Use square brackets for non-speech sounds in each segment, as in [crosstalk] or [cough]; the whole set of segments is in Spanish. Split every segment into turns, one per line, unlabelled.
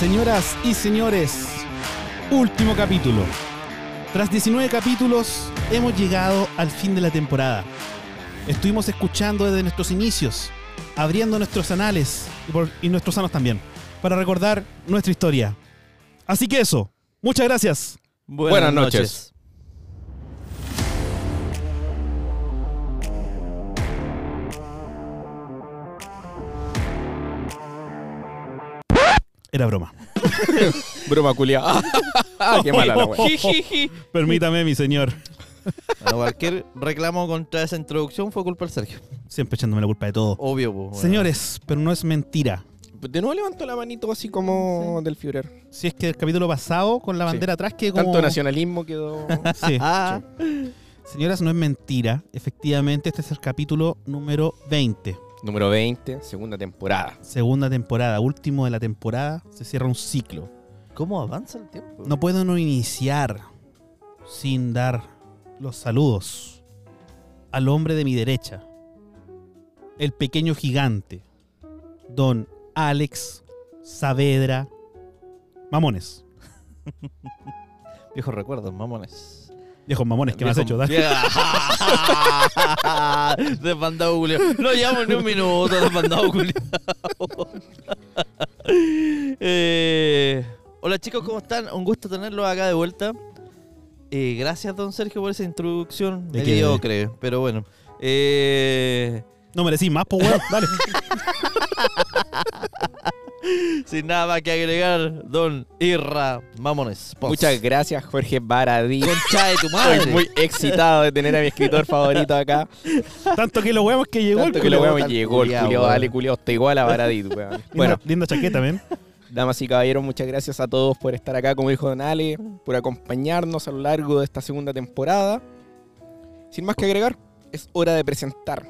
Señoras y señores, último capítulo. Tras 19 capítulos hemos llegado al fin de la temporada. Estuvimos escuchando desde nuestros inicios, abriendo nuestros anales y, por- y nuestros sanos también, para recordar nuestra historia. Así que eso, muchas gracias.
Buenas noches.
Era broma.
[laughs]
Broma culia. Ah, qué mala la
[laughs]
wea.
Permítame, mi señor.
Bueno, cualquier reclamo contra esa introducción fue culpa del Sergio.
Siempre echándome la culpa de todo.
Obvio, pues, po,
Oh,
weón.
Señores, pero no es mentira.
De nuevo levanto la manito así como del Führer.
Si es que el capítulo pasado con la
Sí.
bandera atrás que como...
Tanto
[laughs]
nacionalismo quedó.
eh, Sí.
Ah,
Señoras, no es mentira. Efectivamente, este es el capítulo número 20.
Número 20, segunda temporada.
Segunda temporada, último de la temporada. Se cierra un ciclo.
¿Cómo avanza el tiempo?
No puedo no iniciar sin dar los saludos al hombre de mi derecha, el pequeño gigante, don Alex Saavedra Mamones.
Viejos recuerdos, mamones.
Viejos mamones, ¿qué me has hecho? Dale.
Dale. [laughs] Desbandado, Julio. No llevamos ni un minuto, desbandado, Julio. [laughs] Eh, hola, chicos, ¿cómo están? Un gusto tenerlos acá de vuelta. Eh, gracias, don Sergio, por esa introducción.
¿De qué?
Mediocre, pero bueno. Eh,
No merecí más, po, weón. Dale.
sin nada más que agregar, don Irra Mamones. Pons.
Muchas gracias, Jorge Baradí.
Concha de tu madre.
Estoy muy excitado de tener a mi escritor favorito acá.
Tanto que lo huevos que llegó
Tanto
el
que
culo.
lo
culiao
weón
tan
llegó el
culiao,
culiao.
weón.
Dale, culiao, está igual a Baradí, weón. Bueno,
Linda, linda chaqueta, ven.
Damas y caballeros, muchas gracias a todos por estar acá, como dijo Don Ale, por acompañarnos a lo largo de esta segunda temporada. Sin más que agregar, es hora de presentar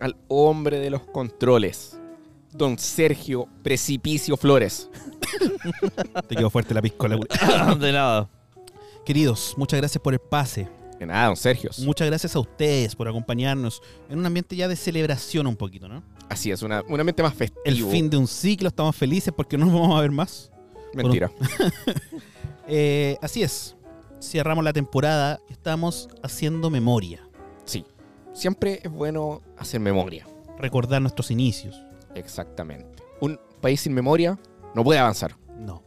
al hombre de los controles, Don Sergio Precipicio Flores.
Te quedó fuerte la piscola. culiao.
[coughs] de nada.
Queridos, muchas gracias por el pase.
De nada, Don Sergio.
Muchas gracias a ustedes por acompañarnos en un ambiente ya de celebración un poquito, ¿no?
Así es, una, una mente más festiva.
El fin de un ciclo, estamos felices porque no nos vamos a ver más.
Mentira.
Eh, así es, cerramos la temporada, estamos haciendo memoria,
Sí. Siempre es bueno hacer memoria.
recordar nuestros inicios.
Exactamente. Un país sin memoria no puede avanzar.
No,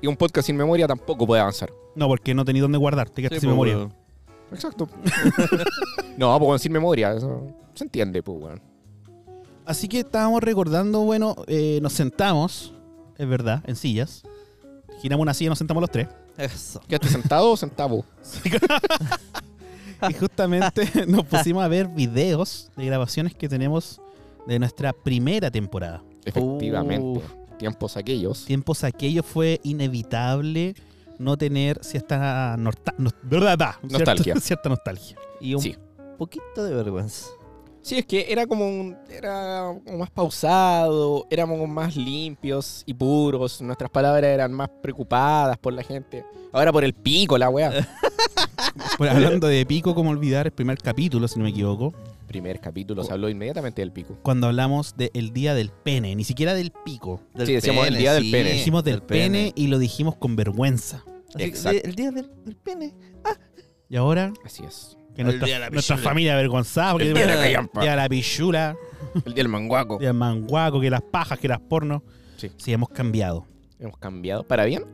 Y un podcast sin memoria tampoco puede avanzar.
no, porque no tenéis dónde guardar, te quedaste
Sí,
sin
po,
memoria.
weón.
Exacto. [laughs] no, pues sin memoria, eso se entiende, pues, weón.
Así que estábamos recordando, bueno, eh, nos sentamos, es verdad, en sillas. Giramos una silla y nos sentamos los tres.
Eso.
¿Quedaste sentado o [laughs] sentado?
[laughs] y justamente nos pusimos a ver videos de grabaciones que tenemos de nuestra primera temporada.
Efectivamente.
Uf.
Tiempos aquellos.
Tiempos aquellos fue inevitable no tener cierta, norta- nos- ¿verdad? va, cierta-
Nostalgia.
[laughs] cierta nostalgia.
Y un
Sí.
poquito de vergüenza.
Sí, es que era como un, era como más pausado, éramos más limpios y puros, nuestras palabras eran más preocupadas por la gente. Ahora por el pico, la weá.
Bueno, hablando de pico, como olvidar el primer capítulo, si no me equivoco,
[laughs] Primer capítulo, se habló inmediatamente del pico.
cuando hablamos del día del pene, ni siquiera del pico.
Del
Sí, decíamos el día del pene.
Eh,
Dijimos del, pene, y lo dijimos con vergüenza.
Así que
Exacto.
El día del, del pene.
Y ahora,
Así es.
que
El
nuestra,
día de la
nuestra
pichula.
familia avergonzada, porque
El día de la
el
callampa.
día de la pichula,
El día del manguaco.
el manguaco, que las pajas, que las pornos.
[laughs] Sí.
sí, hemos cambiado.
Hemos cambiado. ¿Para bien?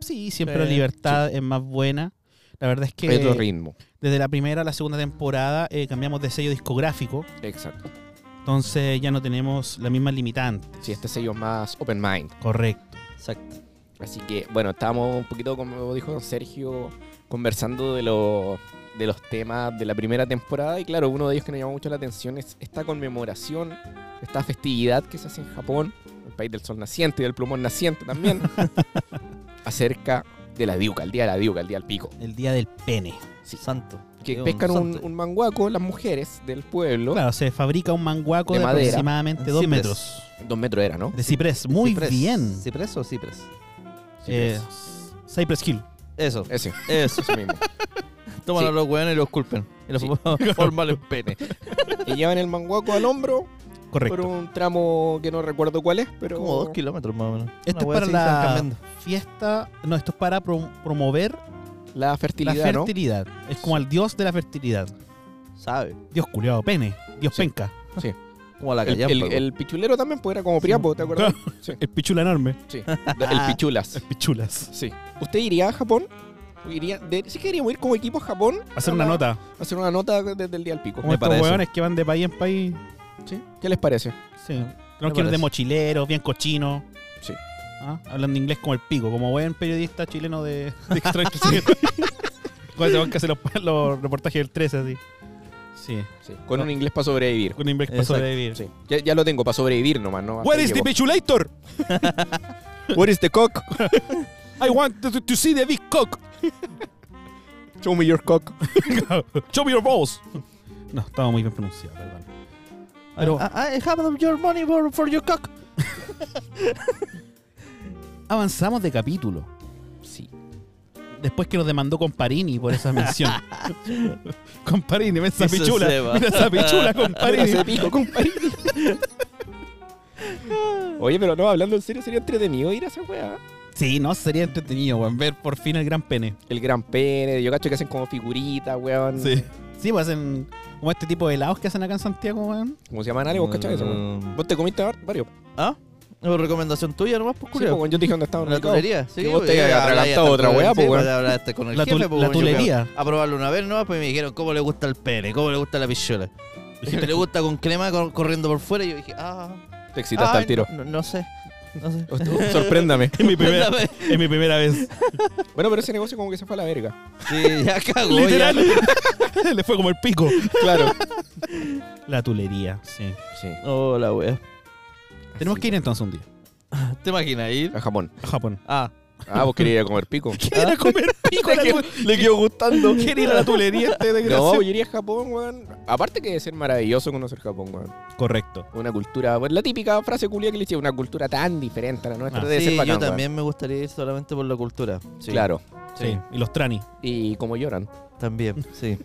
Sí, siempre
Sí.
la libertad es más buena. La verdad es que
Hay otro ritmo.
desde la primera a la segunda temporada eh, cambiamos de sello discográfico,
Exacto.
entonces ya no tenemos la misma limitante.
Sí, este sello es más open mind.
Correcto.
Exacto.
Así que, bueno, estábamos un poquito, como dijo don Sergio, conversando de, lo- de los temas de la primera temporada. Y claro, uno de ellos que nos llamó mucho la atención es esta conmemoración, esta festividad que se hace en Japón, el país del sol naciente y del plumón naciente también, acerca de la diuca, el día de la diuca, el día del pico.
El día del pene.
Sí.
Santo.
Que
Dios,
pescan un,
santo.
un manguaco las mujeres del pueblo.
Claro, se fabrica un manguaco de,
De madera.
aproximadamente
En
dos
ciprés.
metros.
Dos metros era, ¿no?
De ciprés. Muy
Ciprés.
bien.
¿Ciprés o cipres?
Eh, Cypress Hill.
Eso.
Ese, [laughs]
Eso.
ese mismo.
Toman a [laughs]
Sí.
los hueones y los culpen. Y los
[laughs] Sí.
forman en pene.
y llevan el manguaco al hombro
Correcto.
por un tramo que no recuerdo cuál es, pero...
Como dos kilómetros más o menos.
esto
Una
es para
wea así, están
la
cambiando.
fiesta. No, esto es para prom- promover
La fertilidad,
la fertilidad. Es como al dios de la fertilidad.
Sabe.
Dios culiado, pene. Dios
Sí.
penca.
Como la
¿no? El,
callampa.
el-
weón.
el pichulero también, pues era como Priapo,
[laughs]
¿te acuerdas? Sí.
El pichula enorme.
sí. [laughs] El pichulas.
Pichulas.
Sí. ¿Usted iría a Japón? Iría, de- sí queríamos ir como equipo a Japón.
Hacer
a
una
la-
nota.
Hacer una nota desde el día al pico.
Como
Me
estos
Ah, parece.
hueones que van de país en país.
¿Sí? ¿Qué les parece?
Sí. Tenemos que ir
parece.
de mochileros, bien cochinos.
Sí.
¿ah? Hablando inglés como el pico, como buen periodista chileno de,
[laughs]
de extranjero. Cuando se van que hacer los, los reportajes del 13 así. Sí.
Sí. Con un inglés para sobrevivir.
Con inglés para
Exacto,
sobrevivir.
Ah. Sí. Ya, ya lo tengo, para sobrevivir nomás, ¿no?
Where is
Hasta
the
ahí
pichulator?
llegó. Where is the cock?
I want to, to see the big cock. [laughs]
Show me your cock.
Show me your balls. No, estaba muy bien pronunciado, perdón. Pero
Ah, I, I have your money for, for your cock.
avanzamos de capítulo.
Sí.
Después que nos demandó Comparini por esa [laughs] mención. Comparini, mira esa
Eso
pichula.
se va.
Mira esa pichula, [laughs] Comparini.
Ese pico, compadre. [laughs] Oye, pero no, hablando en serio, sería entretenido ir a esa weá.
Sí, no, sería entretenido, weón, ver por fin el gran pene.
El gran pene, yo cacho que hacen como figuritas, weón.
Sí, pues hacen como este tipo de helados que hacen acá en Santiago, weón.
¿Cómo se llaman algo? ¿Cachai eso, weón?
Mm.
Vos te comiste var- varios.
¿Ah? ¿Una recomendación tuya nomás, pues,
Sí, pues,
culiao?
weón, yo te dije dónde estaban
La
ubicados.
tulería. Sí,
Que vos
pues,
te hayas
ya hablaste
atragantado
con-
otra weá,
sí,
pues, weón.
ya hablaste con el
La, tu-
jefe, pues,
la
weón, yo fui
tulería.
A a probarlo una vez nomás, pues y me dijeron cómo le gusta el pene, cómo le gusta la pichula.
[laughs]
Dijiste, le gusta con crema cor- corriendo por fuera. Y yo dije, ah.
Te excitaste
ay,
al tiro.
No, no sé. No
[laughs]
sé.
Sorpréndame.
[laughs]
Es mi, primera,
Dame.
es mi primera vez.
[laughs] Bueno, pero ese negocio como que se fue a la [laughs] verga.
Sí, ya cagó.
[laughs]
ya.
Literal. [laughs] Le fue como el pico.
Claro.
La tulería, sí.
Sí.
Oh, la wea.
Tenemos
Así
que ir entonces un día
¿Te imaginas
[laughs]
ir?
A Japón.
a Japón.
Ah.
Ah, vos querías ir a comer
[laughs]
pico. Ah.
¿Quiere ir a comer
[laughs]
pico? la tu-
pues.
Le
[laughs]
quedó gustando.
¿Quiere ir a la tulería este
No,
desgraciado?
yo iría a Japón, weón. Aparte que debe ser maravilloso conocer Japón, weón.
Correcto.
Una cultura, bueno, la típica frase culia que le dice, una cultura tan diferente a la nuestra.
Ah,
debe
Sí,
ser bacán,
yo
weón.
también me gustaría ir solamente por la cultura. Sí,
Claro.
Sí. Y los trani.
Y cómo lloran.
También,
[laughs]
sí.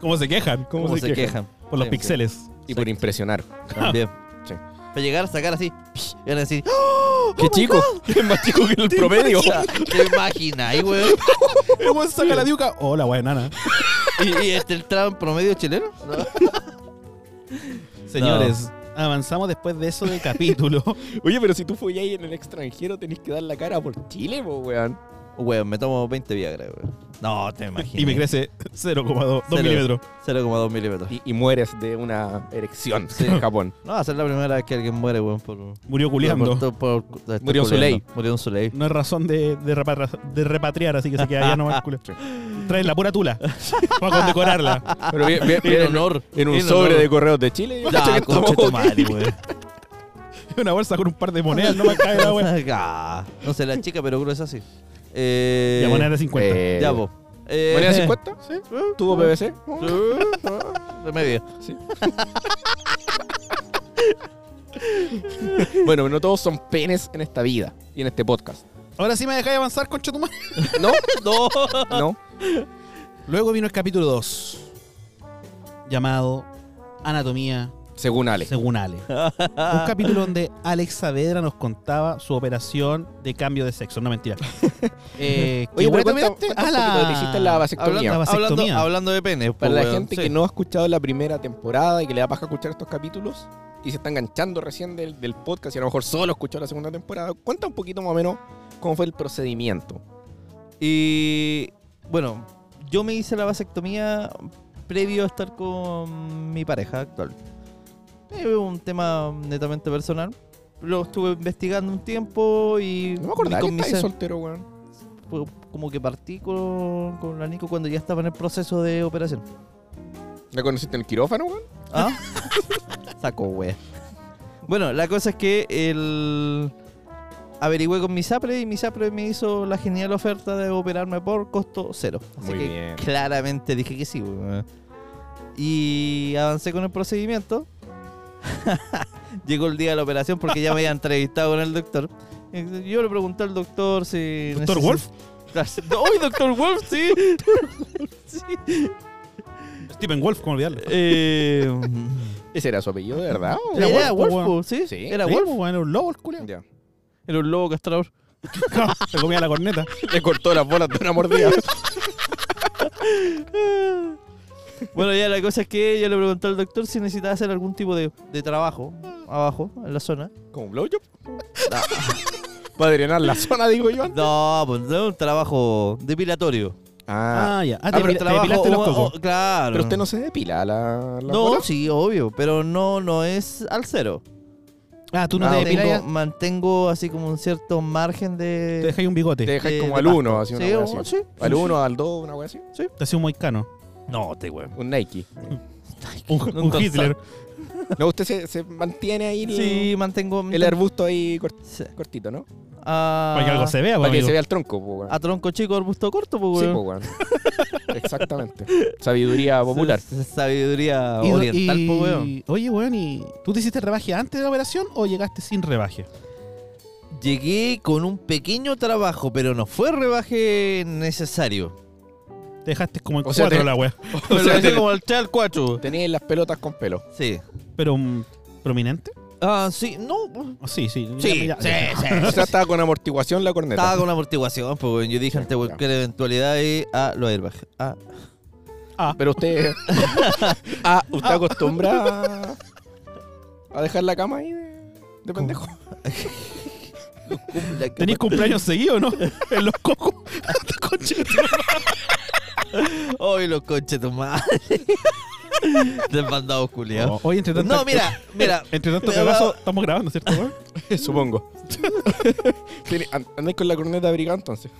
¿Cómo se quejan?
¿Cómo, se, quejan?
Por los
Sí,
pixeles.
Y por impresionar.
También.
[laughs] Sí.
Para llegar a sacar así, psh, y van a decir,
Oh
¡Qué chico! [laughs] Es más chico que
[laughs]
el [laughs] promedio.
¿te imaginas, ahí, weón?
[laughs] El weón saca la diuca. Hola, weón, nana.
¿Y, y este el tramo en promedio chileno?
Señores, avanzamos después de eso del
[laughs]
capítulo.
Oye, pero si tú folláis en el extranjero, tenés que dar la cara por Chile, po, weón.
Weón, me tomo 20 Viagra, weón. No, te imaginas.
y me crece 0,2
Cero.
milímetros.
0,2 milímetros.
Y, y mueres de una erección
[laughs]
en Japón.
No, va a ser la primera vez que alguien muere, weón, por...
Murió culiando.
por- por- por- estar
Murió en su
culiando.
ley.
Murió en su
[laughs]
ley.
No es razón de, de repatra- de repatriar, así que se queda allá nomás
[laughs]
culo. Trae la pura tula. Para condecorarla.
Pero bien, bien- bien-
En Ah, honor.
en un
en
sobre
honor.
de correos de Chile. yo cacho que
Ya, [laughs]
estamos-
concha tu madre, weón.
[laughs] Una bolsa con un par de monedas, no me cae
[laughs]
la wea.
Ah, No sé, la chica, pero creo que es así. Eh,
Ya, moneda de 50.
Eh,
Ya, po. Eh, [laughs] Mm.
¿Moneda de 50? Sí. ¿Eh? ¿Tuvo PVC?
Remedio.
Bueno, no todos son penes en esta vida y en este podcast.
Ahora sí me dejáis avanzar, concha tu madre.
¿No?
[laughs] No.
¿No?
Luego vino el capítulo 2. Llamado Anatomía
Según Ale.
según Ale.
[laughs]
Un capítulo donde Alex Saavedra nos contaba su operación de cambio de sexo. No,
[laughs]
mentira. Eh, ¿qué
Oye,
hueá
pero
te
cuenta,
operaste?
cuenta un
Ah,
poquito de que hiciste la vasectomía.
Hablando-
Hablando,
vasectomía.
hablando de pene. pues,
Para la
weón,
gente
sí.
que no ha escuchado la primera temporada y que le da paja escuchar estos capítulos y se está enganchando recién del, del podcast y a lo mejor solo escuchó la segunda temporada, cuenta un poquito más o menos cómo fue el procedimiento.
Y bueno, yo me hice la vasectomía previo a estar con mi pareja actual. Es un tema netamente personal. Lo estuve investigando un tiempo y
No me acordaba
con
que
mi
estáis
ser-
soltero, weón.
fue como que partí con, con la Nico cuando ya estaba en el proceso de operación.
¿La conociste en el quirófano, weón?
¿Ah? [laughs] Saco, wea. Bueno, la cosa es que el... averigüé con mi SAPRE y mi SAPRE me hizo la genial oferta de operarme por costo cero. Así
Muy
que
bien.
claramente dije que sí. wea. Y avancé con el procedimiento. [laughs] Llegó el día de la operación porque ya me había entrevistado con el doctor. Yo le pregunté al doctor si...
¿Doctor
necesi- [laughs]
Wolf?
¡Ay, doctor Wolf,
[laughs]
sí! sí.
Stephen Wolf, ¿cómo olvidarlo?
Eh,
¿Ese era su apellido de verdad? o-
Era
Era
Wolf,
Wolf,
po,
po, sí,
Sí.
Era
Sí,
Wolf.
pues, bueno, un lobo el culiao.
Ya. [laughs]
Era un lobo castrador.
[laughs] Se comía la corneta.
Le cortó las bolas de una mordida. [laughs]
Bueno, ya la cosa es que ella le preguntó al doctor si necesitaba hacer algún tipo de, de trabajo abajo, en la zona.
¿Con un blowjob? Ah. [laughs] Para drenar la zona, digo yo.
No, pues no un trabajo depilatorio.
Ah,
Ah, ya. Ah,
Ah,
te,
pero
te
trabajo-
depilaste los
oh,
cocos.
oh, claro.
pero usted no se depila la, la
No,
bola.
sí, obvio, pero no, no es al cero.
Ah, tú no
Ah,
te
mantengo,
depilas.
mantengo así como un cierto margen
Te
de...
dejáis un bigote.
Te
Te,
dejáis
de-
como
de
al
pasto.
1, así una
Sí,
wea
oh,
así.
sí.
Al 1, al 2, una wea así.
hacía un moicano.
No, te weón.
Un Nike.
Un,
Un
un Hitler.
No, usted se, se mantiene ahí el,
Sí, mantengo...
el arbusto ahí cort-
Sí.
cortito, ¿no?
Ah,
Para que algo se vea, pues,
Para que
amigo.
se vea el tronco, po, weón.
A tronco chico, arbusto corto, pues,
Sí,
weón.
po, weón. Exactamente.
[laughs]
Sabiduría popular.
S- Sabiduría
Y-
oriental,
y-
po,
pues,
weón.
Oye, weón, ¿y tú te hiciste rebaje antes de la operación o llegaste sin rebaje?
Llegué con un pequeño trabajo, pero no fue rebaje necesario.
Te dejaste como en
O sea,
cuatro
te-
la wea.
[laughs] O
Me lo
sea,
dejé
te-
como al 3 al 4.
Tenía las pelotas con pelo.
Sí.
Pero mm, prominente.
Ah, sí, no. pues,
Ah, Sí, sí.
Sí,
Ya- ya-
sí, sí.
[laughs] O sea, estaba con amortiguación la corneta.
Estaba con amortiguación, pues, weón. Yo dije ante cualquier eventualidad y ah, lo airbags. Ah, [laughs]
Pero usted. ah, usted acostumbra a- a dejar la cama ahí de,
[laughs]
de pendejo.
[laughs] ¿Tenís cumpleaños seguido, no? [laughs] En los cocos. Conche tu madre.
Hoy los conches tu madre. Desbandados culiados.
Oh, Oye, entre tanto.
No, mira, mira.
Entre tanto
me
cagazo,
va-
estamos grabando, ¿cierto, weón?
Supongo. [laughs] Tiene- an- Andáis con la corneta abrigada entonces.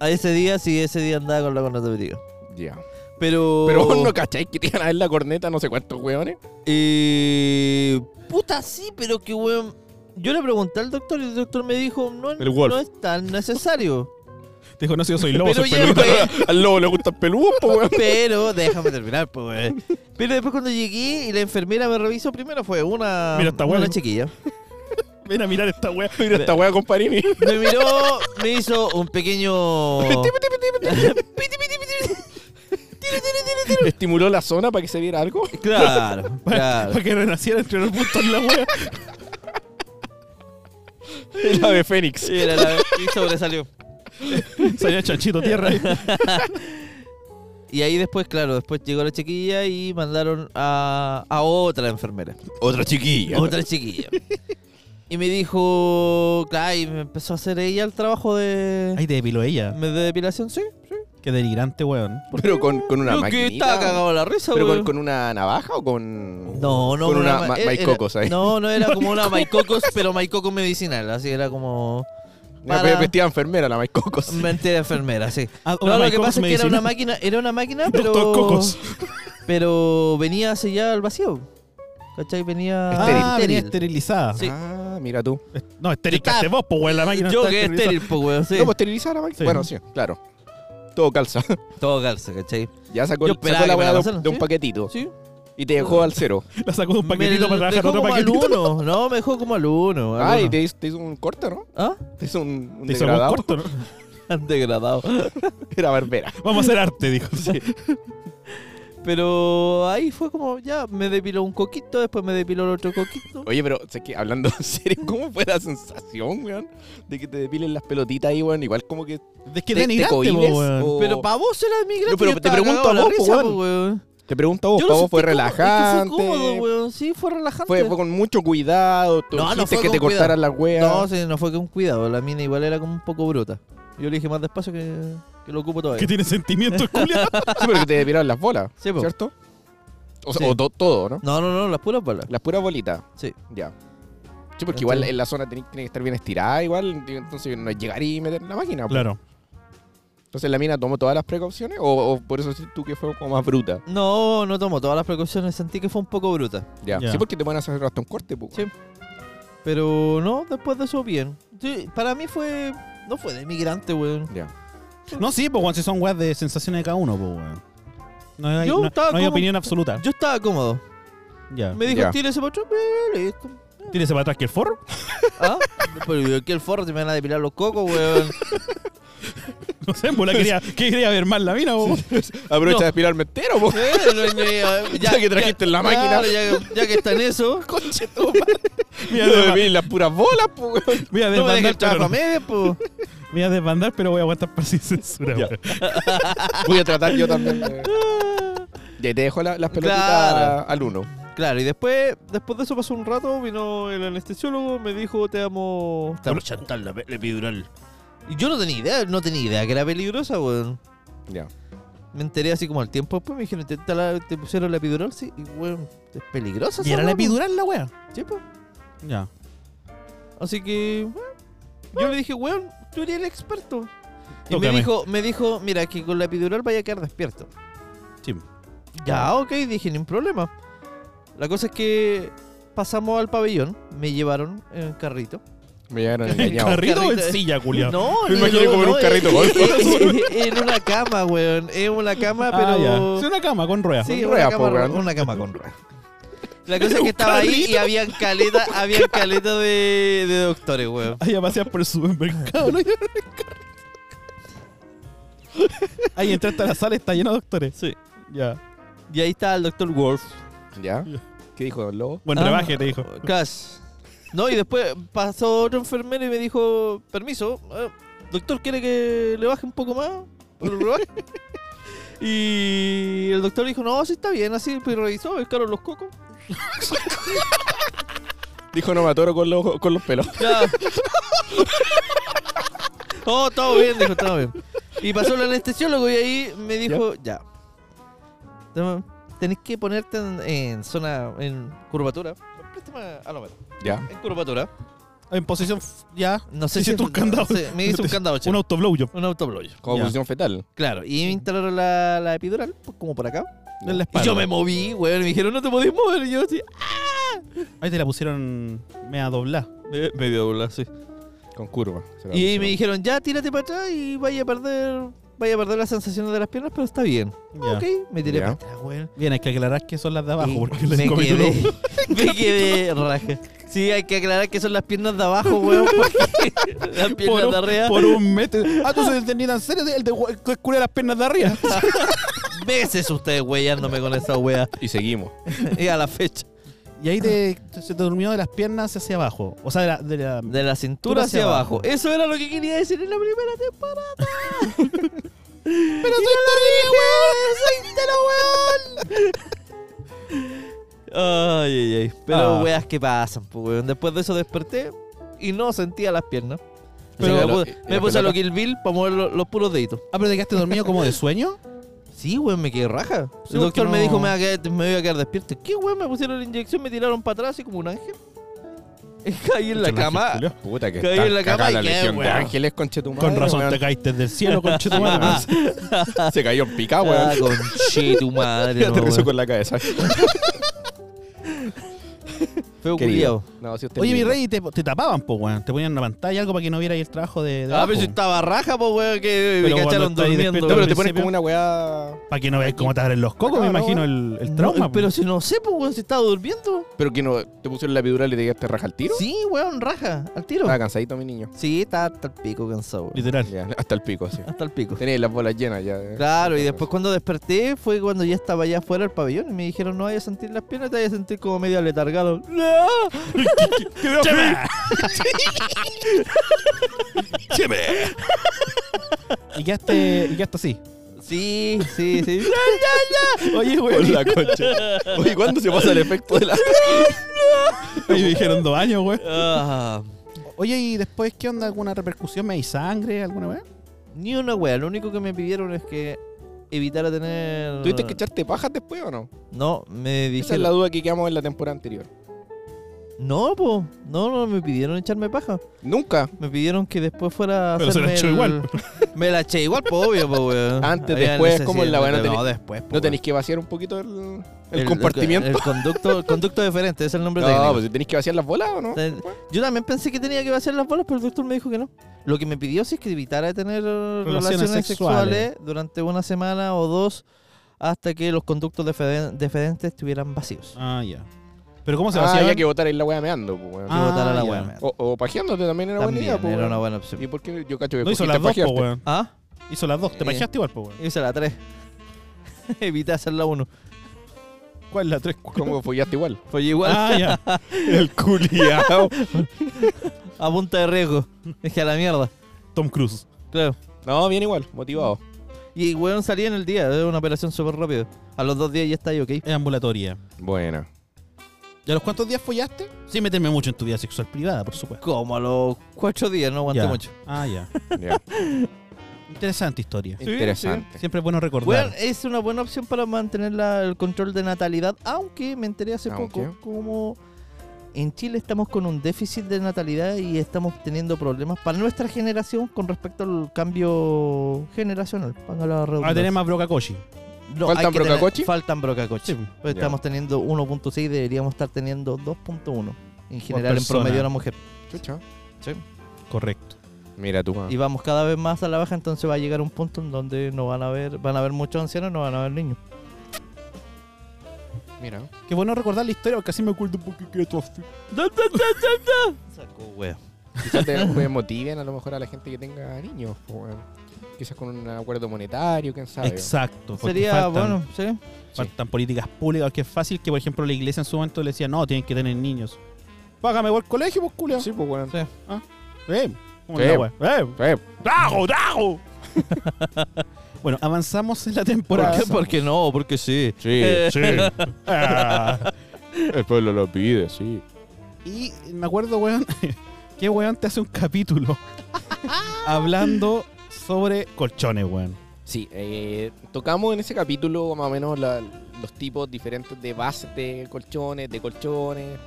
A ese día, sí, ese día andaba con la corneta de brillo.
Ya.
Pero.
Pero vos no cacháis que te iban a ver la corneta no sé cuántos
[laughs]
hueones.
Eh, puta, sí, pero que weón. Yo le pregunté al doctor y el doctor me dijo, no,
El Wolf.
no es tan necesario.
Te dijo, no, si yo soy lobo,
Pero
soy
ya-
peludo.
[laughs]
[laughs]
Al lobo le gustan peludos, po,
[laughs]
weón.
Pero déjame terminar, pues, weón. Pero después cuando llegué y la enfermera me revisó primero fue una,
Mira, está
una
bueno.
chiquilla.
Ven a mirar esta wea.
Mira esta wea con Parini.
Me miró, me hizo
[laughs]
un pequeño...
Estimuló la zona para que se viera algo.
claro,
Para, [laughs]
claro.
para que renaciera entre los puntos la wea.
La
[laughs]
de Fénix.
Era la- y sobresalió.
Salía chanchito tierra.
Y ahí después, claro, después llegó la chiquilla y mandaron a, a otra enfermera.
Otra chiquilla.
Otra chiquilla. Y me dijo, claro, y me empezó a hacer ella el trabajo de,
Ay, te depiló ella.
de depilación, sí. sí.
Qué delirante, weón.
Pero con, con una
Yo que estaba
máquina.
cagado la risa,
Pero con,
weón.
con una navaja o con.
No, no,
Con una
ma-
ma-
era-
maicocos ahí.
No, no era como una maicocos, pero maicocos medicinal, así era como
Una
para-
vestida enfermera, la Mike Cocos.
mentira enfermera, sí.
Ah,
No, lo que
Michael
pasa es que era
Medicine.
una máquina, era una máquina, pero
Doctor Cocos.
pero venía sellada al vacío. ¿Cachai? Venía
Estéril.
Ah, venía
estéril.
esterilizada.
Sí.
Ah, mira tú.
No, esterilizaste
Está-
vos, pues, weón. La máquina
Yo
está
que
esterilizada.
estéril, pues, weón, sí.
¿Cómo esterilizar la máquina?
Sí.
Bueno, sí, claro. Todo calza. [laughs]
Todo calza, ¿cachai?
Ya sacó,
Yo
sacó
esperaba
la
que me la
weá de,
pasaran,
un- de un
¿sí?
paquetito
Sí.
y te dejó
[laughs]
al cero.
La sacó de un
Me
paquetito para trabajar
dejó
otro
como al
paquetito.
uno. No, me dejó como al uno. al
Ah, y
uno.
te, hizo- te hizo un corte, ¿no?
¿Ah?
Te hizo un, un
Te hizo algún
degradado.
corto, ¿no?
Degradado.
[laughs] Era barbera.
Vamos a hacer arte, dijo.
Pero ahí fue como, ya, me depiló un coquito, después me depiló el otro coquito.
Oye, pero sé que hablando en serio, [laughs] ¿cómo fue la sensación, weón? De que te depilen las pelotitas ahí, weón. Igual como que
Es que
te, te
denigrante,
cohibes,
po, weón.
o-
Pero para vos era mi gracia.
No, pero
yo
te
estaba
pregunto
cagado
a
de
vos,
la
po,
po, weón.
Te pregunto a vos,
Yo
¿para
lo
vos fue
sentí cómodo, es que
relajante?
fue cómodo, weón. Sí, fue relajante.
Fue, fue con mucho cuidado. Tú
No, no
dijiste
fue
que
con
te
cuidado.
cortaran las weas.
No, sí, no fue con cuidado. La mina igual era como un poco bruta. Yo le dije más despacio que, que lo ocupo todavía.
Que tiene sentimientos,
[laughs]
culiado.
[laughs] Sí, pero que te depilaron las bolas,
Sí, po.
¿cierto? O, sea,
Sí.
o to- todo, ¿no?
No, no, no, las puras balas.
Las puras bolitas.
Sí.
Ya. Sí, porque igual
Entonces-
en la zona tiene, tiene que estar bien estirada, igual. digo, Entonces no es llegar y meter la máquina. po.
Claro.
Entonces la mina tomó todas las precauciones, o, o por eso sí tú que fue como más bruta.
No, no tomó todas las precauciones. Sentí que fue un poco bruta.
Ya.
Ya.
Sí, porque te pueden hacer hasta un corte, po.
Sí. Pero no, después de eso, bien. Sí, para mí fue. No fue de migrante, weón.
Ya.
No, sí, pues, weón, si son weas de sensaciones de cada uno, pues, weón. No hay,
Yo
no-
estaba
no hay
como-
opinión absoluta.
Yo estaba cómodo.
Ya.
Me dijo,
Ya.
tírese para atrás, eh, listo.
Tírese para atrás que el forro. [laughs]
¿Ah? Pero yo aquí el forro, te me van a depilar los cocos, weón.
No sé, bola, quería, ¿qué quería ver más la mina? vos? [laughs]
Aprovecha
No.
de aspirarme entero,
[laughs]
po. [laughs]
Eh,
Ya que trajiste en la máquina.
Claro, ya, ya que está en eso.
Conche
[laughs]
tu madre.
Mira,
Yo
de-
bebí las puras bolas, po, weón.
Voy a
No me dejes el
desbandar, pero
trabajo
no.
a medias, po.
Voy a desbandar, pero voy a aguantar para sin censura.
Ya.
weón.
Voy a tratar yo
[laughs]
también. de- Ya te dejo la- las pelotitas
Claro.
al uno.
Claro, y después, después de eso pasó un rato, vino el anestesiólogo, me dijo, te amo... Te amo chantal, la pe- la epidural. Y yo no tenía idea, no tenía idea que era peligrosa, weón.
Ya.
Me enteré así como al tiempo después, me dijeron, te, te la- te pusieron la epidural, sí, y weón, es peligrosa.
Y era
esa
la
weá, po.
epidural la wea.
Sí, po.
[laughs] Ya.
Así que, weón, yo le dije, weón, tú eres el experto. Y me
Tócame.
dijo, me dijo, mira, que con la epidural vaya a quedar despierto.
Sí.
Ya, ok, dije, ningún problema. La cosa es que pasamos al pabellón, me llevaron en el carrito. [laughs]
Me llegaron
¿En
engañados.
carrito o en
Carrito.
silla, culiao?
No,
Me
no,
imaginé
no,
como en
no,
un carrito
eh,
golf.
eh, eh, [laughs] En una cama, weón. En una cama,
Ah,
pero.
ya. Sí, una cama con ruedas.
Sí,
Con
una
rueda,
cama,
po, weón.
ro- una cama con rueda. La cosa es
Un
que estaba ahí y
carrito.
habían
[laughs]
caleta, habían caleta de, de doctores, weón.
Ahí a pasear por el supermercado, ¿no? Ahí entraste a la sala, está lleno de doctores. Sí. Ya.
Y ahí estaba el doctor Wolf.
¿Ya? ¿Qué dijo el lobo?
Buen
Ah,
rebaje, te dijo.
Cas. No, y después pasó otro enfermero y me dijo, permiso, eh, doctor, ¿quiere que le baje un poco más? ¿Pero lo
[laughs]
baje?" y el doctor dijo, no, sí está bien, así, pero revisó, pescaron los cocos.
Dijo no me atoro con los, con los pelos.
Ya. oh, todo bien, dijo, todo bien. Y pasó el anestesiólogo y ahí me dijo, ya. Toma, Tenés que ponerte en, en zona, en curvatura. Préstame a la mano.
Ya.
En curvatura.
En posición. f- Ya.
No sé
Hiciste
si
un candado.
no sé, me
[laughs]
hizo un candado,
Un
chico.
autoblow job
Un autobloyo.
Como
Ya.
posición fetal.
Claro, y me instalaron la, la epidural, pues, como por acá.
en la
Y
espalda.
yo me moví, weón, y me dijeron, no te podés mover. Y yo así, ah.
Ahí te la pusieron media doblada.
Medio volar, sí.
Con curva. Se la
Y
pusieron.
me dijeron, ya, tírate para atrás y vaya a perder, vaya a perder las sensaciones de las piernas, pero está bien.
Ya.
Ah, Ok, me tiré
Ya.
para atrás, weón.
Bien, hay que aclarar que son las de abajo,
Y
porque
[laughs] me
les comí
quedé, me quedé raja. Sí, hay que aclarar que son las piernas de abajo, weón, [laughs] porque las piernas
por,
de arriba.
un, por un metro. Ah, tú se tenías en serio el de el que cura las piernas de
[laughs]
arriba.
Meses ustedes weyándome con esa wea.
Y seguimos.
Y a la fecha.
Y ahí te, se te durmió de las piernas hacia abajo. O sea, de la. De la-
De la cintura
hacia
hacia abajo.
abajo.
Eso era lo que quería decir en la primera temporada.
¡Pero soy
[laughs]
terrible, weón! ¡Soy
Ay, ay, ay. Pero
Ah.
weas que pasan, pues, weón. Después de eso desperté y no sentía las piernas.
Y
Pero me,
la-
puse-
y la
me puse a lo
pelota.
Kill Bill para mover lo- los puros deditos.
Ah, pero te quedaste dormido como de sueño.
Sí, weón, me quedé raja.
Sí,
El doctor
porque
me
no-
dijo, me, voy a quedar, me voy a quedar despierto. ¿Qué, weón? Me pusieron la inyección, me tiraron para atrás así como un ángel. [laughs] Caí en la cama.
Puta que
Caí
está
en la cama
cagada
y
la
quedé,
legión de
weón.
ángeles, conche tu
[laughs]
madre,
Con razón
weón.
te caíste del cielo,
[laughs]
conchetumare.
Se cayó en pica,
Ah,
[laughs] weón.
con che, tu
[laughs] Y
madre. No,
aterrizó
weón.
con la cabeza.
Feo
Querido.
culiao.
No, si usted
Oye, mi
mismo.
rey, te, te tapaban, po, weón. Te ponían una pantalla, algo para que no viera ahí el trabajo de. de
Ah,
abajo.
pero si estaba raja, pues, weón, que
Pero
me
cuando
cacharon
estáis
durmiendo.
despierto,
No, pero
al
te pones
principio-
como una weá.
Para que no veáis cómo te abren los cocos, me
Ah, no,
imagino el, el trauma.
No, pero si no sé, pues, weón, si estaba durmiendo.
Pero que no. Te pusieron la epidural y te quedaste raja al tiro.
Sí, weón, raja, al tiro.
Estaba cansadito, mi niño.
Sí, estaba hasta el pico cansado,
po. [laughs]
weón.
literal.
Ya, hasta el pico, sí.
Hasta el pico.
Tenéis las bolas llenas ya. eh.
Claro, y después cuando desperté fue cuando ya estaba allá afuera del pabellón y me dijeron, no vayas a sentir las piernas, te vayas a sentir como medio letargado. ¡No!
¡Cheme! [laughs] ¡Cheme! Y quedaste, y quedaste así.
Sí, sí,
[laughs]
sí.
Oye,
[laughs] Con
güey.
[laughs]
la concha. Oye, ¿cuándo se pasa el efecto de la.?
Ahí me dijeron dos años, güey.
Ah,
Oye, ¿y después qué onda? ¿Alguna repercusión? ¿Me hay sangre alguna vez?
ni una wea, lo único que me pidieron es que evitara tener...
¿Tuviste que echarte pajas después o no?
No, me
Esa es la
dijeron...
duda que quedamos en la temporada anterior.
No, po, no, no, me pidieron echarme paja.
Nunca.
Me pidieron que después fuera a
Pero se la
hacerme
echó
el-
igual.
[laughs] Me la eché igual, po, obvio, po, weón.
Antes,
Había
después, ¿cómo es la
necesidad,
weá? No
No, después, po,
¿No
weón.
tenéis que vaciar un poquito el, el compartimiento?
El, conducto, el conducto deferente, es el nombre
no,
técnico.
pues tenéis que vaciar las bolas o no.
Ten- Yo también pensé que tenía que vaciar las bolas, pero el doctor me dijo que no. Lo que me pidió sí es que evitara tener eh,
Relaciones
relaciones,
sexuales.
sexuales. durante una semana o dos hasta que los conductos defe- deferentes estuvieran vacíos.
Ah, ya. ¿Pero cómo se
Ah,
vaciaba?
ya que votar ahí la weá meando, pues, weón.
Ah,
que botara la
ya.
weá.
O, o pajeándote también era
También
buena idea, pues.
era
weón.
una buena opción.
¿Y por qué yo cacho que
No hizo
cogiste
las dos, pues, po,
pajearte?
weón.
¿Ah?
Hizo las dos, te
Eh.
pachaste igual, pues, weón.
Hice la 3. [laughs] Evité hacer la 1.
Eh, ¿Cuál es la tres?
¿Cómo follaste igual?
Fue igual
Ah, ya.
[laughs]
El culiao.
a punta de riesgo. Dije a la mierda.
Tom Cruise.
Claro.
No, bien igual, motivado.
Y el weón salía en el día. Es una operación súper rápida. A los dos días ya está ahí, ok.
Es ambulatoria.
Bueno.
¿Y a los cuántos días follaste? Sin meterme mucho en tu vida sexual privada, por supuesto.
Como a los cuatro días, no aguanté
Ya.
mucho.
Ah, ya.
ya.
Interesante historia.
Sí,
Interesante.
Siempre es bueno recordar.
Bueno, es una buena opción para mantener la- el control de natalidad, aunque me enteré hace
Aunque.
poco como en Chile estamos con un déficit de natalidad y estamos teniendo problemas para nuestra generación con respecto al cambio generacional. Para la
Ahora
redundancia.
tenemos a Brocacoshi.
No,
Ah, ¿Faltan
hay que tener-
brocacochi?
Faltan brocacochi.
Sí.
Pues
Ya.
estamos teniendo 1.6, deberíamos estar teniendo 2.1 en general en
persona.
promedio la mujer.
Chucha.
Correcto.
Mira tú. ah.
Y vamos cada vez más a la baja, entonces va a llegar un punto en donde no van a haber, van a haber muchos ancianos, no van a haber niños.
Mira.
Qué bueno recordar la historia, porque así me acuerdo un poquito de todo.
Saco, wea.
Quizás te [laughs] pues, motiven a lo mejor a la gente que tenga niños. pues, bueno. Quizás con un acuerdo monetario, quién sabe.
Exacto. porque
Sería
faltan,
bueno, sí.
faltan políticas públicas, que es fácil que, por ejemplo, la iglesia en su momento le decía, no, tienen que tener niños. Págame por el colegio, pues, culiao.
Sí, pues bueno.
Sí.
Ven. como
Sí.
la wea. Ven.
Eh,
¡Trago, trago! [laughs] bueno, avanzamos en la
¿Por
temporada.
qué? Porque no, porque sí.
Sí,
Eh.
Sí.
[laughs]
Ah.
el pueblo lo pide, sí.
Y me acuerdo, weón, [laughs] que weón te hace un capítulo [laughs] hablando sobre colchones, weón.
Sí, eh, tocamos en ese capítulo más o menos la- los tipos diferentes de bases de colchones, de colchones.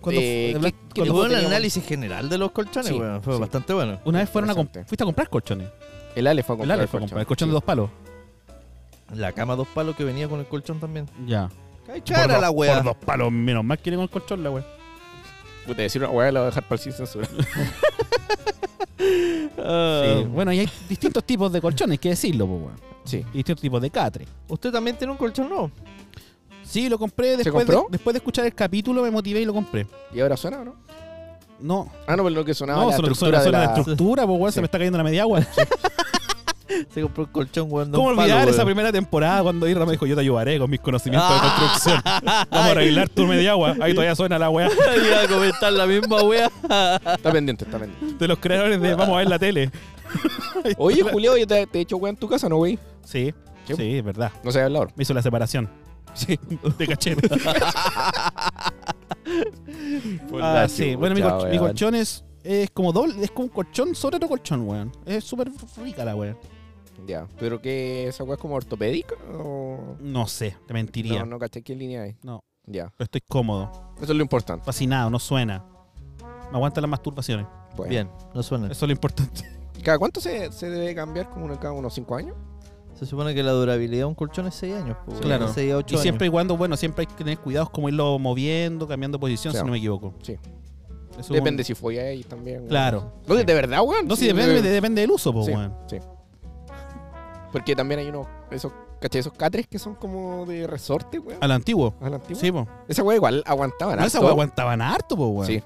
Cuando
Eh,
fu- habla-
¿qué- qué
cuando-
tipo
Fue un
teníamos?
análisis general de los colchones,
Sí,
weón, Fue
sí.
bastante bueno.
una vez fueron a comp-
Interesante.
fuiste a comprar colchones.
El Ale fue a
El
comprar
Ale fue a comprar el colchón
Sí.
de dos palos.
La cama dos palos que venía con el colchón también.
Ya.
¡Qué
Por
cara
dos-
la wea!
Por dos palos, menos mal que con el colchón la wea.
Puta, decir una weá la voy a dejar para el sin censura.
Ah,
Sí, Bueno, y hay distintos tipos de colchones, hay que decirlo, pues, weón.
Sí.
Y distintos tipos de catre.
¿Usted también tiene un colchón nuevo?
Sí, lo compré después, de,
compró?
después de escuchar el capítulo, me motivé y lo compré.
¿Y ahora suena o no?
No,
Ah, no, pero lo que sonaba
no,
la
sobre,
estructura
sobre la
de la...
estructura, pues, weón, se
Sí.
me está cayendo la media agua.
[laughs] Se compró un colchón, weón. de
¿Cómo
un palo,
olvidar esa
weón.
primera temporada cuando Irra me dijo, yo te ayudaré con mis conocimientos de
Ah.
construcción? Vamos a arreglar tu media agua. Ahí todavía suena la weá
Iba a comentar la misma wea.
Está pendiente, está pendiente.
[laughs] de los creadores de Vamos a ver la tele.
Oye, Julio, yo te, te he hecho weá en tu casa, ¿no, wey?
Sí,
Sí.
sí, es verdad.
No se habla ahora.
Me hizo la separación. Sí, de cachete. ah, sí. Bueno, mi,
Puta,
colch- mi
weón.
colchón es, es como doble, es como un colchón sobre otro colchón, weón. Es súper rica la weón.
Ya, pero que esa weá es como ortopédica o.
No sé, te mentiría.
No, no caché qué línea es.
No.
Ya.
Pero estoy cómodo,
Eso es lo importante.
fascinado, no suena. Me aguantan las masturbaciones.
[laughs]
Bueno.
Bien, no suena.
Eso es lo importante.
¿Cada cuánto se, se debe cambiar? ¿Como una- cada unos 5 años?
Se supone que la durabilidad de un colchón es 6 años. pues, weón.
Claro.
6 a 8
Y
años.
siempre y cuando, bueno, siempre hay que tener cuidados como irlo moviendo, cambiando posición,
Sí.
si no me equivoco.
Sí.
Eso es
Depende
un-
si fue ahí también. weón.
Claro.
No, de verdad, weón.
No, si
Sí,
depende,
de-
de- depende del uso, pues,
Sí.
weón.
Porque también hay unos. Esos, ¿Caché? Esos catres que son como de resorte, weón.
Al antiguo.
A la antigua.
Sí, pues.
Esa weá igual aguantaban.
No, esa
harto.
weón aguantaban harto, pues, weón.
Sí.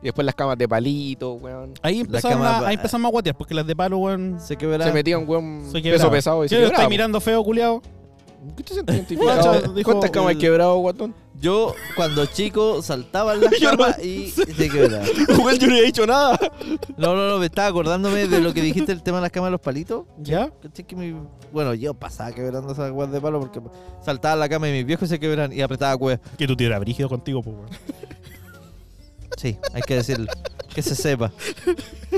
Y después las camas de palito, weón.
Ahí empezaron,
cama
a,
va-
ahí empezamos a guatear, porque las de palo, weón.
Se quebrará.
Se metía un weón
Se
peso
quebraba.
pesado y se
¿Qué lo
quebraba.
estáis mirando feo, culiao?
¿Qué te sentís
[laughs]
identificado?
Guacho, dijo
¿Cuántas camas
el-
has quebrado,
[laughs]
guatón?
Yo, cuando chico, saltaba en [laughs] las
Yo no-
camas y se [laughs] quebraba.
Weón, yo no he dicho nada.
No, no, no, me estaba acordándome de lo que dijiste el tema de las camas de los palitos.
¿Ya?
¿Cachai que mi- Bueno, yo pasaba quebrando esas guas de palo porque saltaba en la cama y mis viejos se quebraban y apretaba cueva.
Que tú te eras brígido contigo, pues, weón.
Sí, hay que decirlo. Que se sepa.
[laughs]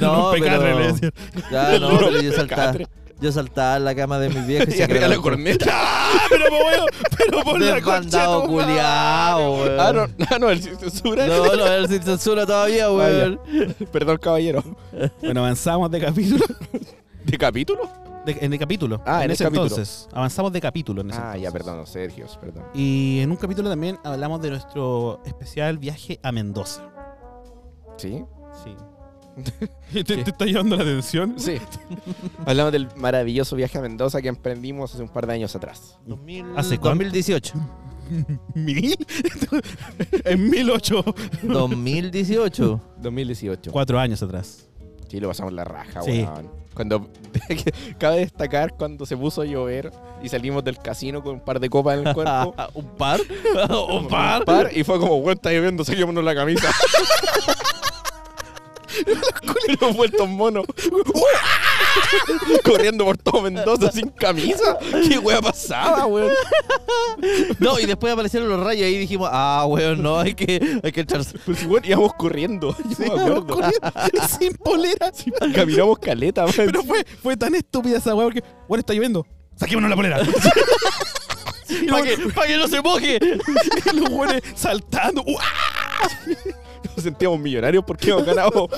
No,
Rompecatre, le
pero...
decía.
Ya, no, pero yo saltaba,
Rompecatre.
yo saltaba en la cama de mis viejos y
[laughs] Y
se
arriba
quebraba.
la corneta.
¡Ah, pero, po, weón! ¡Pero por la concha!
Desbandado
de tu madre.
culiao, weón.
Ah, no, [laughs] ah, no, el sin censura.
No, no, era sin censura todavía, weón.
Perdón, caballero.
Bueno, avanzamos de capítulo.
¿De capítulo?
de- en el capítulo.
Ah, en el
ese
capítulo.
entonces. Avanzamos de capítulo en ese
Ah, ya,
entonces.
perdón, Sergio, perdón.
Y en un capítulo también hablamos de nuestro especial viaje a Mendoza. [laughs]
¿Sí?
Sí. ¿Te, te está llevando la atención?
Sí. Hablamos del maravilloso viaje a Mendoza que emprendimos hace un par de años atrás.
2000
¿Hace cuánto?
2018.
¿Mil? [laughs] en mil ocho.
2018.
2018.
Cuatro años atrás.
Sí, lo pasamos la raja,
Sí.
weón. Cuando. [laughs] cabe destacar cuando se puso a llover y salimos del casino con un par de copas en
[laughs]
el cuerpo.
¿Un [laughs] par? ¿Un par?
y fue como, weón, está lloviendo, saquémonos
[laughs]
la camisa. [laughs] Los culeros vueltos monos. [laughs] Corriendo por todo Mendoza sin camisa. ¿Qué wea pasaba, weón?
No, y después aparecieron los rayos y dijimos, ah, weón, no, hay que, hay que echar...
Pues igual íbamos corriendo. [laughs] Yo me acuerdo. [laughs] sin polera. Caminamos caleta, weón.
Pero fue, fue tan estúpida esa weá porque, bueno, está lloviendo. Saquémonos la [laughs] polera. Y
¡Para
los-
que, pa' que no se moje!
y los weones saltando. ¡Uah!
[laughs] Nos sentíamos millonarios porque hemos ganado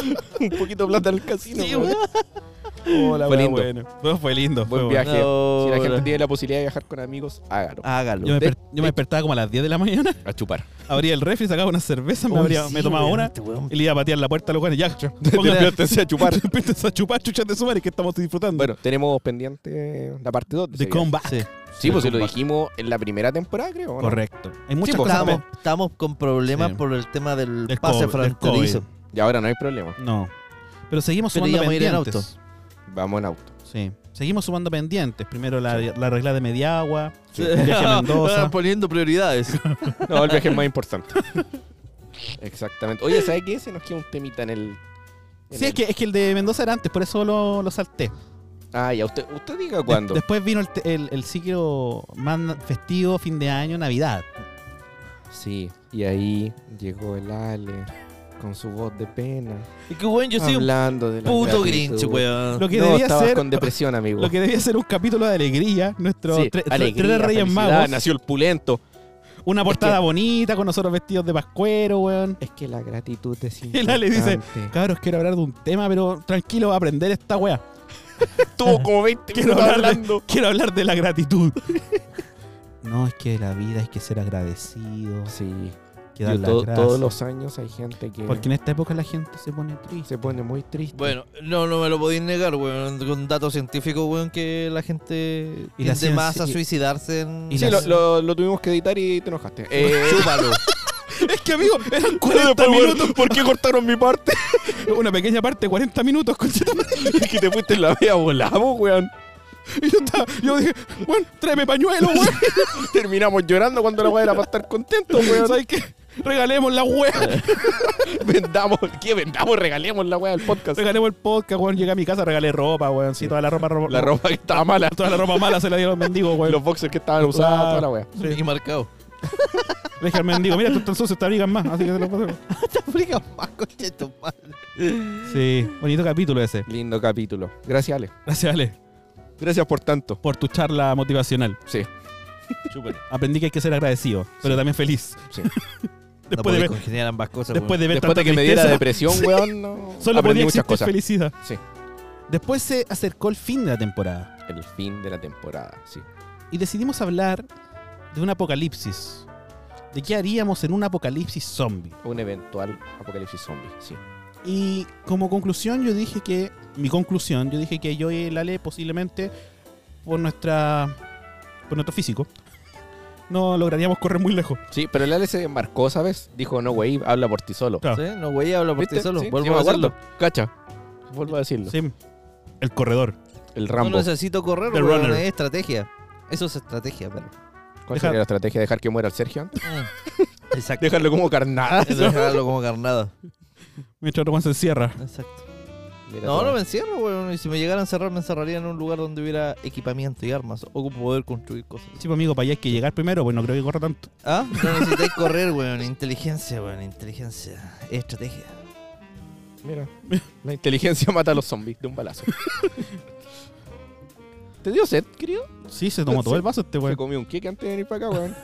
un poquito de plata en el casino.
Sí,
weón.
weón.
Hola,
Fue
weón,
lindo.
bueno.
Fue- Fue lindo. fue
Buen
bueno.
viaje.
No,
si la gente
hola.
tiene la posibilidad de viajar con amigos, hágalo.
Hágalo.
Yo me,
De-
per- yo me despertaba como a las 10 de la mañana,
A [laughs] chupar.
abría el refri, sacaba una cerveza, me,
Uy,
abría-
sí,
me tomaba
weón,
una
este weón.
y le iba a patear la puerta a los weones. Ya, póngale-
Despiértense a chupar.
[laughs] Empiezas a chupar chuchas de su madre que estamos disfrutando.
[laughs] Bueno, tenemos pendiente la parte 2.
The Combat.
Sí.
Sí, pues
The
si lo
Comeback.
dijimos en la primera temporada, creo. ¿o no?
Correcto. Hay muchas
pues,
cosas.
Estábamos, estábamos con problemas
Sí.
por el tema del,
Del
pase
COVID, del
fronterizo.
COVID.
Y ahora no hay problema.
No. Pero seguimos
Pero
sumando
íbamos a ir en
pendientes.
Vamos en auto.
Sí. Seguimos sumando pendientes. Primero la, la regla de Mediagua,
Sí.
el viaje
[laughs]
[laughs]
a
Ah,
Mendoza.
Poniendo prioridades.
No, el viaje es más importante. [laughs] Exactamente. Oye, ¿sabes qué? Se nos queda un temita en el. en
Sí, es
el-
que, es que el de Mendoza era antes, por eso lo, lo salté. De-
Ah, ya, usted, usted diga cuándo.
después vino el, te- el, el ciclo más na- festivo, fin de año, Navidad.
Sí, y ahí llegó el Ale con su voz de pena.
Es que, weón, yo soy un
hablando de la
puto
gratitud.
grinch, weón.
Lo que
no,
debía
estabas
ser.
con depresión, amigo.
Lo que debía ser un capítulo de alegría, nuestros
Sí,
tres, tres
alegría,
reyes
felicidad,
magos.
Nació el pulento.
Una portada
que-
bonita, con nosotros vestidos de pascuero, weón.
Es que la gratitud es
[laughs] El Ale dice, Cabros, quiero hablar de un tema, pero tranquilo, voy a aprender esta weá. [laughs]
Estuvo como [laughs] 20
Quiero
minutos
hablar de-
hablando.
Quiero hablar de la gratitud. [laughs] No, es que la vida hay que ser agradecido.
Sí.
Que dar
Yo
las
to-
gracias.
todos los años hay gente que
Porque en esta época la gente se pone triste.
se pone muy triste.
Bueno, no, no me lo podéis negar, weón. Con datos científicos, weón, que la gente
Y la
tiende más
ciencia-
a
y-
suicidarse en...
y
Sí,
la-
lo, lo- lo tuvimos que editar y te enojaste.
[laughs]
Eh,
Chúpalo.
Es que, amigo,
[laughs]
eran
¿Por qué cortaron mi parte? [laughs]
Una pequeña parte, 40 minutos, conchita madre.
Es que te fuiste en la vea volamos, weón.
Y yo, estaba, yo dije, bueno, tráeme pañuelo,
[laughs]
weón.
Terminamos llorando cuando la weá era para estar contento, weón.
¿Sabes qué? Regalemos la
[laughs]
weá.
vendamos, ¿qué vendamos? Regalemos la weá del podcast.
Regalemos el podcast, weón. Llegué a mi casa, regalé ropa, weón. Sí, toda la ropa, ropa-
La ropa que estaba mala,
Toda la ropa mala se la di a los mendigos, weón.
los boxers que estaban usados,
Claro.
toda la weá.
Sí.
Y marcado.
[laughs] Le dije al mendigo, mira, tú estás sucio, te abrigan más. Así que te lo paso.
Te frigas más, coche tu madre.
Sí, bonito capítulo ese.
Lindo capítulo. Gracias, Ale.
Gracias, Ale,
Gracias por tanto.
por tu charla motivacional.
Sí, [laughs]
Aprendí que hay que ser agradecido, pero también feliz.
sí.
no
[laughs] Después
podéis
de ver,
congeniar ambas cosas,
después de ver
Después
tanta
de que me
tristeza,
diera depresión, weón, no,
solo
aprendí
podía existir
muchas cosas.
felicidad.
Sí.
Después se acercó el fin de la temporada
El fin de la temporada, sí.
y decidimos hablar de un apocalipsis. De qué haríamos en un apocalipsis zombie.
Un eventual apocalipsis zombie, sí.
Y como conclusión yo dije que, mi conclusión, yo dije que yo y el Ale posiblemente por nuestra por nuestro físico [laughs] no lograríamos correr muy lejos.
Sí, pero el Ale se marcó, ¿sabes? Dijo, no, güey, habla por ti
[laughs]
solo.
Claro.
¿Sí? No, güey, hablo por ti
¿Viste?
solo.
Sí,
Vuelvo
sí me
a
acuerdo.
hacerlo.
Cacha. Vuelvo a decirlo.
Sí. El corredor.
El
No
Rambo.
necesito correr,
The
weón.
runner.
Es estrategia. Eso es estrategia, perro.
¿Cuál
Deja-
sería la estrategia? ¿Dejar que muera el Sergio?
[laughs] Mm. Exacto.
Dejarlo como carnada.
Ah, Es dejarlo como carnada.
Mientras Román se encierra.
Exacto.
Mira,
No, no
toma.
me encierro, weón. Y si me llegaran a encerrar, me encerraría en un lugar donde hubiera equipamiento y armas o poder construir cosas.
Sí, pues, amigo, para allá hay que llegar primero, pues no creo que corra tanto.
Ah, no necesitáis correr, weón. Inteligencia, weón. Inteligencia. Estrategia.
Mira. La inteligencia mata a los zombies de un balazo. [laughs] ¿Te dio sed, querido?
Sí, se tomó todo el vaso este
Se
weón.
comió un queque antes de venir para acá, weón.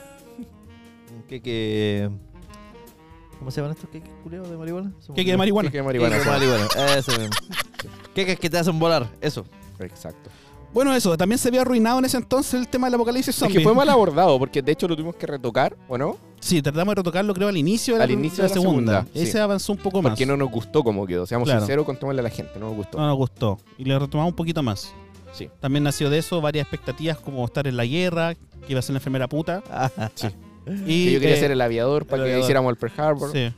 Que que. ¿Cómo se llaman estos queques culiados de marihuana? Se me
¿Qué queda
olvidó.
marihuana?
Queque de marihuana.
Queques de marihuana. Eso mismo. Queques que te hacen volar. Eso.
Exacto.
Bueno, eso, también se había arruinado en ese entonces el tema del apocalipsis
Es
zombie.
que fue mal abordado, porque de hecho lo tuvimos que retocar, ¿o no?
Sí, tratamos de retocarlo, creo, al inicio de
Al
la,
inicio
de la
de la
segunda.
segunda,
Ese
sí.
avanzó un poco más.
Porque no nos gustó como quedó. Seamos
Claro. Ah.
sinceros, contémosle a la gente, no nos gustó.
No nos gustó. Y le retomamos un poquito más.
Sí.
También nació de eso varias expectativas, como estar en la guerra, que iba a ser una enfermera puta.
Ah,
Y
Que yo quería
eh,
ser el aviador para
el
que
aviador.
hiciéramos el Pearl Harbor.
Sí,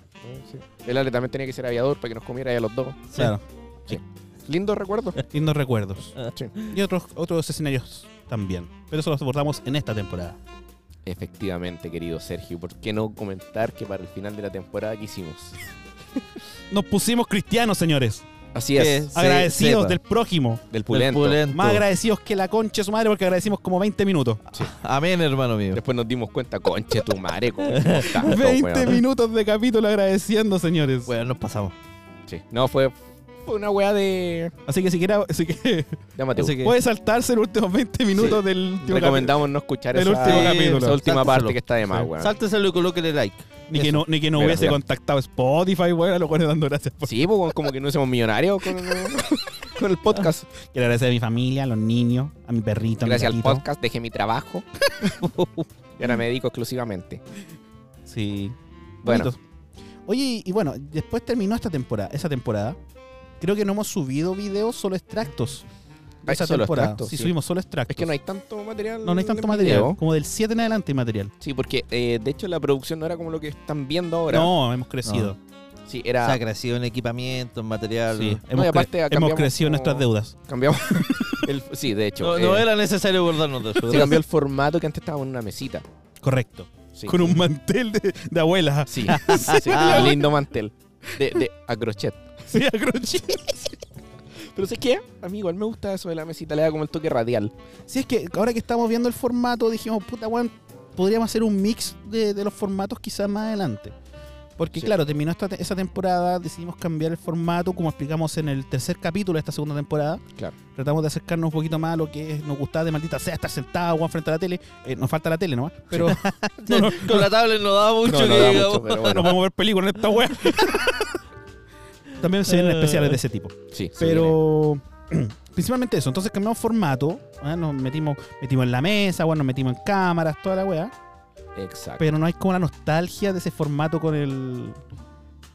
Sí. El Ale también tenía que ser aviador para que nos comiera ya los dos.
claro.
Sí.
Hay-
Lindos recuerdos.
lindos recuerdos.
Ah, Sí.
Y otros, otros escenarios también. Pero eso los abordamos en esta temporada.
Efectivamente, querido Sergio, ¿por qué no comentar que para el final de la temporada que
[laughs]
hicimos?
Nos pusimos cristianos, señores.
Así
es.
es,
Se-
agradecidos
sepa.
del prójimo.
del
Del
pulento.
pulento.
Más agradecidos que la concha de su madre porque agradecimos como 20 minutos.
Ah,
Amén, hermano mío.
Después nos dimos cuenta, conche tu
[laughs]
madre, ¿cómo hicimos tanto,
20
weón?
minutos de capítulo agradeciendo, señores.
Bueno, nos pasamos.
Sí. No, fue, fue una weá de.
Así que siquiera así que
Llámate.
Así que-
puede saltarse los últimos 20 minutos del último
Recomendamos no escuchar
El
esa,
último capítulo.
esa última parte
Sálteselo.
que está de más,
Sí.
weón.
Sálteselo y colóquele like.
capítulo. Ni que
Eso.
no, ni que no
Gracias.
hubiese contactado Spotify, bueno, a los cuales dando gracias por
Sí, pues, weón, como que no somos millonarios con, [laughs] con el podcast.
Quiero agradecer a mi familia, a los niños, a mi perrito, a mi
Gracias al
gatito.
podcast dejé
[laughs]
mi trabajo. y ahora me dedico exclusivamente.
Sí.
Bueno.
Bonito. Oye, y bueno, después terminó esta temporada, esa temporada. Creo que no hemos subido videos, solo extractos. de
Hay
esa
solo
temporada.
extractos,
sí,
sí.
subimos solo extractos.
Es que no hay tanto material.
No, no hay tanto
en
material.
video.
Como del 7 en adelante hay material.
Sí, porque eh, de hecho la producción no era como lo que están viendo ahora.
No, hemos crecido.
Sí,
Se
era.
ha crecido en equipamiento, en material.
Ah. Sí,
No,
hemos,
y aparte
cre- hemos
cambiamos
crecido en
como-
nuestras deudas.
Cambiamos. [laughs] el- sí, de hecho.
No,
eh,
no era necesario abordarnos de
[laughs]
eso. [laughs]
Se cambió el formato que antes estábamos en una mesita.
Correcto.
Sí.
Con un Ah. mantel de, de abuela. [laughs]
[laughs] Sí.
Sí,
Sí,
la-
lindo mantel. De, de a crochet.
sí, a crochet.
Pero sé que, amigo, a mí me gusta eso de la mesita, le da como el toque radial.
Sí, es que ahora que estamos viendo el formato, dijimos, puta, weón, podríamos hacer un mix de, de los formatos quizás más adelante. Porque
Sí.
claro, terminó esta te- esa temporada, decidimos cambiar el formato, como explicamos en el tercer capítulo de esta segunda temporada.
Claro.
Tratamos de acercarnos un poquito más a lo que es- nos gustaba de maldita sea estar sentado, weón, frente a la tele. Eh, nos falta la tele nomás, pero no, no,
Con la tablet no daba mucho
No, no
que
da
digamos.
mucho,
[laughs]
pero
no
bueno.
podemos ver películas en esta
[laughs]
weá. También se
Eh.
vienen especiales de ese tipo.
Sí, se viene.
Pero [clears throat] principalmente eso. Entonces cambiamos formato. ¿ah? Nos metimos, metimos en la mesa, bueno, nos metimos en cámaras, toda la weá.
Ah. Exacto.
Pero no hay como la nostalgia de ese formato con el.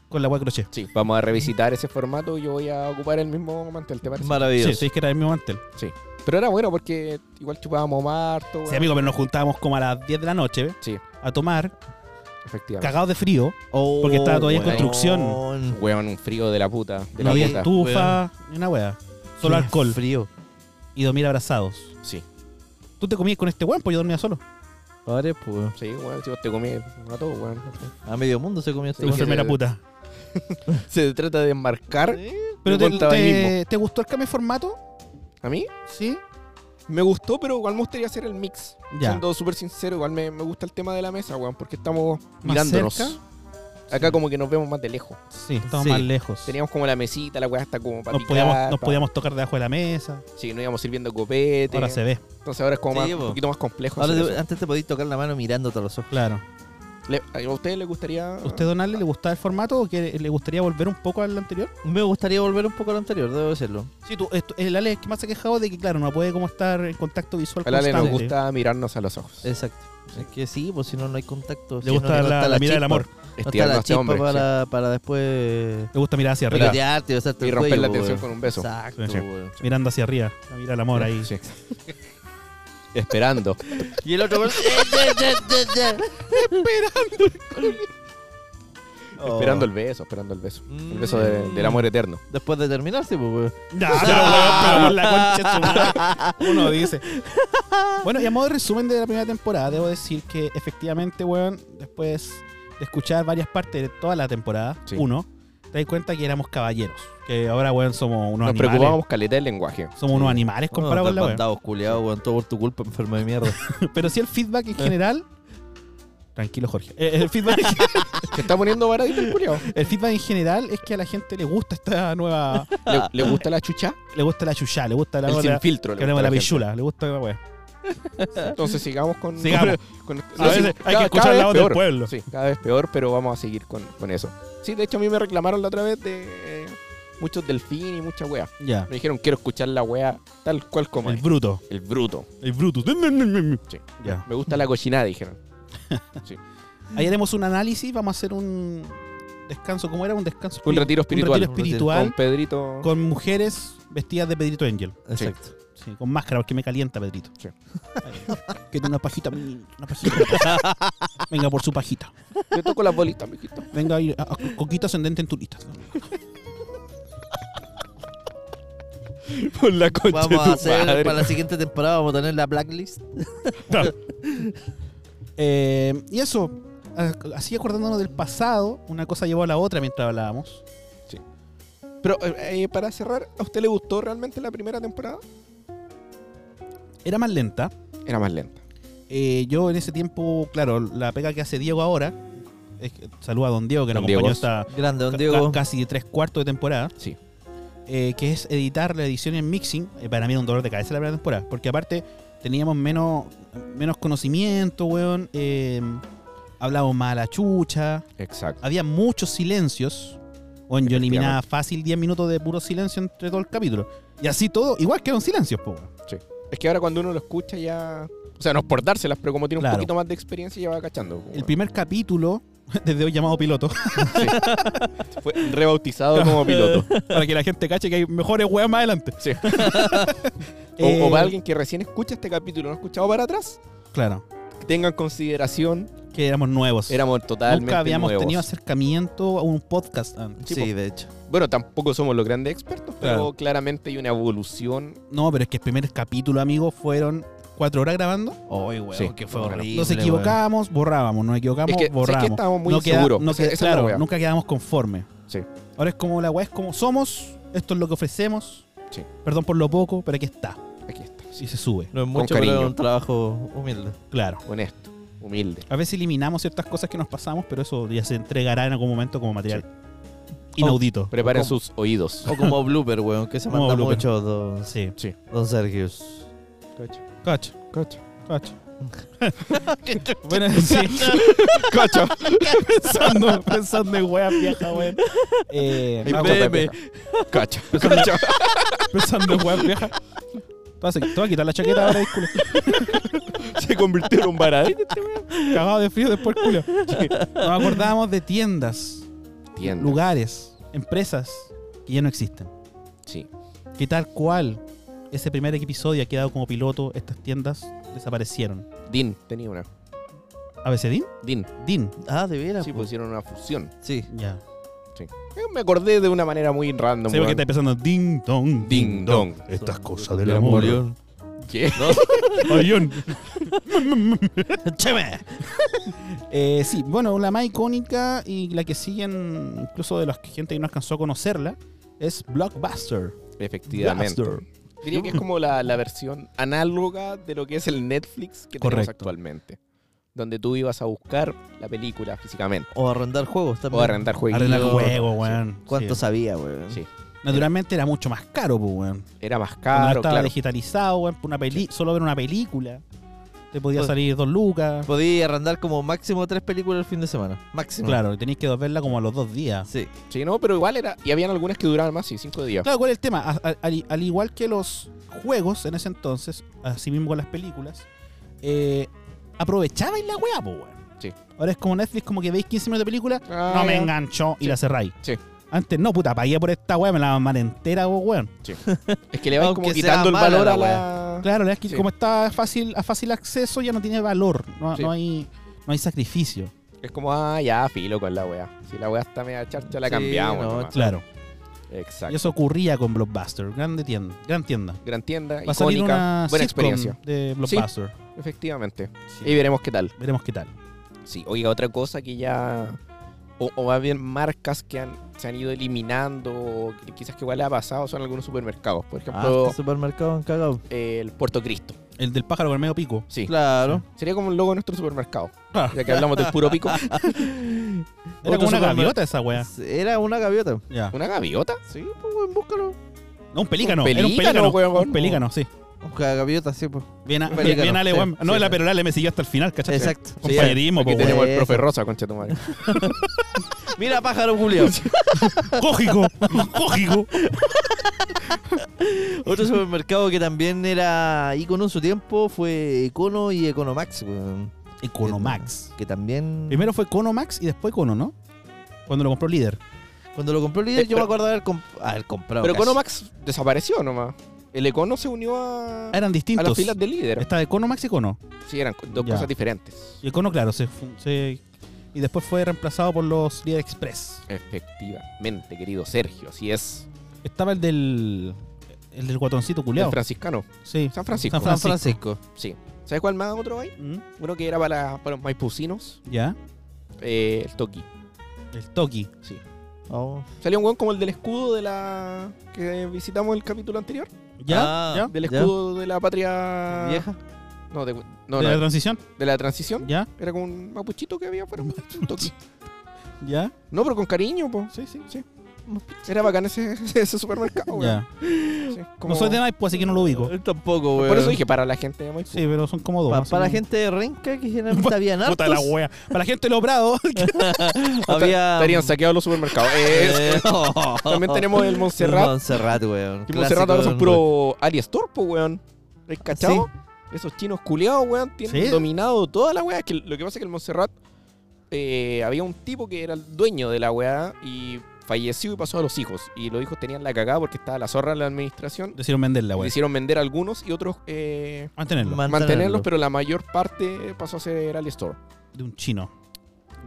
con la weá de crochet.
Sí, vamos a revisitar ese formato. Yo voy a ocupar el mismo mantel, ¿te parece?
Maravilloso.
Sí, sí, es que era el mismo mantel.
Pero era bueno porque igual chupábamos marto.
Sí, amigo, pero nos juntábamos como a las 10 de la noche ¿eh?
Sí.
a tomar,
efectivamente.
cagados de frío.
Oh,
Porque estaba todavía en
weón.
construcción.
Weón, un frío de la puta. De
no
la
había
puta.
estufa, ni una weá. Solo
Qué
alcohol
Frío.
y dormir abrazados.
Sí.
Tú te comías con este weón, pues yo dormía solo.
Padre, pues.
Sí, weón, si vos te comí a todo, weón.
A medio mundo se comió este
Sí,
La
weón.
sí.
enfermera puta.
[laughs] Se trata de enmarcar.
Pero
Yo
te,
contaba ahí
te-
mismo.
¿te gustó el cambio de formato?
A mí
Sí.
me gustó, pero igual me gustaría hacer el mix.
Ya.
Siendo súper sincero, igual me, me gusta el tema de la mesa, weón, porque estamos
¿Más
mirándonos.
cerca?
Acá como que nos vemos más de lejos.
Sí, estamos
Sí.
más lejos.
Teníamos como la mesita, la weá está como para
nos podíamos,
picar,
nos
pa-
podíamos tocar debajo de la mesa.
Sí, no íbamos sirviendo copete.
Ahora se ve,
Entonces ahora es como
Sí,
más-
po.
un poquito más complejo.
Ahora
hacer
te-
eso.
antes te podías tocar la mano mirándote a los ojos.
claro.
Le- ¿A ustedes les gustaría...?
¿Usted, Don Ale, le gustaba el formato o que le gustaría volver un poco al anterior?
Me gustaría volver un poco a lo anterior, debo decirlo.
Sí, tú, esto- el Ale es que más se ha quejado de que, claro, no puede como estar en contacto visual
A Lale nos
constante.
gusta mirarnos a los ojos.
Eh,
Exacto. Es que sí, pues si no, no hay contacto.
Le gusta la, la mirada del amor.
No está
Estirarnos
la
a este
chispa
hombre. sí.
para, para después
Le gusta mirar hacia arriba,
picotearte, besarte
Y
el
romper
cuello,
la
po,
tensión
weón.
con un beso.
Exacto,
Sí.
weón.
mirando hacia arriba. La mirada del amor ahí. [laughs]
Sí. Esperando.
Y el otro [laughs] weón, Oh.
Esperando el beso, esperando el beso. El
Mm.
beso de- del amor eterno.
Después de terminar, sí, pues, weón.
Ya, pero, weón, pero por la concha de su
[laughs]
madre. Uno dice. Bueno, y a modo de resumen de la primera temporada, debo decir que efectivamente, weón, después de escuchar varias partes de toda la temporada,
Sí.
uno, te das cuenta que éramos caballeros. Que ahora, weón, somos unos
Nos
animales.
preocupábamos caleta del lenguaje.
Somos unos animales comparados con la weón.
Espantados, culiados, weón. Todo por tu culpa, enfermo de mierda.
Pero sí el feedback en general. Tranquilo, Jorge. Eh, El feedback,
Se está poniendo baradito el culiao.
el feedback en general es que a la gente le gusta esta nueva.
¿Le, le gusta la chucha?
Le gusta la chuchá, le gusta la.
el sin
la
filtro. le
que hablamos de
gusta
la
a
pichula,
gente.
le gusta la weón.
Entonces sigamos con...
Sigamos.
[laughs] con- no,
A veces
sí,
hay
cada-
que
cada
escuchar
vez
el lado
peor.
del pueblo.
Sí, cada vez peor, pero vamos a seguir con, con eso. Sí, de hecho a mí me reclamaron la otra vez de eh, muchos delfines y mucha wea.
Ya.
Me dijeron, quiero escuchar la wea tal cual como
El
es.
bruto.
El bruto.
El Brutus.
Sí.
Ya.
Me gusta la cochinada, dijeron.
Ahí haremos un análisis, vamos a hacer un descanso, ¿cómo era? Un descanso
Un
espiri-
retiro espiritual.
retiro espiritual
Con Pedrito.
con mujeres vestidas de Pedrito Angel.
Exacto.
Sí, con máscara, porque me calienta Pedrito.
Sí.
[laughs] que tiene una pajita, mi- una pajita, una
[laughs]
pajita. Venga por su pajita.
Yo toco las bolitas, mijito.
Venga a ir a, a Coquito Ascendente en turistas.
Por la concha
[laughs]
de
Vamos
tu
a hacer
madre.
para la siguiente temporada, vamos a tener la blacklist.
Eh, y eso, a- así acordándonos del pasado, una cosa llevó a la otra mientras hablábamos.
Pero eh, eh, para cerrar, ¿a usted le gustó realmente la primera temporada?
Era más lenta.
Era más lenta.
Eh, yo en ese tiempo, claro, la pega que hace Diego ahora, es que- saluda a don Diego que nos
Don Diego.
acompañó hasta
Grande, don
ca-
Diego.
ca- casi tres cuartos de temporada.
Sí.
eh, que es editar la edición en mixing, eh, para mí era un dolor de cabeza la primera temporada, porque aparte teníamos menos, menos conocimiento, weón, eh, hablábamos más a la chucha,
Exacto.
había muchos silencios, weón, yo eliminaba
Efectivamente.
fácil 10 minutos de puro silencio entre todo el capítulo, y así todo, igual quedaron silencios, po, weón.
Es que ahora cuando uno lo escucha ya... O sea, no es por dárselas, pero como tiene
Claro.
un poquito más de experiencia ya va cachando.
El primer capítulo, [laughs] desde hoy llamado piloto, [laughs]
Fue rebautizado
[laughs]
como piloto.
para que la gente cache que hay mejores weas más adelante. [laughs]
Sí. O,
Eh,
o para alguien que recién escucha este capítulo, no ha escuchado para atrás,
Claro,
tengan consideración,
que éramos nuevos.
éramos totalmente
Nunca habíamos
nuevos.
tenido acercamiento a un podcast antes.
Sí, de hecho.
Bueno, tampoco somos los grandes expertos,
Claro.
pero claramente hay una evolución.
No, pero es que el primer capítulo, amigos, fueron cuatro horas grabando.
Oye, weón,
Sí.
que fue
Bueno.
horrible.
Nos
weón.
equivocábamos, borrábamos, nos equivocamos,
es que, sé que
borrábamos.
estábamos muy
no queda-
inseguros.
no
O sea,
queda-
esa es la
claro,
wea.
nunca quedamos conformes.
Sí.
Ahora es como la weá, es como somos, esto es lo que ofrecemos.
Sí.
Perdón por lo poco, pero aquí está.
Aquí está.
Y se sube.
No es
Con
mucho, pero es
cariño.
un trabajo humilde.
Claro.
Honesto, humilde.
A veces eliminamos ciertas cosas que nos pasamos, pero eso ya se entregará en algún momento como material inaudito.
Preparen
¿Cómo?
sus oídos.
O como blooper, weón, que se
Como
manda
blooper.
mucho don,
Sí.
don Sergio.
Cacho,
Cacho.
cacho. bueno, sí.
Cacho.
pensando, pensando en weas vieja, weón. Eh,
Ay,
me
ve-
acuerdo-
meme.
[laughs]
Cacho.
pensando en weas viejas. Te vas a- te vas a quitar la chaqueta ahora, disculpa.
Se convirtió en un baradero.
Cagado de frío después, culo. Nos acordábamos de tiendas,
Tienda.
lugares, empresas que ya no existen.
Sí.
Que tal cual ese primer episodio ha quedado como piloto, estas tiendas desaparecieron.
Din. Tenía una.
¿ABC Din?
Din.
Din.
Ah, de veras.
Sí,
pues.
po.
pusieron una fusión.
Sí.
Ya.
Eh, Me acordé de una manera muy random.
Se ve que
weón.
está empezando ding dong,
Ding dong.
Estas cosas
Del amor. weón.
[laughs] ¿Qué?
Ayón. Eh, sí, bueno, la más icónica y la que siguen, incluso de la gente que no alcanzó a conocerla, es Blockbuster.
Efectivamente.
Blockbuster.
Diría que es como la, la versión análoga de lo que es el Netflix que tenemos
Correcto.
actualmente. Donde tú ibas a buscar la película físicamente.
O arrendar juegos también.
O a rentar juegos.
Arrendar juego, weón.
¿Cuánto
Sí.
sabía, weón?
Sí.
Naturalmente era mucho más caro, pues, weón.
Era más
Cuando
caro,
estaba
claro.
digitalizado, weón, por una peli solo ver una película. Te podía
Pues-
salir dos lucas.
Podía arrendar como máximo tres películas el fin de semana. Máximo.
Claro, y tenías que verla como a los dos días.
Sí.
Sí, no, pero igual era. Y habían algunas que duraban más, sí, cinco días.
Claro, ¿cuál es el tema? A- a- Al, al igual que los juegos en ese entonces, así mismo las películas, eh, aprovechabais la weá, po, weón.
Sí.
Ahora es como Netflix, como que veis 15 minutos de película,
Ah,
no me
ya.
enganchó y
Sí.
la cerráis.
Sí.
Antes no, puta, pagué por esta weá, me la mamar entera, po, weón.
Ah, Es que le vas como
Aunque sea
quitando el
mala
valor
la
a la.
Claro, la verdad es que
Sí.
como está fácil, a fácil acceso, ya no tiene valor, no,
Sí.
no hay, no hay sacrificio.
Es como, ah, ya, filo con la weá. Si la weá está media charcha, la
Sí,
cambiamos.
no,
nomás.
Claro. Y
Exacto.
eso ocurría con Blockbuster, grande tienda, gran tienda.
Gran tienda,
Va a salir
icónica,
una
buena
sitcom
experiencia.
de Blockbuster.
Efectivamente. Y veremos qué tal.
Veremos qué tal.
Sí, oiga, otra cosa que ya. O, o más bien marcas que han, se han ido eliminando, o que quizás que igual le ha pasado, son algunos supermercados. Por
Ah,
ejemplo,
este supermercado han cagado.
eh, el Puerto Cristo.
El del pájaro con el medio pico.
Sí.
Claro.
Sería como el logo de nuestro supermercado.
Claro.
Ya que hablamos del puro
[laughs]
pico.
Era
Otro
como una
supermer-
gaviota esa weá.
Era una gaviota.
Ya.
¿Una gaviota?
Sí, pues, weón, búscalo.
No, un pelícano.
Un
era un pelícano.
pelícano, weón.
un pelícano, sí.
Busca gaviota, sí, pues.
Bien, a-
Un pelícano,
bien Ale,
sí,
weón. No,
sí.
la pero Ale me siguió hasta el final, ¿cachai?
Exacto. Sí,
Compañerismo, po,
Aquí
weón.
tenemos al
Eso.
profe Rosa, concha
[laughs]
tu madre.
Mira,
[laughs]
pájaro Julio.
Cógico, cógico.
Otro supermercado que también era icono en su tiempo fue Econo y Economax, weón.
Economax.
Que también.
Primero fue Economax y después Econo, ¿no? Cuando lo compró líder.
Cuando lo compró líder,
Eh,
yo me
pero-
acuerdo de haber, comp- haber comprado.
Pero
casi.
Economax desapareció nomás. El Econo se unió a,
Ah, Eran
a las
distintos.
filas de líder.
Estaba Economax y Econo.
Sí, eran co- dos
Ya.
cosas diferentes.
Y Econo, claro, se, fu- se- Y después fue reemplazado por los Líder Express.
Efectivamente, querido Sergio, así es.
Estaba el del. El del guatoncito
El
culeado.
franciscano.
Sí.
San Francisco.
San
San
Francisco.
Francisco.
Sí. ¿Sabes cuál más otro hay?
¿Mm?
Uno que era para, para los maipucinos.
¿Ya?
eh, el toqui.
El toki.
Sí.
Oh.
Salió un weón como el del escudo de la. que visitamos el capítulo anterior.
¿Ya?
Ah,
¿Ya?
Del
Ya.
escudo de la patria.
Vieja.
No, de, no,
¿De
no,
la transición?
de la transición.
¿Ya?
Era como un mapuchito que había afuera. Un toqui.
¿Ya?
No, pero con cariño, po.
Sí, sí.
Sí. Era bacán ese, [laughs] ese supermercado, weón.
Ya.
Sí, como-
No soy de Maipo, así que no lo ubico.
Eh, Tampoco, weón.
Por eso dije, para la gente de Maipú.
Sí, pero son como dos.
Pa-
más o
para la
menos.
gente de Renca,
[laughs]
que generalmente habían
Puta la
hartos.
wea. Para la gente de Lobrado.
Había.
Estarían saqueados los supermercados. Eh,
[laughs]
[laughs] Eh, oh.
también tenemos el
El
Montserrat.
Montserrat, weón.
Que
Clásico
Montserrat ahora son
del-
puro alias torpo, weón. ¿Has cachado? Esos chinos culeados, weón, tienen
Sí.
dominado toda la weá. Es que lo que pasa es que el Montserrat eh, había un tipo que era el dueño de la weá y falleció y pasó a los hijos. Y los hijos tenían la cagada porque estaba la zorra en la administración.
[laughs] Decidieron venderla, wea.
Hicieron vender algunos y otros eh,
Mantenerlo.
mantenerlos, pero la mayor parte pasó a ser alias store.
De un chino.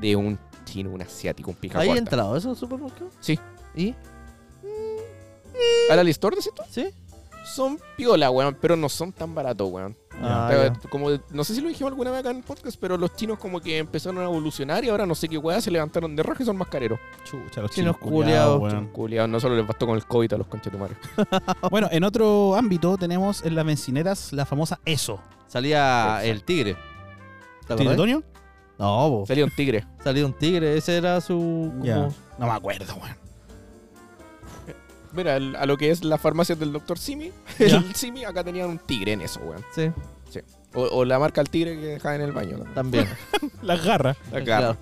de un chino, un asiático, un pica
¿Hay
cuarta.
entrado esos supermercados?
Sí.
¿Y?
¿A la listor, decís tú?
¿Sí?
Son piola, weón, pero no son tan baratos, weón.
Ah,
Pero,
ya.
como, no sé si lo dijimos alguna vez acá en el podcast, pero los chinos como que empezaron a evolucionar y ahora no sé qué weá se levantaron de rojo y son más careros.
Chucha, los
Chinos
chinos culiados,
culiados,
weón.
Culiados, no solo les bastó con el COVID a los conchetumarios.
Bueno, en otro ámbito tenemos en las bencineras la famosa ESO.
Salía
Exacto.
el tigre. ¿Te
¿Tiene
acordás?
Antonio?
No, bo.
Salió un tigre.
Salía un tigre. Ese era su. como-
Ya. No me acuerdo, weón.
Mira, el- a lo que es la farmacia del doctor Simi, [laughs]
Ya.
el Simi, acá tenían un tigre en eso, weón.
Sí,
O, o la marca del tigre que dejaba en el baño. Ah, ¿no?
también.
Las garras.
La
Claro.
garra.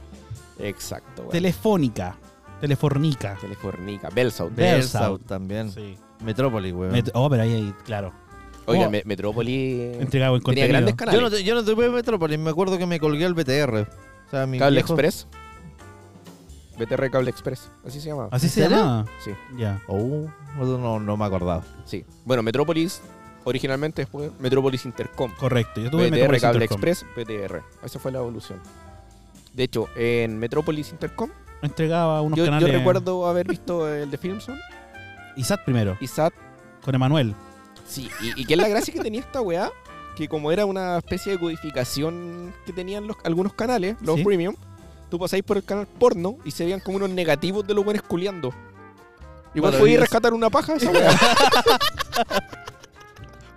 Exacto, weón.
Telefónica. Telefornica.
Telefornica, Belsaut.
Versaut también.
Sí.
Metrópolis, weón.
Met- oh, pero ahí, ahí, claro.
Oiga,
Oh.
Metrópolis Metrópoli
Entregado en
tenía
contenido.
grandes
yo,
canales.
no te- yo no tuve Metrópolis. Me acuerdo que me colgué al BTR. O sea, mi
Cable
viejo-
Express. BTR Cable Express. Así se llamaba.
¿Así se
¿En serio?
llama?
Sí,
Ya.
Oh, no, no- no me acordaba.
sí. Bueno, Metrópolis originalmente después Metrópolis Intercom.
Correcto. Yo tuve
BTR
Metropolis
Cable
Intercom.
Express, BTR. Esa fue la evolución. De hecho, en Metrópolis Intercom,
Entregaba unos
yo, yo
canales.
recuerdo haber visto el de Filmson
ISAT primero.
y SAT.
Con Emanuel.
Sí, y, y que es la gracia que tenía esta weá, que como era una especie de codificación que tenían los, algunos canales, los
Sí.
premium, tú pasáis por el canal porno y se veían como unos negativos de los buenos culiando. Igual
Maravilloso.
podía rescatar una paja de esa weá.
[laughs]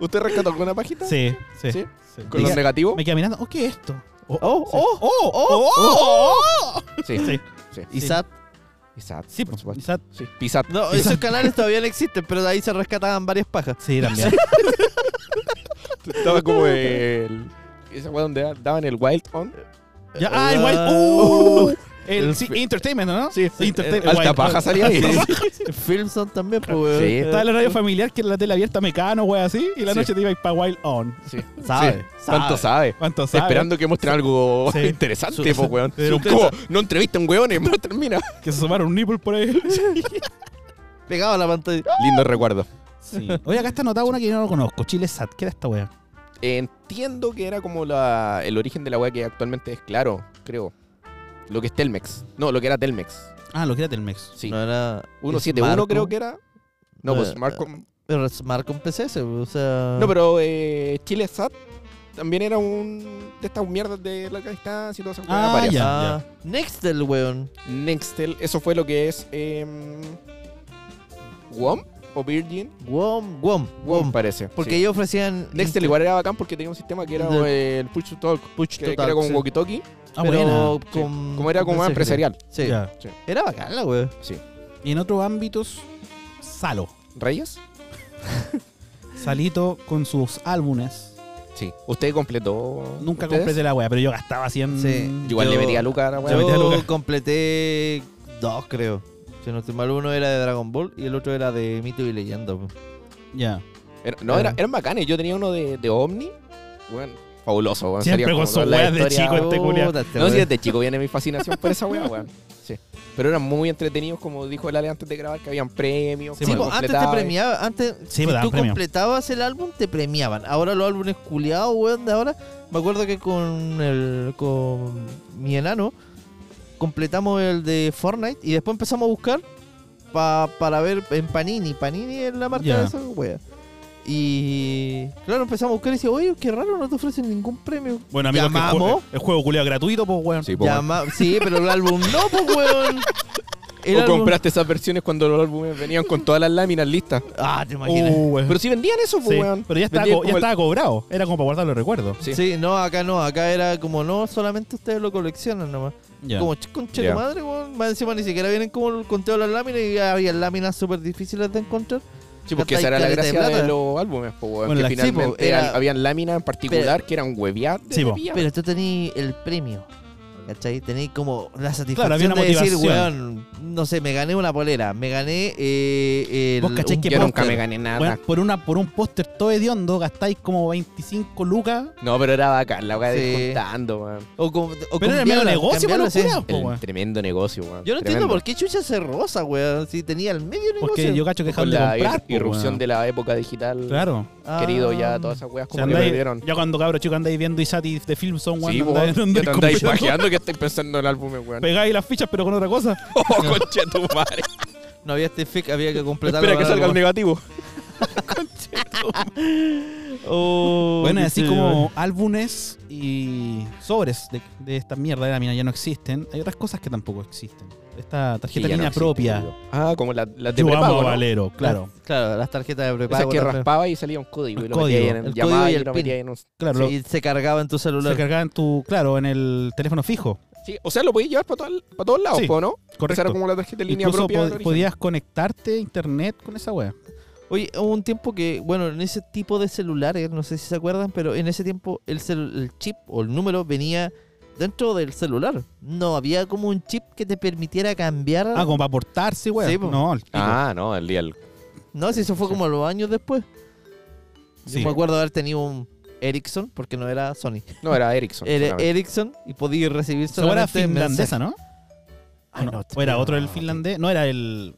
¿Usted rescató alguna pajita?
Sí, sí.
¿Sí?
sí.
¿Con los
Me queda-
negativos?
me queda mirando. Oh, ¿qué es esto? Oh,
Oh, oh,
oh,
oh,
Sí.
Sí.
Sí.
Y
Sí.
SAT.
Pisat,
Sí, pues,
por supuesto.
ISAT.
Sí. Pisat.
No,
Y
esos
SAT.
canales todavía no existen, pero de ahí se rescataban varias pajas.
Sí, también.
Estaba como el... Esa weá donde daban el Wild On.
Ya, ah, el Wild.
Uh,
Uh, el,
el
sí,
fi-
Entertainment, ¿no?
Sí, sí,
Entertainment.
alta
Wild.
paja salía ahí. [laughs]
Filmson también, pues, weón.
Sí.
Estaba en la radio familiar que en la tele abierta mecano, wey, así. Y la
Sí.
noche te iba a ir para Wild On.
Sí.
Sabe,
Sí. ¿Cuánto sabe?
¿Cuánto sabes?
Esperando que muestren algo
Sí.
interesante, po, weón.
Pero
Es como, no entrevisten weones, muestren, mira.
Que se sumaron un nipple por
[laughs]
ahí.
Pegaba la pantalla.
Lindo recuerdo.
Sí. Oye, acá está anotada una que yo no lo conozco. Chile Sat. ¿Qué era esta wea?
Entiendo que era como la, el origen de la weá que actualmente es claro, creo. Lo que es Telmex. No, lo que era Telmex.
Ah, lo que era Telmex.
Sí.
No era.
171
Smartcom.
creo que era. No, pues
Eh,
Marcom.
Pero es Marcom PCS, o sea.
No, pero eh, ChileSat también era un de estas mierdas de larga distancia y todas esas
Ah,
weas varias.
ya.
Ah, Nextel, weón.
Nextel, eso fue lo que es em, WOM o Virgin.
Wom, Wom,
WOM
Wom.
parece.
Porque
sí.
ellos ofrecían.
Nextel igual era bacán porque tenía un sistema que era eh, el push to talk,
Push
que,
to
que
talk,
era como
sí.
un walkie-talkie,
Ah,
pero
buena.
sí.
con-
como era
con
como más
mensajería.
empresarial.
Sí.
Ya.
Era bacán la weón.
Y en otros ámbitos, Salo.
¿Reyes?
Salito con sus álbumes.
Sí. ¿Usted completó?
Nunca
¿Ustedes?
completé la wea, pero yo gastaba 100.
Sí.
Yo Igual
Yo-
le metí a Luca a la weá.
metí a
Yo
Lucas.
completé dos, creo. Si no estoy mal, uno era de Dragon Ball y el otro era de Mito y Leyenda. po.
Ya.
Era- no, era-
Ah.
eran bacanes. Yo tenía uno de, de Omni. Bueno, fabuloso. weón.
Siempre
Salía
con
como
sus
toda la
weas de
historia.
chico este culiao.
Puta, este
No, si
weón.
desde chico viene mi fascinación por esa weá, weón. Sí. Pero eran muy entretenidos, como dijo el Ale antes de grabar, que habían premios.
Sí,
Sí,
Bueno,
po,
como
antes te
completabas.
premiaban, antes si
pues, daban
tú
premio.
completabas el álbum te premiaban. Ahora los álbumes culiados, weón, de ahora. Me acuerdo que con el con mi enano completamos el de Fortnite y después empezamos a buscar pa- para ver en Panini. Panini es la marca
Ya.
de esa weón. Y claro, empezamos a buscar y decía, oye, qué raro, no te ofrecen ningún premio.
Bueno, amigos, que el
Llamamos.
juego, el juego culiao gratuito, pues, weón.
Sí, po, weón.
Llama- sí, pero el álbum no, pues, weón. El
O
álbum-
compraste esas versiones cuando los álbumes venían con todas las láminas listas.
Ah, te imaginas.
Uh, weón.
Pero si vendían eso, pues,
Sí,
weón.
pero ya estaba,
Vendían
co- ya
como el-
estaba cobrado. Era como para guardar los recuerdos.
[laughs] Sí.
Sí. no, acá no, acá era como no, solamente ustedes lo coleccionan nomás. Como "Ch- concha de
Ya.
tu madre, weón. Más encima ni siquiera vienen como el conteo de las láminas y había láminas súper difíciles de encontrar.
Sí, porque
Gastáis
esa era la
caleta de
gracia de,
plata.
los álbumes, po, weón,
Bueno,
que
la-
sí, po,
finalmente
era-
al- habían láminas en particular que eran hueviadas.
Sí, po.
Pero tú tenías el premio. ¿Cachai? Tenéis como la
Claro, había
satisfacción
una
de decir,
motivación.
weón, no sé, me gané una polera, me gané eh, el-
¿Vos cachai
un
que
Yo nunca
póster.
me gané nada.
Weón, por, una, por un póster todo hediondo gastáis como 25 lucas.
No, pero era bacán, la weá de
Sí.
ir juntando, weón.
O com- o
Pero era medio
cambiarla,
negocio para
cambiarla,
los
sí.
culiaos, po,
El
weón.
tremendo negocio, weón.
Yo no entiendo
Tremendo.
por qué Chucha se rosa, weón. Si tenía el medio negocio.
Porque yo cacho que
Con
dejaron de
la ir-
comprar. po,
irrupción
weón.
de la época digital,
Claro.
Ah.
querido, ya todas esas weas
O sea,
como que
andáis-
perdieron.
ya cuando cabros chicos andáis viendo Isati de film son
Sí, po,
andáis-
weón.
andáis
Ya te andáis
comprando-
pajeando que estáis pensando en álbumes, weón.
Pegáis las fichas pero con otra cosa.
Oh, concha de tu madre.
No había este fake, había que completar
Espera que
[laughs]
salga el negativo.
Oh,
Bueno, así como álbumes y sobres de, de esta mierda de la mina ya no existen. Hay otras cosas que tampoco existen. Esta tarjeta
Sí, ya
línea
no existe,
propia.
weón. Ah, como las la de
Yo
prepago,
amo
¿no?
Valero, claro.
Claro, las tarjetas de
Esas
prepago.
que
también.
raspaba y salía un código.
El
y lo metía ahí
código.
en
El
llamaba
código y
y
el
lo
pin.
metía ahí en un-
Claro,
Sí, se cargaba en tu
lo- se
celular.
cargaba en tu, claro, en el teléfono fijo.
Sí, o sea, lo podías llevar para, todo- para todos lados,
Sí,
po, ¿no? Esa era
Correcto.
como la tarjeta de línea
Incluso
propia.
pod-
del origen.
podías conectarte a internet con esa wea.
Oye, hubo un tiempo que, bueno, en ese tipo de celulares, no sé si se acuerdan, pero en ese tiempo el, celu- el chip o el número venía dentro del celular. No había como un chip que te permitiera cambiar.
Ah, como para portarse, wea.
Sí, po.
no, el pico.
Ah, no, el día del-
No, si eso fue como a los años después.
Sí.
Yo me acuerdo haber tenido un Ericsson, porque no era Sony.
No, era Ericsson.
Era
solamente.
Ericsson y podía recibir
Esa wea era
solamente mensajes.
finlandesa, ¿no?
Ay,
¿O no?
no,
¿O era
no,
otro del
no,
finlandés? No, era el...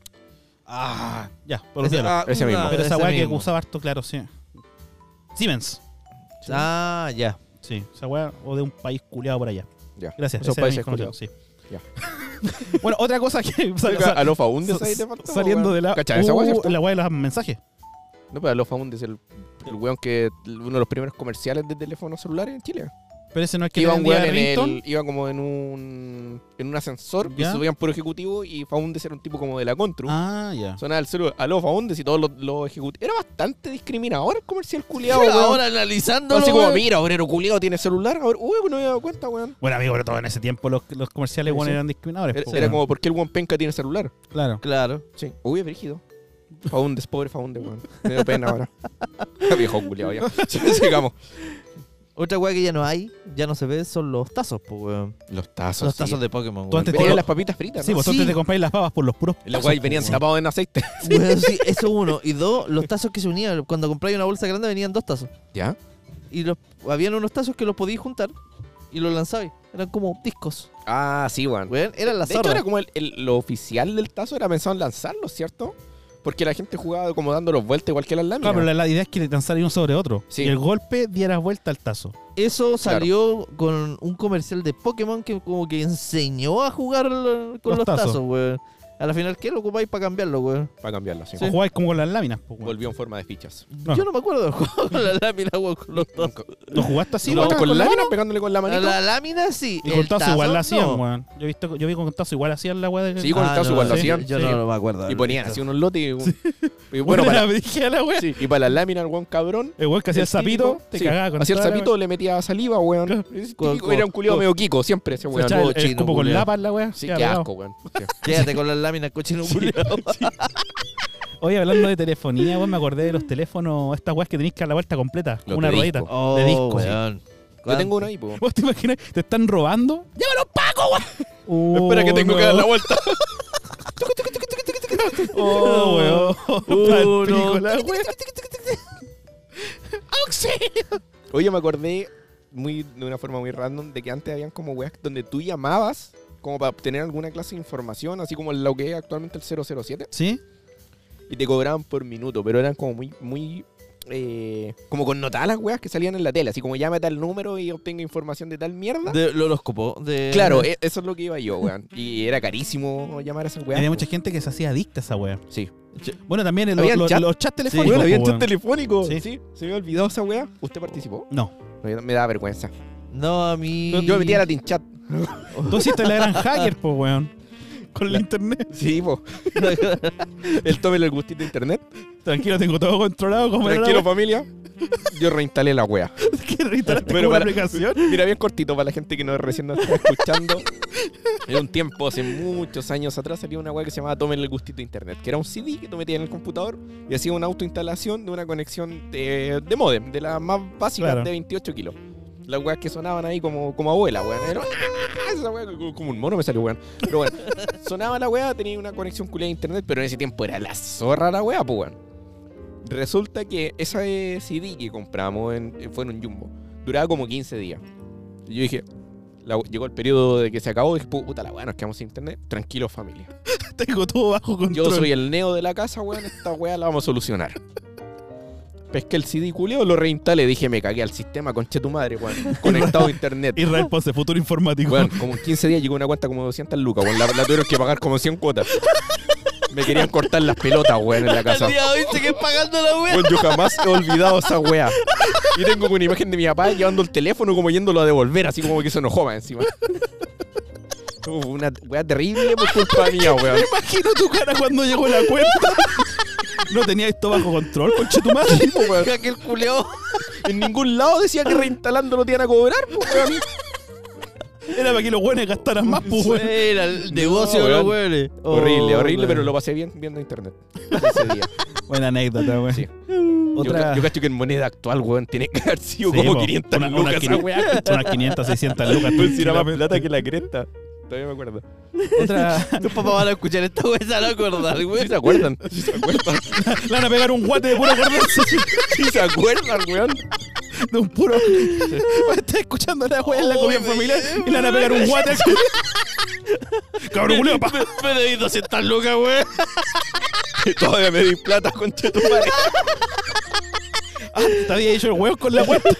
Ah, ya, por
Ese-
olvídalo.
ah,
Ese mismo.
Pero esa
ese
weá que
mismo.
usaba harto, claro, sí. Siemens.
Ah, ya.
Sí, esa weá o de un país culeado por allá.
Ya.
Gracias.
Esos
ese era mi
países
conocido,
culiados.
sí. [laughs] bueno, otra cosa que sal-
Oiga,
sal-
Alofa Hundes
sa-
ahí te faltó,
saliendo
weón.
de la
¿Cachai? esa weá,
Uh,
¿cierto?
la weá de los mensajes.
No, pero Alofa Hundes es el, el weón que. Uno de los primeros comerciales de teléfonos celulares en Chile.
Pero ese no es que
Que iba
le
un
vendía
weón en
Rington.
el. Iba como en un. En un ascensor
Ya.
y subían puro ejecutivo y Faundes era un tipo como de la Contru.
Ah, ya.
Sonaba el celular, aló, Faundes y todos los, los ejecutivos. Era bastante discriminador el comercial culiado,
Ahora,
weón.
analizando.
Así como, mira, obrero culiado tiene celular. A ver, uy, no me había dado cuenta, weón.
Bueno, amigo, pero todo en ese tiempo los, los comerciales
Sí,
weón,
sí.
eran discriminadores.
Era,
po,
era
weón.
como, ¿por qué el buen penca tiene celular?
Claro.
Claro.
Sí. Uy, brígido. Faundes, pobre Faundes, weón. Me dio pena ahora. [laughs] Viejo culiado [laughs] ya. Sigamos.
Otra weá que ya no hay, ya no se ve, son los tazos, pues, weón.
Los tazos.
Los
sí.
tazos de Pokémon,
Tú
weón.
antes
Venían
Todo-
las papitas fritas,
Sí,
¿no?
vos antes
Sí.
te compráis las babas por los puros.
Las
tazos,
guay
po,
venían
weón.
tapados en aceite.
[laughs] Weón, sí, eso uno. Y dos, los tazos que se unían. Cuando compráis una bolsa grande venían dos tazos.
¿Ya?
Y los, habían unos tazos que los podíais juntar y los lanzabais. Eran como discos.
Ah, sí, weón.
Weón, eran las
De hecho, era
zorras.
como el, el- lo oficial del tazo era pensado en lanzarlo, ¿cierto? Porque la gente jugaba como dándolos vueltas igual que las láminas.
Claro, pero la, la idea es que le lanzaran uno sobre otro.
Sí.
Y el golpe diera vuelta al tazo.
Eso salió con un comercial de Pokémon que como que enseñó a jugar l- con
Los
los,
tazos.
tazos, weón. A la final, ¿qué lo ocupáis para cambiarlo, weón?
Para cambiarlo, sí.
O jugáis como con las láminas, po, weón.
Volvió en forma de fichas.
No.
Yo no me acuerdo del juego con la lámina, weón, con los tazos.
Nunca-
¿Lo jugaste así,
No,
weón?
con láminas pegándole con la
A
manito.
la lámina sí.
Y con
el
tazo igual la hacían,
no. Ah,
weón. Yo, he visto, yo vi con tazo igual hacían la weá de.
Sí, con el tazo igual lo
sí,
hacían.
Yo
Sí.
no me acuerdo.
Y ponían así unos lotes. Y, y
Bueno,
bueno, para,
dije a la weá.
sí, y para las láminas, el weón cabrón.
El weón que hacía el
el
sapito,
típico,
te
sí,
cagaba con
Hacía el
toda la
sapito, le metía saliva, weón. Ese
Con-
típico
con-
Era un culiado
con-
medio kiko, siempre ese
weá.
weón.
Se echaba el- el
Cochino,
cupo con
culiao.
lapas la weá.
Sí,
queda
qué
pegado.
asco, weón. Sí.
Quédate con las láminas, cochino culiao.
Oye, hablando de telefonía, weón, me acordé de los teléfonos, estas weas que tenéis que dar la vuelta completa, como
Los
una
de
ruedita.
disco. Oh,
de disco.
Oh, weón.
Yo tengo [laughs] uno ahí, po.
¿Vos te imaginas? ¿Te están robando? ¡Llámalo Paco, weón! Oh,
[laughs] Espera que tengo que dar la
no.
vuelta.
Oh, [laughs] weón.
Uh,
Pal pico
no.
la wea.
Oye, me acordé muy, de una forma muy random de que antes habían como weas donde tú llamabas como para obtener alguna clase de información, así como lo que es actualmente el 007,
¿Sí?
y te cobraban por minuto, pero eran como muy, muy, eh, como connotadas las weas que salían en la tele, así como llama a tal número y obtenga información de tal mierda.
De, lo horóscopo. De...
Claro, eh. e- eso es lo que iba yo, weón. Y era carísimo llamar a esas weas.
Había
pues.
mucha gente que se hacía adicta a esa wea.
Sí.
Bueno, también el-
¿Habían
lo-
chat?
los chats
Sí.
telefónicos.
Bueno, había
po,
chat
weón.
telefónico.
Sí.
pues, Sí. Se me olvidó esa weá. ¿Usted participó?
No.
Me, me da vergüenza.
No, a mí.
Yo me metí a la Tinchat.
Tú hiciste la gran hacker, po, weón. Con la internet. [laughs]
Sí, po. El tome el gustito de internet.
Tranquilo, tengo todo controlado. Como era la
Tranquilo, familia. Yo reinstalé la wea.
weá que reinstalaste
Pero
como
para-
la aplicación.
Mira, bien cortito para la gente que no recién nos está escuchando.
[laughs]
Era un tiempo, hace muchos años atrás, salió una web que se llamaba Tomen el gustito de internet, que era un CD que tú metías en el computador y hacía una autoinstalación de una conexión de, de modem, de la más básica
Claro.
de 28 kilos. Las weas que sonaban ahí como, como abuela, weón. Era, ¡Ah! esa wea, como- como un mono me salió, weón. Pero bueno, sonaba la wea, tenía una conexión culia de internet, pero en ese tiempo era la zorra la wea, pues weón. Resulta que esa eh, CD que compramos en- fue en un jumbo. Duraba como 15 días. Y yo dije, la we- llegó el periodo de que se acabó. Dije, puta la weá, nos quedamos sin internet. Tranquilo, familia.
Tengo todo bajo control.
Yo soy el neo de la casa, weón. Esta weá la vamos a solucionar. Pesqué el CD culeo, lo reinstalé. Dije, me cagué al sistema, conche tu madre, weón. Conectado a internet.
Israel Ponce, futuro informático.
Weón, como en 15 días llegó una cuenta como 200 lucas, weón. La, la tuvieron que pagar como 100 cuotas. Me querían cortar las pelotas, weón, en la casa.
Al día de hoy sigues pagando la wea.
Weón, yo jamás he olvidado esa weá. Y tengo una imagen de mi papá llevando el teléfono como yéndolo a devolver, así como que se enojó más encima. Uf, una weá terrible por culpa mía, weón.
Imagino [laughs] tu cara cuando llegó la cuenta. No tenía esto bajo control, conche tu madre.
Sí, po, weón.
Que el culeo.
En ningún lado decía que reinstalando lo iban a cobrar, po, weón.
Era para que los buenos gastaran más, pues, weón.
Era el negocio
No,
de los
weón.
weones.
horrible,
Oh,
horrible,
weón.
pero lo pasé bien viendo internet. Ese día.
Buena anécdota, weón.
Sí. Yo,
Otra.
ca- yo cacho que en moneda actual, weón, tiene que haber sido
Sí,
como
po.
500
Una- unas
lucas esa
500,
weá.
[laughs] unas 500, 600 lucas.
Weón, si era más
tranquilamente.
plata que la cresta. Todavía me acuerdo.
Otra. [laughs]
[laughs] Tus papás van a escuchar esta wea, se van a
[laughs]
acordar,
¿Sí
weón.
se acuerdan? ¿Sí se acuerdan?
Le van a pegar un guate de puro acordarse así,
¿Sí se acuerdan, weón?
[laughs] de un puro. Va a estar escuchando la weá en la comida
Uy,
familiar
me-
y le van a pegar un
[laughs]
guate. Cabrón, culeo, pa.
Me, me debí 200 lucas, weón.
[laughs] Todavía me di plata, concha tu madre.
Ah, te había hecho el huevo con la cuenta.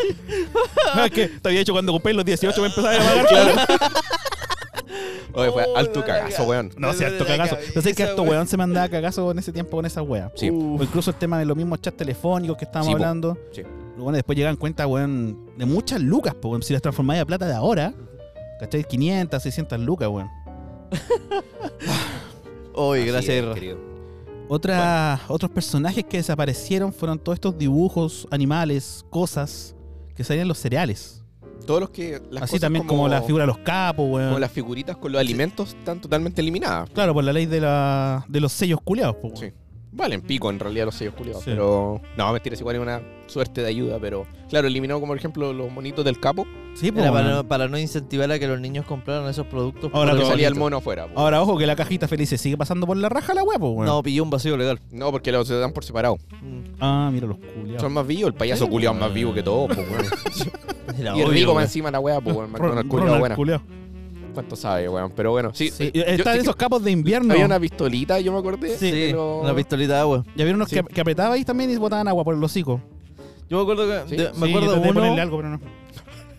No, es que te había hecho cuando compré los 18 me empezaba a pagar.
Oye, fue
Oh,
alto
la
cagazo,
la-
weón.
[laughs] No,
Desde
sea, harto
la
cagazo.
cabeza,
Yo sé que harto
weón.
weón se mandaba cagazo en ese tiempo con esas weas.
Sí.
O incluso el tema de los mismos chats telefónicos que estábamos
Sí, po.
hablando.
Sí.
Bueno, después llegan cuentas, weón, de muchas lucas, po, weón. Si las transformáis a plata de ahora, ¿cachai? 500, 600 lucas, weón.
Oye, gracias,
Así es,
Irra.
querido.
Otra, Otros personajes que desaparecieron fueron todos estos dibujos, animales, cosas que salían en los cereales.
Todos los que. Las
Así
cosas
también como, la figura de los capos, weón.
Como las figuritas con los alimentos están totalmente eliminadas.
Claro, por la ley de, la, de los sellos culeados, po, weón.
Sí. Valen pico en realidad los sellos culiados.
Sí.
Pero. No, mentira, es igual es una suerte de ayuda. Pero. Claro, eliminó como por ejemplo los monitos del capo.
Sí, po,
Era para,
weón.
no, para no incentivar a que los niños compraran esos productos.
Ahora
Porque
todo
salía el
bonito.
mono afuera. po.
Ahora, ojo que la cajita feliz se sigue pasando por la raja la huevo, weón.
No, pilló un vacío legal.
No, porque los se dan por separado.
Mm.
Ah, mira los culiados.
Son más vivos, el payaso
Sí,
culiado es
weón.
más vivo que todo, pues, weón.
Era
Y el
obvio,
rico más
weón.
encima de la wea, pues, weón.
Ronald
McDonald's culiao, bueno.
culiao.
¿Cuánto sabe, weón? Pero bueno, sí. eh,
Sí,
yo-
están
sí,
esos capos de invierno.
Había una pistolita, yo me acordé.
Sí,
que lo-
una pistolita de agua.
Ya vieron unos
Sí.
que, que apretaba ahí también y botaban agua por el hocico.
Yo me acuerdo que.
Sí.
de- me
Sí,
acuerdo
traté de
uno.
ponerle algo, pero no.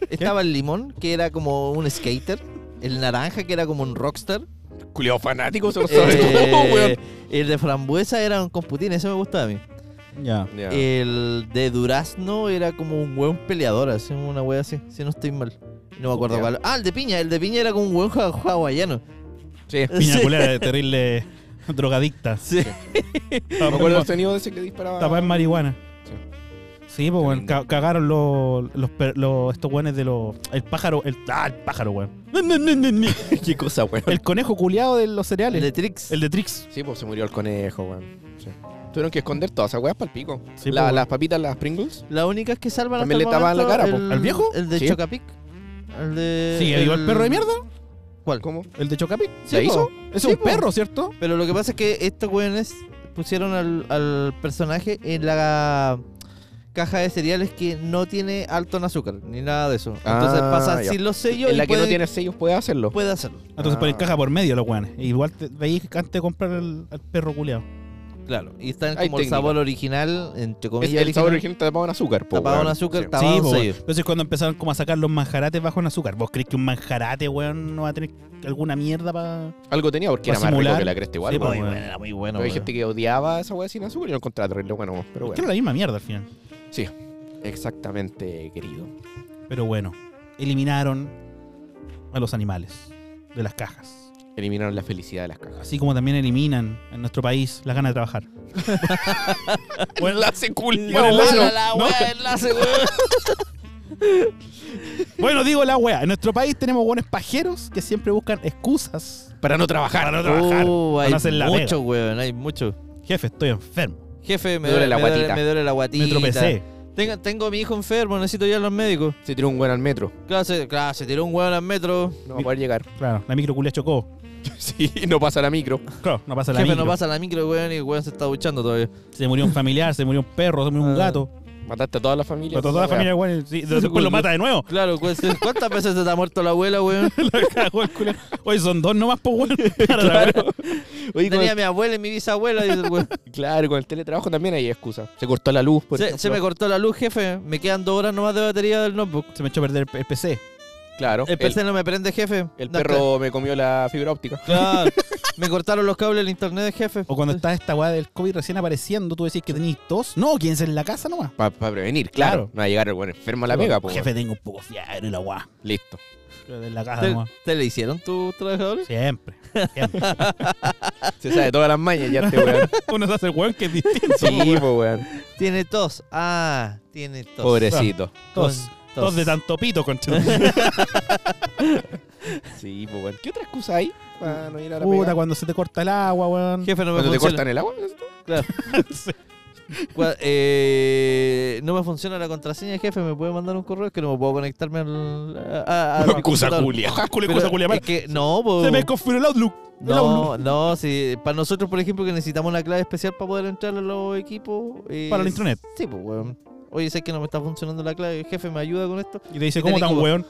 Estaba el limón, que era como un skater. El naranja, que era como un
[laughs]
rockstar.
Culiao fanático, se lo sabe
Eh,
[laughs] todo, Oh, weón.
el de frambuesa era un computín, ese me gustaba a mí.
Ya.
El de durazno era como un hueón peleador, así, una wea así, si no estoy mal. No me acuerdo
Ya.
cuál. Ah, el de piña, el de piña era como un hueón ja- hawaiano. [laughs]
sí.
Piña
Sí.
culera, terrible [laughs] drogadicta. [laughs]
Sí.
Me acuerdo del sonido de ese que disparaba.
Tapada en marihuana.
Sí.
Sí, pues, weón.
lindo.
ca- cagaron los, los, per- los- estos weones de los. El pájaro. El, ah, el pájaro, weón.
Qué cosa, weón.
El conejo culiado de los
El
cereales.
de Trix.
El de Trix.
Sí, pues se murió el conejo, weón. Sí. Tuvieron que esconder todas esas weas para el pico.
Sí,
La-
pues,
las papitas, las Pringles.
Las únicas que salvan
También
hasta
le tapaban la cara, po.
el,
¿Al viejo?
El de
Sí.
Chocapic. El
Eh,
de.
Sí, ¿vivo el perro de mierda?
¿Cuál?
¿Cómo?
El de Chocapic.
Sí,
¿La
po.
hizo?
Es
Sí,
un
po.
perro, ¿cierto?
Pero lo que pasa es que estos weones pusieron al, al personaje en la caja de cereales que no tiene alto en azúcar, ni nada de eso. Entonces
Ah,
pasa
ya.
sin los sellos
En
y
la que no
puede-
tiene sellos puede
Pues,
hacerlo.
puede hacerlo.
Entonces
Ah.
E ponen caja por medio los weones. Igual te, veis que antes de comprar el, al perro culeado.
Claro. Y están
Hay
como el
técnica.
sabor original, entre
Es-
comillas.
el sabor original está tapado en azúcar, po,
Tapado en
weón.
azúcar,
Sí.
Sí,
tapado- Estaban
po, weón.
sellos.
Entonces cuando empezaron como a sacar los manjarates bajo en azúcar, ¿vos crees que un manjarate, weón, no va a tener alguna mierda para...?
Algo tenía porque
Para
era más rico
simular.
que la cresta igual, pues,
Sí, po, weón.
Muy
weón.
bueno, era muy bueno.
Pero hay
weón.
gente que odiaba esa weá sin azúcar y lo encontraba terrible bueno, pero
Que
bueno.
era la misma mierda al final.
Sí, exactamente, querido.
Pero bueno, eliminaron a los animales de las cajas.
Eliminaron la felicidad de
[laughs]
las cajas.
Así como también eliminan en nuestro país las ganas de trabajar.
Buen enlace, culiao,
Buen enlace,
bueno.
La
¿no?
wea,
[laughs]
enlace, weón.
Bueno, digo la wea. En nuestro país tenemos buenos pajeros que siempre buscan excusas.
Para no trabajar.
Para no trabajar.
Uh,
Van
hay
a hacer la
mucho, weón, hay mucho.
Jefe, estoy enfermo.
Jefe, me,
Me duele
duele,
la
me duele-
guatita.
me duele la guatita.
Me tropecé.
Tengo, tengo a mi hijo enfermo, necesito ir a los médicos.
Se tiró un buen al metro.
Claro, se, claro, se tiró un hueón al metro.
No va a poder llegar. [laughs]
Claro, la microculia chocó.
Sí, no pasa la micro.
Claro, no pasa la
Jefe,
micro.
no pasa la micro, weón, y el weón se está duchando todavía.
Se murió un familiar, se murió un perro, se murió un
Ah.
gato.
Mataste a toda la familia.
Mató a toda la
Esa
familia, weón. Sí, después lo mata de nuevo. [laughs]
Claro, pues, ¿cuántas veces se te ha muerto la abuela, weón?
La cagó el culiao. Oye, son dos nomás, pues, po, weón. Claro, la
weá.
verdad.
Claro. Oye, con-
Tenía a mi abuela y mi bisabuela. dice el weón.
claro, con el teletrabajo también hay excusa. Se cortó la luz, por
se,
ejemplo.
se me cortó la luz, jefe. Me quedan dos horas nomás de batería del notebook.
Se me echó a perder el el PC.
Claro.
El PC no me prende, jefe.
el
No,
perro me comió la fibra óptica.
Claro. me cortaron los cables del internet, jefe.
O cuando está esta weá del COVID recién apareciendo, tú decís que tenéis tos. No, quédense en la casa nomás.
Para prevenir,
claro.
claro. No va a llegar el buen enfermo a la pega, po.
Jefe, tengo un poco de fiebre y la weá.
Listo.
En la casa
¿Te,
nomás.
te le hicieron tus trabajadores?
Siempre. siempre.
Se sabe todas las mañas ya este weón.
[laughs] Uno se hace el weón que es distinto.
Sí, po, weón.
Tiene tos. Ah, tiene tos.
Pobrecito.
Con
Tos. Tos de tanto pito, [laughs] concha.
Sí, po, weón. ¿Qué otra excusa hay para no ir a la
Puta,
pega?
cuando se te corta el agua, weón.
Jefe, no me
Cuando te
funciona.
cortan el agua.
Sí.
Cua- eh, no me funciona la contraseña, jefe. ¿Me puede mandar un correo? Es que no puedo conectarme
[laughs]
al. a-
Ah,
a- al computador.
culia.
Jáscule,
Pero
cosa culia,
es
mala.
que no, po.
Se me confió el Outlook. El Outlook.
No, no, sí. Para nosotros, por ejemplo, que necesitamos una clave especial para poder entrar a los equipos. eh,
Para la intranet.
Sí, pues, weón. Oye, sé que no me está funcionando la clave. Jefe, ¿me ayuda con esto?
Y te dice,
Y
¿cómo
tenés
tan
como-
weón?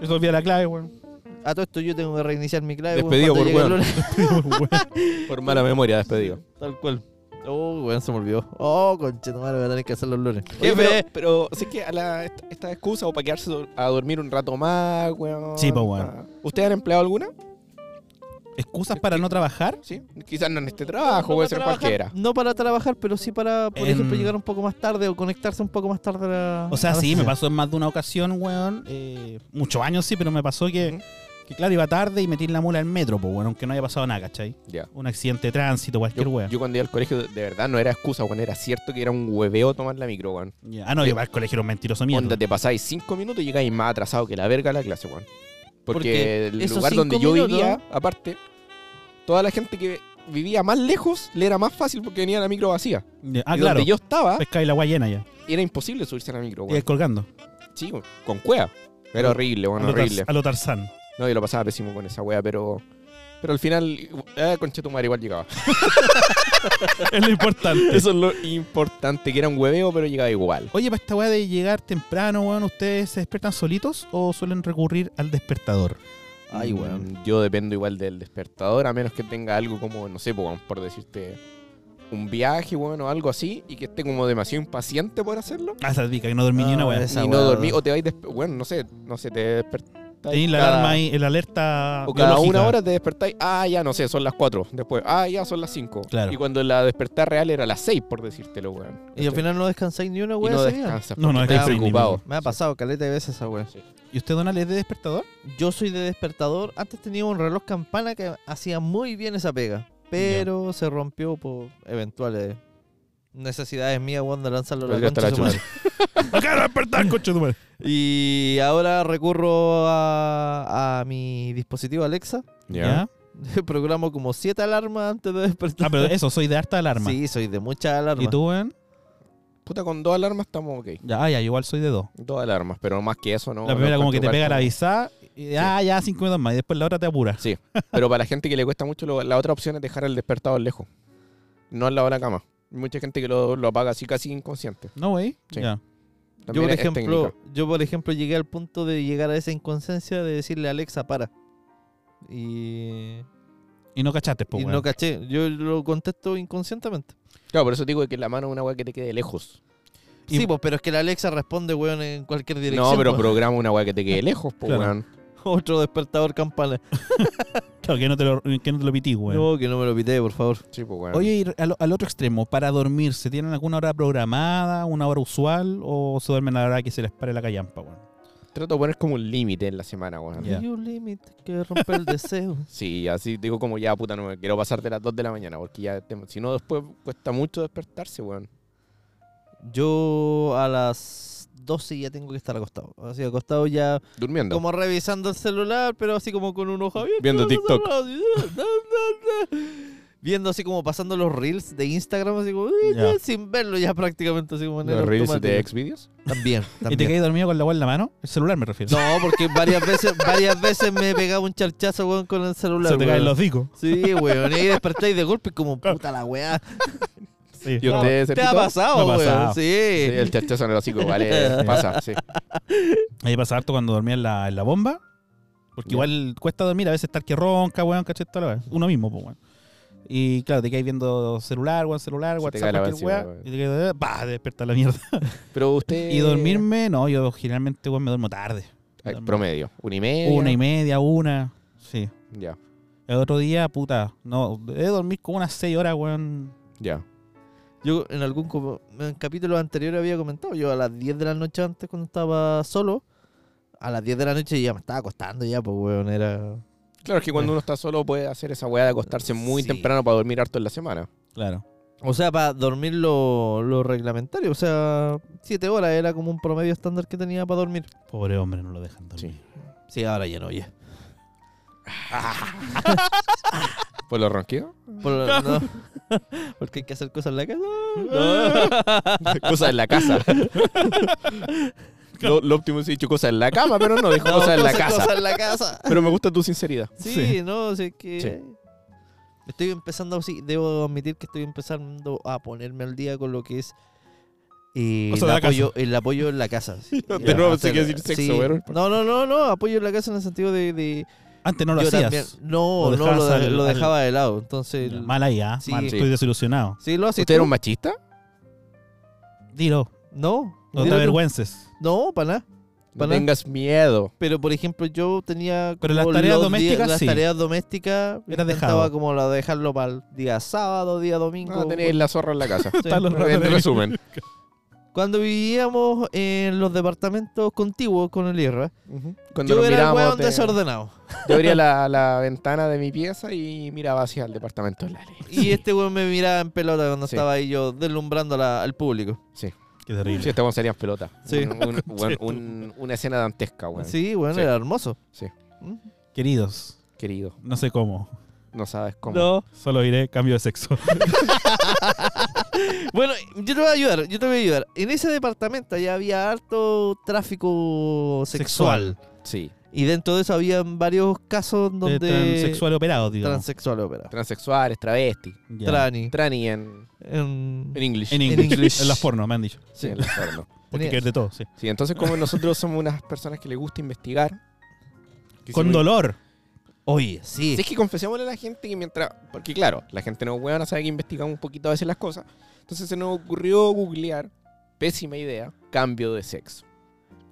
Eso olvida la clave, weón. [laughs]
A todo esto yo tengo que reiniciar mi clave. weón,
Despedido
cuando
por
llegue el
weón.
lunes.
Por mala memoria, despedido.
[laughs] Tal cual. Oh, weón, se me olvidó. Oh, conchetumare, voy a tener que hacer los lunes.
Oye,
Jefe,
pero, pero sé que a la, esta, esta excusa o para quedarse do- a dormir un rato más, weón.
Sí, po, weón.
Ah. ¿Ustedes han empleado alguna?
¿Excusas para no trabajar?
Sí. Quizás no en este trabajo,
no
puede
para
ser
trabajar-
cualquiera.
No para trabajar, pero sí para, por
En-
ejemplo, llegar un poco más tarde o conectarse un poco más tarde a la.
Em. O
a
sea,
la
sí, me
sesión.
pasó en más de una ocasión, weón. eh, muchos años sí, pero me pasó que, que, claro, iba tarde y metí la mula al metro, pues, weón, aunque no haya pasado nada, ¿cachai?
Ya.
Un accidente de tránsito, cualquier
Yo,
weón.
yo cuando iba al colegio, de- de verdad no era excusa, weón. Era cierto que era un hueveo tomar la micro, weón.
Ya, Ah, no, yo para el colegio era un mentiroso mierda.
Onda, te pasáis cinco minutos y llegáis más atrasado que la verga a la clase, weón.
Porque
Porque, el
esos
lugar donde
cinco
yo
minutos-
vivía, aparte, toda la gente que vivía más lejos le era más fácil porque venía la micro vacía.
Ya, Ah,
Y
claro.
Donde yo estaba,
Pescaba y la agua llena ya.
era imposible subirse a la
Y
micro,
ahí
weón.
colgando.
Sí, weón, con cueva. Era horrible,
A
weón,
lo,
horrible.
Tarz- a lo Tarzán. [laughs]
No, yo lo pasaba pésimo con esa wea, pero. Pero al final, eh, concha tu madre, igual llegaba.
es lo importante.
[laughs] Eso es lo importante, que era un hueveo, pero llegaba igual.
Oye, para esta weá de llegar temprano, weón, ¿ustedes se despiertan solitos o suelen recurrir al despertador?
Ay, weón.
Mm, Yo dependo igual del despertador, a menos que tenga algo como, no sé, po, weón, por decirte, un viaje, weón, o algo así, y que esté como demasiado impaciente por hacerlo.
Ah, esa es rica, que no dormí ni una
Ah,
weá.
esa
y no
weá.
dormí, o te vais desp- Bueno, no sé, no sé, te despertáis.
Tenéis la
cada-
alarma ahí, el alerta.
O cada
biológica.
una hora te despertáis, ah, ya no sé, son las 4. Después, ah, ya son las 5.
Claro.
Y cuando la despertar real era las 6, por decírtelo, weón.
Y al final no descansáis ni una,
Y
weón.
no
ese día.
descansas.
No, no
porque estás
descansas ni
preocupado.
mierda.
Me ha pasado caleta de veces esa weón.
¿Y usted, Donald, es de despertador? [laughs]
Yo soy de despertador. Antes tenía un reloj campana que hacía muy bien esa pega. Pero se rompió por eventuales necesidades mías, weón, de lanzarlo a la
Podría
concha de
estar
su
la
Acá no despertar, coche tu madre.
madre. Y ahora recurro a, a mi dispositivo Alexa. [laughs]
¿Ya?
Programo como siete alarmas antes de despertar.
Ah, pero eso, soy de harta alarma.
Sí, soy de muchas alarmas.
¿Y tú, weón?
Puta, con dos alarmas estamos ok.
Ya, ah, ya, igual soy de dos.
Dos alarmas, pero más que eso no.
la primera
no
como que te
encuentro
pega la
igual.
avisada y ah, ya, cinco minutos más. Y después la otra te apura.
Sí. Pero para la gente que le cuesta mucho, lo- la otra opción es dejar el despertador lejos. No al lado de la cama. Hay Mucha gente que lo, lo apaga así casi inconsciente.
No, güey.
Sí.
Ya.
Yo
También
por,
es- es
ejemplo,
técnica.
yo, por ejemplo, llegué al punto de llegar a esa inconsciencia de decirle a Alexa, para. Y
Y no cachaste, po,
y
weón.
no caché. Yo lo contesto inconscientemente.
Claro, por eso te digo que la mano es una weá que te quede lejos.
Y-
Sí, pues, pero es que la Alexa responde, weón, en cualquier dirección. pues.
No, pero
po.
programa una weá que te quede lejos, po,
Claro.
weón.
[laughs] Otro despertador campana.
Claro, que no te lo, que no te lo pitís, weón.
No, que no me lo pité, por favor.
Sí, po, weón.
Oye, y al, al otro extremo, para dormirse, ¿tienen alguna hora programada, una hora usual o se duermen a la hora que se les pare la callampa, weón?
Trato de poner como un límite en la semana, weón.
Ya.
Hay un límite que rompe
[laughs]
el deseo.
Sí, así digo como ya, puta, no me quiero pasar de las 2 de la mañana, porque ya, te- si no, después cuesta mucho despertarse, weón.
Yo a las 12 ya tengo que estar acostado. Así acostado ya
Durmiendo.
como revisando el celular, pero así como con un ojo abierto. [laughs]
Viendo TikTok.
Viendo así como pasando los reels de Instagram, así como eh,
Ya.
ya, sin verlo ya prácticamente así como en el
¿Los reels
automático.
de Xvideos? [laughs]
También,
¿Y te
también.
quedas dormido con la agua en la mano? El celular me refiero.
No, porque varias veces, varias veces me he pegado un charchazo, weón, con el celular.
[laughs] se te caen
weón.
los dicos.
Sí, weón, y ahí despertáis de golpe y como puta la weá.
Sí.
¿Y usted,
Eh, ¿Te ha
Sergito?
pasado,
Me ha
weón?
pasado.
Sí,
Sí.
el chachazo en el hocico, vale, pasa, sí.
A mí pasa harto cuando dormía en la, en la bomba. Porque
Ya.
igual cuesta dormir, a veces estar que ronca, weón, caché toda la vez. Uno mismo, pues, weón. Y claro, te quedas viendo celular, weón, celular,
Se te
WhatsApp,
cae la
cualquier
vacía,
weá,
weón.
Y te quedas, bah, despierta la
[laughs]
mierda.
Pero usted...
Y dormirme, no, yo generalmente, weón, me duermo tarde.
Ay, Promedio, una y media.
Una y media, una. Sí.
Ya,
El otro día, puta, no, he dormir como unas 6 horas, weón.
ya.
Yo en algún co- en capítulo anterior había comentado, yo a las 10 de la noche antes cuando estaba solo, a las 10 de la noche ya me estaba acostando ya, pues weón, era...
Claro, es que cuando uno está solo puede hacer esa weá de acostarse muy
Eh. Sí.
temprano para dormir harto en la semana.
Claro.
O sea, para dormir lo, lo reglamentario, o sea, 7 horas era como un promedio estándar que tenía para dormir.
Pobre hombre, no lo dejan dormir.
Sí.
Sí, ahora ya no, ya.
¿Por
[laughs]
los ronquidos?
[laughs]
Por- no. Porque hay que hacer cosas en la casa. No.
Cosas en
[laughs]
la casa. lo, lo óptimo es dicho cosas en la cama, pero no, dijo cosas en la casa.
Cosas en
[laughs]
la casa.
Pero me gusta tu sinceridad.
Sí,
Sí.
no, sé que.
Sí.
Estoy empezando, sí, debo admitir que estoy empezando a ponerme al día con lo que es. eh,
Cosas de
el,
la casa.
apoyo, el apoyo en
[laughs]
la casa. sí.
De
Ya,
nuevo,
hacer-
sí quiere decir sexo, pero-
No, no, no, no, apoyo en la casa en el sentido de. de-
Antes no lo
yo
hacías.
también- no,
Lo
no, lo,
dejabas
de-
al-
lo
al-
dejaba de lado. Entonces.
Mal ahí, ¿ah?
Sí.
Mal,
Sí.
estoy desilusionado.
Sí, lo haces.
¿Usted era
tú?
un machista?
Dilo,
No,
no te
dilo tú.
avergüences.
No, para nada.
No
Para-
tengas miedo.
Pero por ejemplo, yo tenía.
Pero las
como
tareas
los
domésticas,
días- Las
sí.
tareas domésticas.
Era
Intentaba
dejado.
como la- dejarlo para el día sábado, día domingo.
No Ah, tenéis la zorra en la casa.
Sí.
Están los ratos
En
de-
resumen.
Cuando vivíamos en los departamentos contiguos con el IRRA,
Cuando
yo era
nos
el
mirábamos,
weón
te-
desordenado.
[laughs] yo abría la, la ventana de mi pieza y miraba hacia el departamento de Lali.
Y
[laughs]
este weón me miraba en pelota cuando
Sí.
estaba ahí yo deslumbrando a la- al público.
Qué terrible.
Sí, este weón salía en pelota.
[laughs] Sí.
Un- un- weón, un- una escena dantesca, weón.
Sí, weón,
Ah, Sí.
era hermoso.
Sí.
¿Mm?
Queridos,
Querido,
no sé cómo.
no sabes cómo.
No.
Solo iré cambio de
[laughs]
sexo.
Bueno, yo te voy a ayudar, yo te voy a ayudar. En ese departamento ya había harto tráfico sexual.
Sí.
Y dentro de eso habían varios casos donde...
De transexual operado, digamos.
Transexual ópera.
Transexuales, travesti,
Ya.
Trani.
trani en,
En-
en inglés.
En inglés.
En inglés.
En las pornos, me han dicho.
Sí, en las porno.
Porque
Tenía-
que es de todo, sí.
Sí, entonces como nosotros somos unas personas que les gusta investigar. que
Con
hicimos-
dolor.
Oye, sí.
Sí, es que confesémosle a la gente que mientras... Porque claro, la gente no huevona sabe que investigamos un poquito a veces las cosas. Entonces se nos ocurrió googlear, pésima idea, cambio de sexo.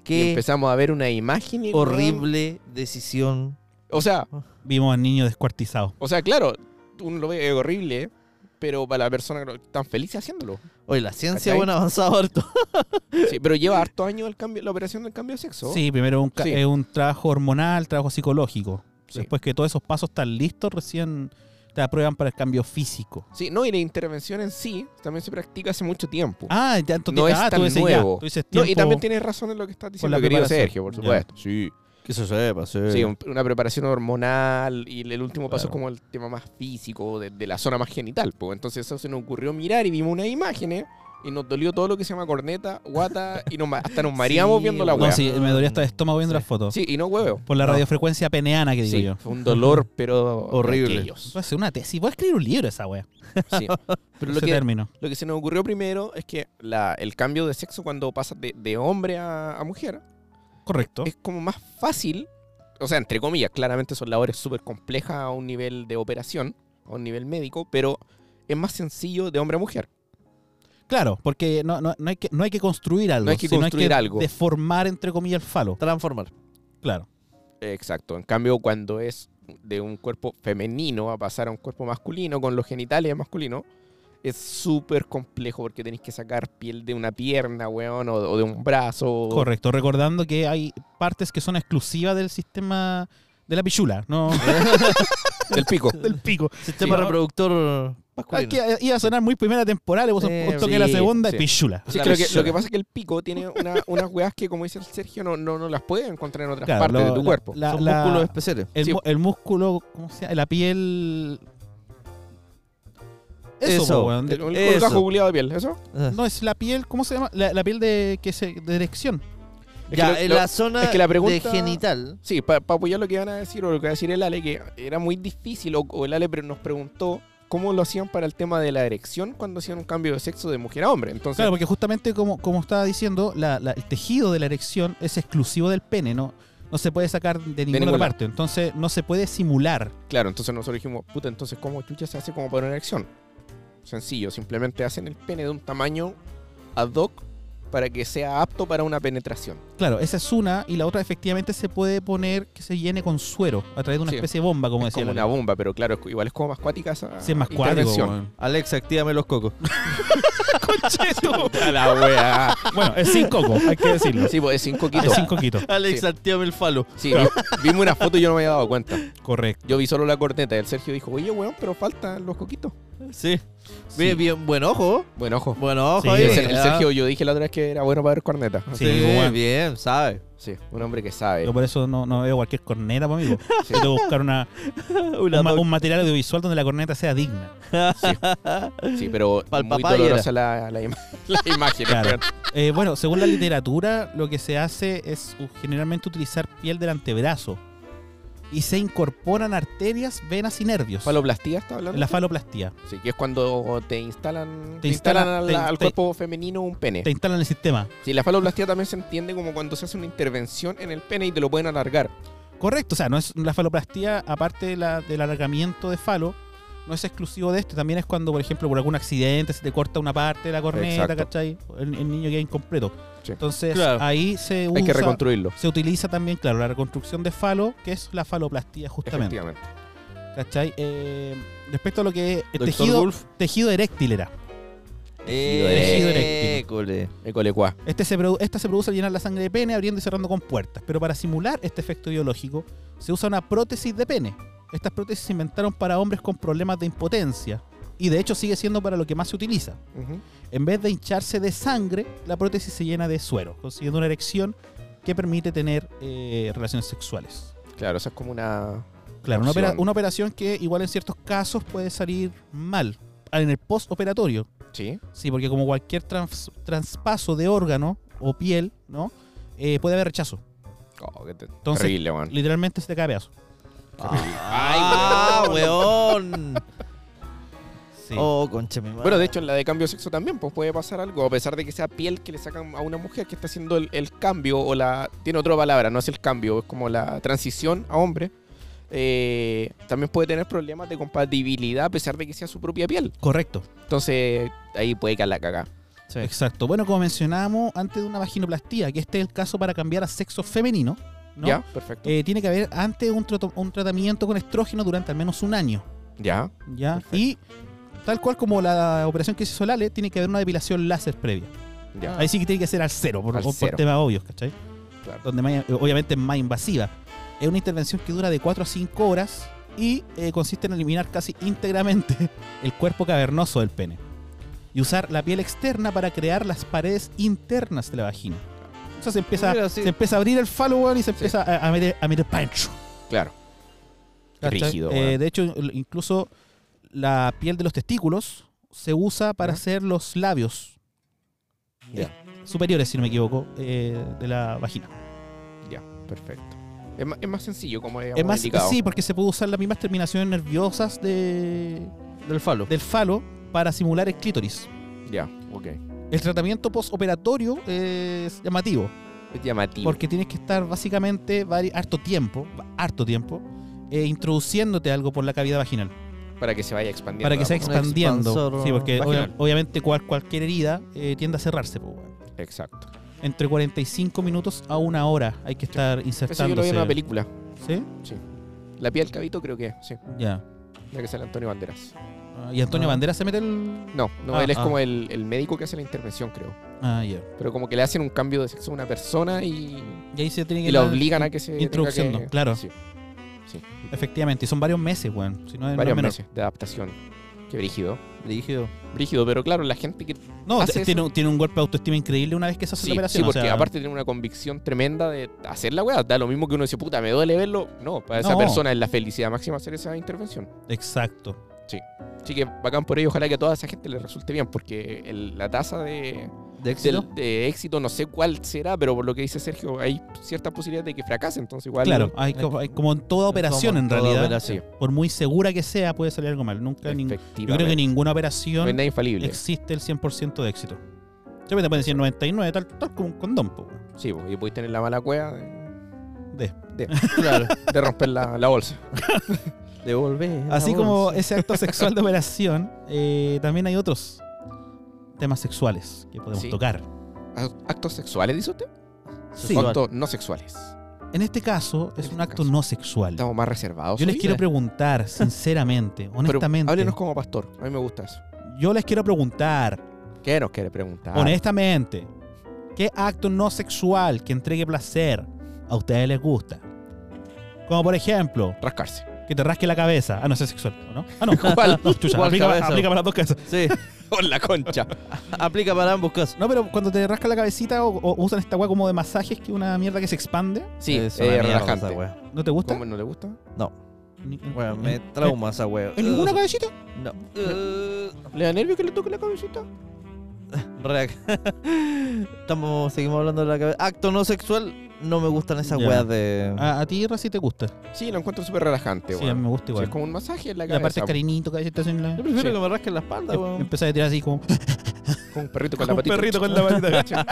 Y
Qué
empezamos a ver una imagen y-
horrible decisión
O sea,
Vimos al niño descuartizado.
o sea, claro, uno lo ve horrible, ¿eh? pero para la persona que lo- tan feliz haciéndolo.
Oye, la ciencia,
¿Cachai?
bueno, ha avanzado harto.
Sí, pero
[laughs]
lleva harto años el cambio, la operación del cambio de sexo.
Sí, primero un ca-
Sí.
es un trabajo hormonal, trabajo psicológico.
Sí.
Después que todos esos pasos están listos, recién te aprueban para el cambio físico.
Sí, no, y la intervención en sí también se practica hace mucho tiempo.
Ah, y tanto
No
te-
es
ah,
tan
tú dices, ya,
nuevo.
tú dices
No, y
tiempo-
también tienes razón en lo que estás diciendo,
la
querido
preparación.
Sergio, por
Ya.
supuesto. Sí.
Que se sepa,
Sí, un- una preparación hormonal y el último paso es
Claro.
como el tema más físico, de, de la zona más genital. Pues. Entonces eso se nos ocurrió mirar y vimos unas imágenes y nos dolió todo lo que se llama corneta, guata y nos ma- hasta nos mareamos
Sí,
viendo la
weón.
weá.
No,
sí.
sí, me dolía hasta el estómago viendo
Sí.
las fotos.
y no huevo.
Por la
No.
radiofrecuencia peneana que digo
Sí,
yo.
fue un dolor, pero...
Horrible.
de aquellos.
Voy a hacer una tesis. Voy a escribir un libro esa wea. [laughs]
Sí. Pero lo
Ese
que,
término.
Lo que se nos ocurrió primero es que la- el cambio de sexo cuando pasas de, de hombre a, a mujer
Correcto.
es como más fácil o sea, entre comillas, claramente son labores súper complejas a un nivel de operación, a un nivel médico, pero es más sencillo de hombre a mujer.
Claro, porque no, no- no hay, que, no hay que construir algo,
No hay que
sino
construir algo.
deformar, entre comillas, el falo.
Transformar.
Claro.
Exacto. En cambio, cuando es de un cuerpo femenino a pasar a un cuerpo masculino, con los genitales masculinos, es súper complejo porque tenéis que sacar piel de una pierna, weón, o, o de un brazo.
Correcto, recordando que hay partes que son exclusivas del sistema de la pichula,
[laughs]
no [laughs]
Del pico.
del pico.
[laughs] Sistema
Sí.
reproductor
Hay
masculino.
que iba a sonar muy primera temporada, le puso
Eh,
justo que la
sí,
segunda
sí.
es pichula.
La
Sí, es que lo, que,
persona.
lo que pasa es que el pico tiene una- unas weas que, como dice el Sergio, no, no, no las puedes encontrar en otras
Claro,
partes
lo-
de tu
la-
cuerpo.
la-
Son
la-
músculos especiales.
el,
sí.
mu- el músculo, ¿cómo se llama? La piel. Eso,
Eso,
po, weón.
El, el
eso.
colgajo culiado de piel, ¿eso?
Ah.
No, es la piel, ¿cómo se llama? La, la piel de, que se, de erección.
Es
ya,
que lo-
en
lo-
la zona
es que la pregunta-
de genital.
Sí, para apoyar lo que van a decir o lo que va a decir el Ale, que era muy difícil, o, o el Ale pre- nos preguntó cómo lo hacían para el tema de la erección cuando hacían un cambio de sexo de mujer a hombre. Entonces,
Claro, porque justamente como, como estaba diciendo, la- la- el tejido de la erección es exclusivo del pene, ¿no? No se puede sacar de ninguna
ningún lado.
parte. Entonces, no se puede simular.
claro, entonces nosotros dijimos, puta, entonces, ¿cómo chucha se hace como para una erección? Sencillo, simplemente hacen el pene de un tamaño ad hoc para que sea apto para una penetración.
Claro, esa es una. Y la otra, efectivamente, se puede poner que se llene con suero a través de una
Sí.
especie de bomba, como
es
decía
como
la
una bomba, pero claro, es- igual es como más cuática esa
Sí, es más cuático.
intervención.
weón.
Alexa, actívame los cocos.
A la wea.
Bueno, es sin coco, hay que decirlo.
Sí, pues es sin coquito.
Es sin coquito.
Alexa, actívame el falo.
Sí, vi- vimos una foto y yo no me había dado cuenta.
Correcto.
Yo vi solo la corneta y el Sergio dijo, oye, weón, pero faltan los coquitos.
Sí. Bien, bien, buen ojo.
Buen ojo.
Buen ojo.
Sí,
ahí,
el, Ser- el
¿verdad?
Sergio, yo dije la otra vez que era bueno para ver corneta.
Sí,
Sí,
bueno.
bien, sabe.
Sí, un hombre que sabe.
Yo por eso no, no veo cualquier corneta, pues, amigo.
Sí.
Yo tengo que buscar una,
Una
un, ma-
doc-
un material audiovisual donde la corneta sea digna.
Sí,
[laughs]
pero
Pa'l
muy
papá y
dolorosa la, la, ima- [laughs] la imagen.
Claro.
weón.
Eh, bueno, según la literatura, lo que se hace es u- generalmente utilizar piel del antebrazo y se incorporan arterias, venas y nervios.
Faloplastía está hablando.
La faloplastía.
Sí, que es cuando te instalan,
Te
te instalan
instala-
al,
te-
al
te-
cuerpo femenino un pene.
Te instalan el sistema.
Sí, la faloplastía también se entiende como cuando se hace una intervención en el pene y te lo pueden alargar.
Correcto, o sea, no es la faloplastía, aparte de la- del alargamiento de falo, no es exclusivo de esto. También es cuando, por ejemplo, por algún accidente se te corta una parte de la corneta,
Exacto.
¿cachai? El, el niño queda incompleto.
Sí.
Entonces,
Claro.
ahí se usa.
Hay que reconstruirlo.
se utiliza también, claro, la reconstrucción de falo, que es la faloplastía, justamente.
Efectivamente.
¿Cachai? Eh, respecto a lo que es el
Doctor
tejido,
Wolf.
tejido eréctil era.
Eh,
eréctil.
cole.
Ecolecuá.
Este se produ- esta se produce al llenar la sangre de pene, abriendo y cerrando con puertas. Pero para simular este efecto biológico, se usa una prótesis de pene. Estas prótesis se inventaron para hombres con problemas de impotencia. Y de hecho sigue siendo para lo que más se utiliza.
Ujú.
En vez de hincharse de sangre, la prótesis se llena de suero, consiguiendo una erección que permite tener eh, relaciones sexuales.
Claro, eso es como una...
Claro, una,
opción.
opera- una operación que igual en ciertos casos puede salir mal en el postoperatorio.
Sí.
Sí, porque como cualquier trans- traspaso de órgano o piel, ¿no? Eh, puede haber rechazo.
Oh, qué te-
Entonces-
terrible, weón.
Literalmente se te cae a pedazos.
Ah, weón.
Sí.
Oh, concha mi madre.
Bueno, de hecho, en la de cambio de sexo también pues puede pasar algo, a pesar de que sea piel que le sacan a una mujer que está haciendo el, el cambio o la... Tiene otra palabra, no es el cambio, es como la transición a hombre. Eh, también puede tener problemas de compatibilidad a pesar de que sea su propia piel.
Correcto.
Entonces, ahí puede caer la caga.
Sí.
Exacto. Bueno, como mencionábamos antes de una vaginoplastía, que este es el caso para cambiar a sexo femenino, ¿no?
¿Ya? Perfecto.
Eh, tiene que haber antes un, trato- un tratamiento con estrógeno durante al menos un año.
¿Ya?
¿ya?
Perfecto.
Y tal cual como la operación que se hizo Lale, tiene que haber una depilación láser previa.
¿Ya?
Ahí sí que tiene que ser al cero, por,
Ah. Al
por
cero.
temas obvios, ¿cachai?
Claro.
Donde más- obviamente es más invasiva. Es una intervención que dura de 4 a 5 horas y eh, consiste en eliminar casi íntegramente [laughs] el cuerpo cavernoso del pene y usar la piel externa para crear las paredes internas de la vagina. O sea, se empieza,
Mira, sí.
se empieza a abrir el falo, weón, y se empieza a, a meter, a meter pancho.
Claro.
¿Cachai?
Rígido,
Eh,
weón.
de hecho, il- incluso la piel de los testículos se usa para
Ya.
hacer los labios
Ya.
superiores, si no me equivoco, eh, de la vagina.
Ya. Perfecto. Es más, es más sencillo, como habíamos
Es más,
indicado.
sí, porque se puede usar las mismas terminaciones nerviosas de,
del falo.
del falo para simular el clítoris.
Ya, ok.
El tratamiento postoperatorio es llamativo.
Es llamativo.
Porque tienes que estar básicamente vari- harto tiempo, harto tiempo, eh, introduciéndote algo por la cavidad vaginal.
para que se vaya expandiendo.
para que se
la
vaya expandiendo.
expansor
Sí, porque obvia-
vaginal.
obviamente cual- cualquier herida eh, tiende a cerrarse. pues, weón.
boca. Exacto.
Entre 45 minutos a una hora hay que estar
Eso yo lo vi
insertándose.
en una película.
¿Sí?
La piel cabito creo que, sí.
Ya.
La que sale Antonio Banderas.
Ah, ¿Y Antonio
Ah.
Banderas se mete el...?
No, no,
Ah,
él es
ah.
como el, el médico que hace la intervención, creo.
Ah, ya.
Pero como que le hacen un cambio de sexo a una persona y,
Y ahí se tiene que...
y la
dar-
obligan a que se... tenga
introducción,
que-
¿no? Claro.
Sí. Sí.
Efectivamente, y son varios meses, weón. Si no, no es
Varios
menor.
meses de adaptación. Qué brígido.
Rígido.
Brígido, pero claro, la gente que...
No,
Hace
t-
eso.
tiene, un- tiene un golpe de autoestima increíble una vez que se hace
Ah, Sí,
la operación.
sí, porque
o sea,
aparte tiene una convicción tremenda de hacer la weá. Da lo mismo que uno dice, puta, me duele verlo. No, para esa
No.
persona es la felicidad máxima hacer esa intervención.
Exacto.
Así que bacán por ello, ojalá que a toda esa gente le resulte bien, porque el- la tasa de,
¿De
del-
éxito?
de éxito no sé cuál será, pero por lo que dice Sergio, hay ciertas posibilidades de que fracase, entonces igual...
claro, hay, co- hay como en toda operación
Como
en
toda
realidad.
operación.
Por muy segura que sea, puede salir algo mal. Nunca nin-
efectivamente.
Yo creo que ninguna
No hay
operación
nada infalible.
existe el 100% de éxito. Yo me te pueden decir 99, tal, tal como un condón, po, weón.
Sí, po, y podéis tener la mala cueva de,
De. [laughs]
Claro.
de romper la, la bolsa.
Devolver.
Así
la
como
bolsa.
ese acto sexual de operación, eh, también hay otros temas sexuales que podemos
Sí.
tocar.
¿Actos sexuales, dice usted?
Sí.
¿O actos no sexuales?
En este caso, es
este
un acto
caso.
no sexual.
Estamos más reservados.
Yo les
hoy.
quiero
[laughs]
preguntar, sinceramente,
Oh, Pero
honestamente.
Háblenos como pastor, a mí me gusta eso.
Yo les quiero preguntar,
¿Qué nos quiere preguntar?
honestamente, ¿qué acto no sexual que entregue placer a ustedes les gusta? Como por ejemplo,
Rascarse. [laughs]
que te rasque la cabeza. Ah, no, eso es sexual, ¿o ¿no? Ah, no.
¿Cuál?
[laughs] No, chucha,
¿Cuál
aplica,
cabeza?
aplica para las dos cabezas.
Sí, [laughs]
Con la concha.
aplica para ambos casos.
No, pero cuando te rasca la cabecita o, o usan esta weá como de masajes, que es una mierda que se expande,
Sí,
Es
es
una mierda
relajante.
esa wea.
¿no te gusta?
¿Cómo no le gusta?
Ni-
Wea,
en-
me trauma esa wea.
¿En
[laughs]
ninguna cabecita?
No. Eh,
¿Le da nervio que le toque la cabecita?
reac- [laughs] Estamos, seguimos hablando de la cabeza. Acto no sexual, no me gustan esas
Ya.
weas de.
Ah.
A, a ti, Razi, te gusta.
Sí, lo encuentro súper relajante,
Sí,
weón.
a mí me gusta
Sí,
igual.
es como un masaje en la
y aparte
cabeza.
es carinito, cabecitas en la... em,
Yo prefiero
Sí. Eh,
que me rasquen la espalda, weón.
Empezás a tirar así como...
Con un perrito con la patita.
con la
[laughs]
patita.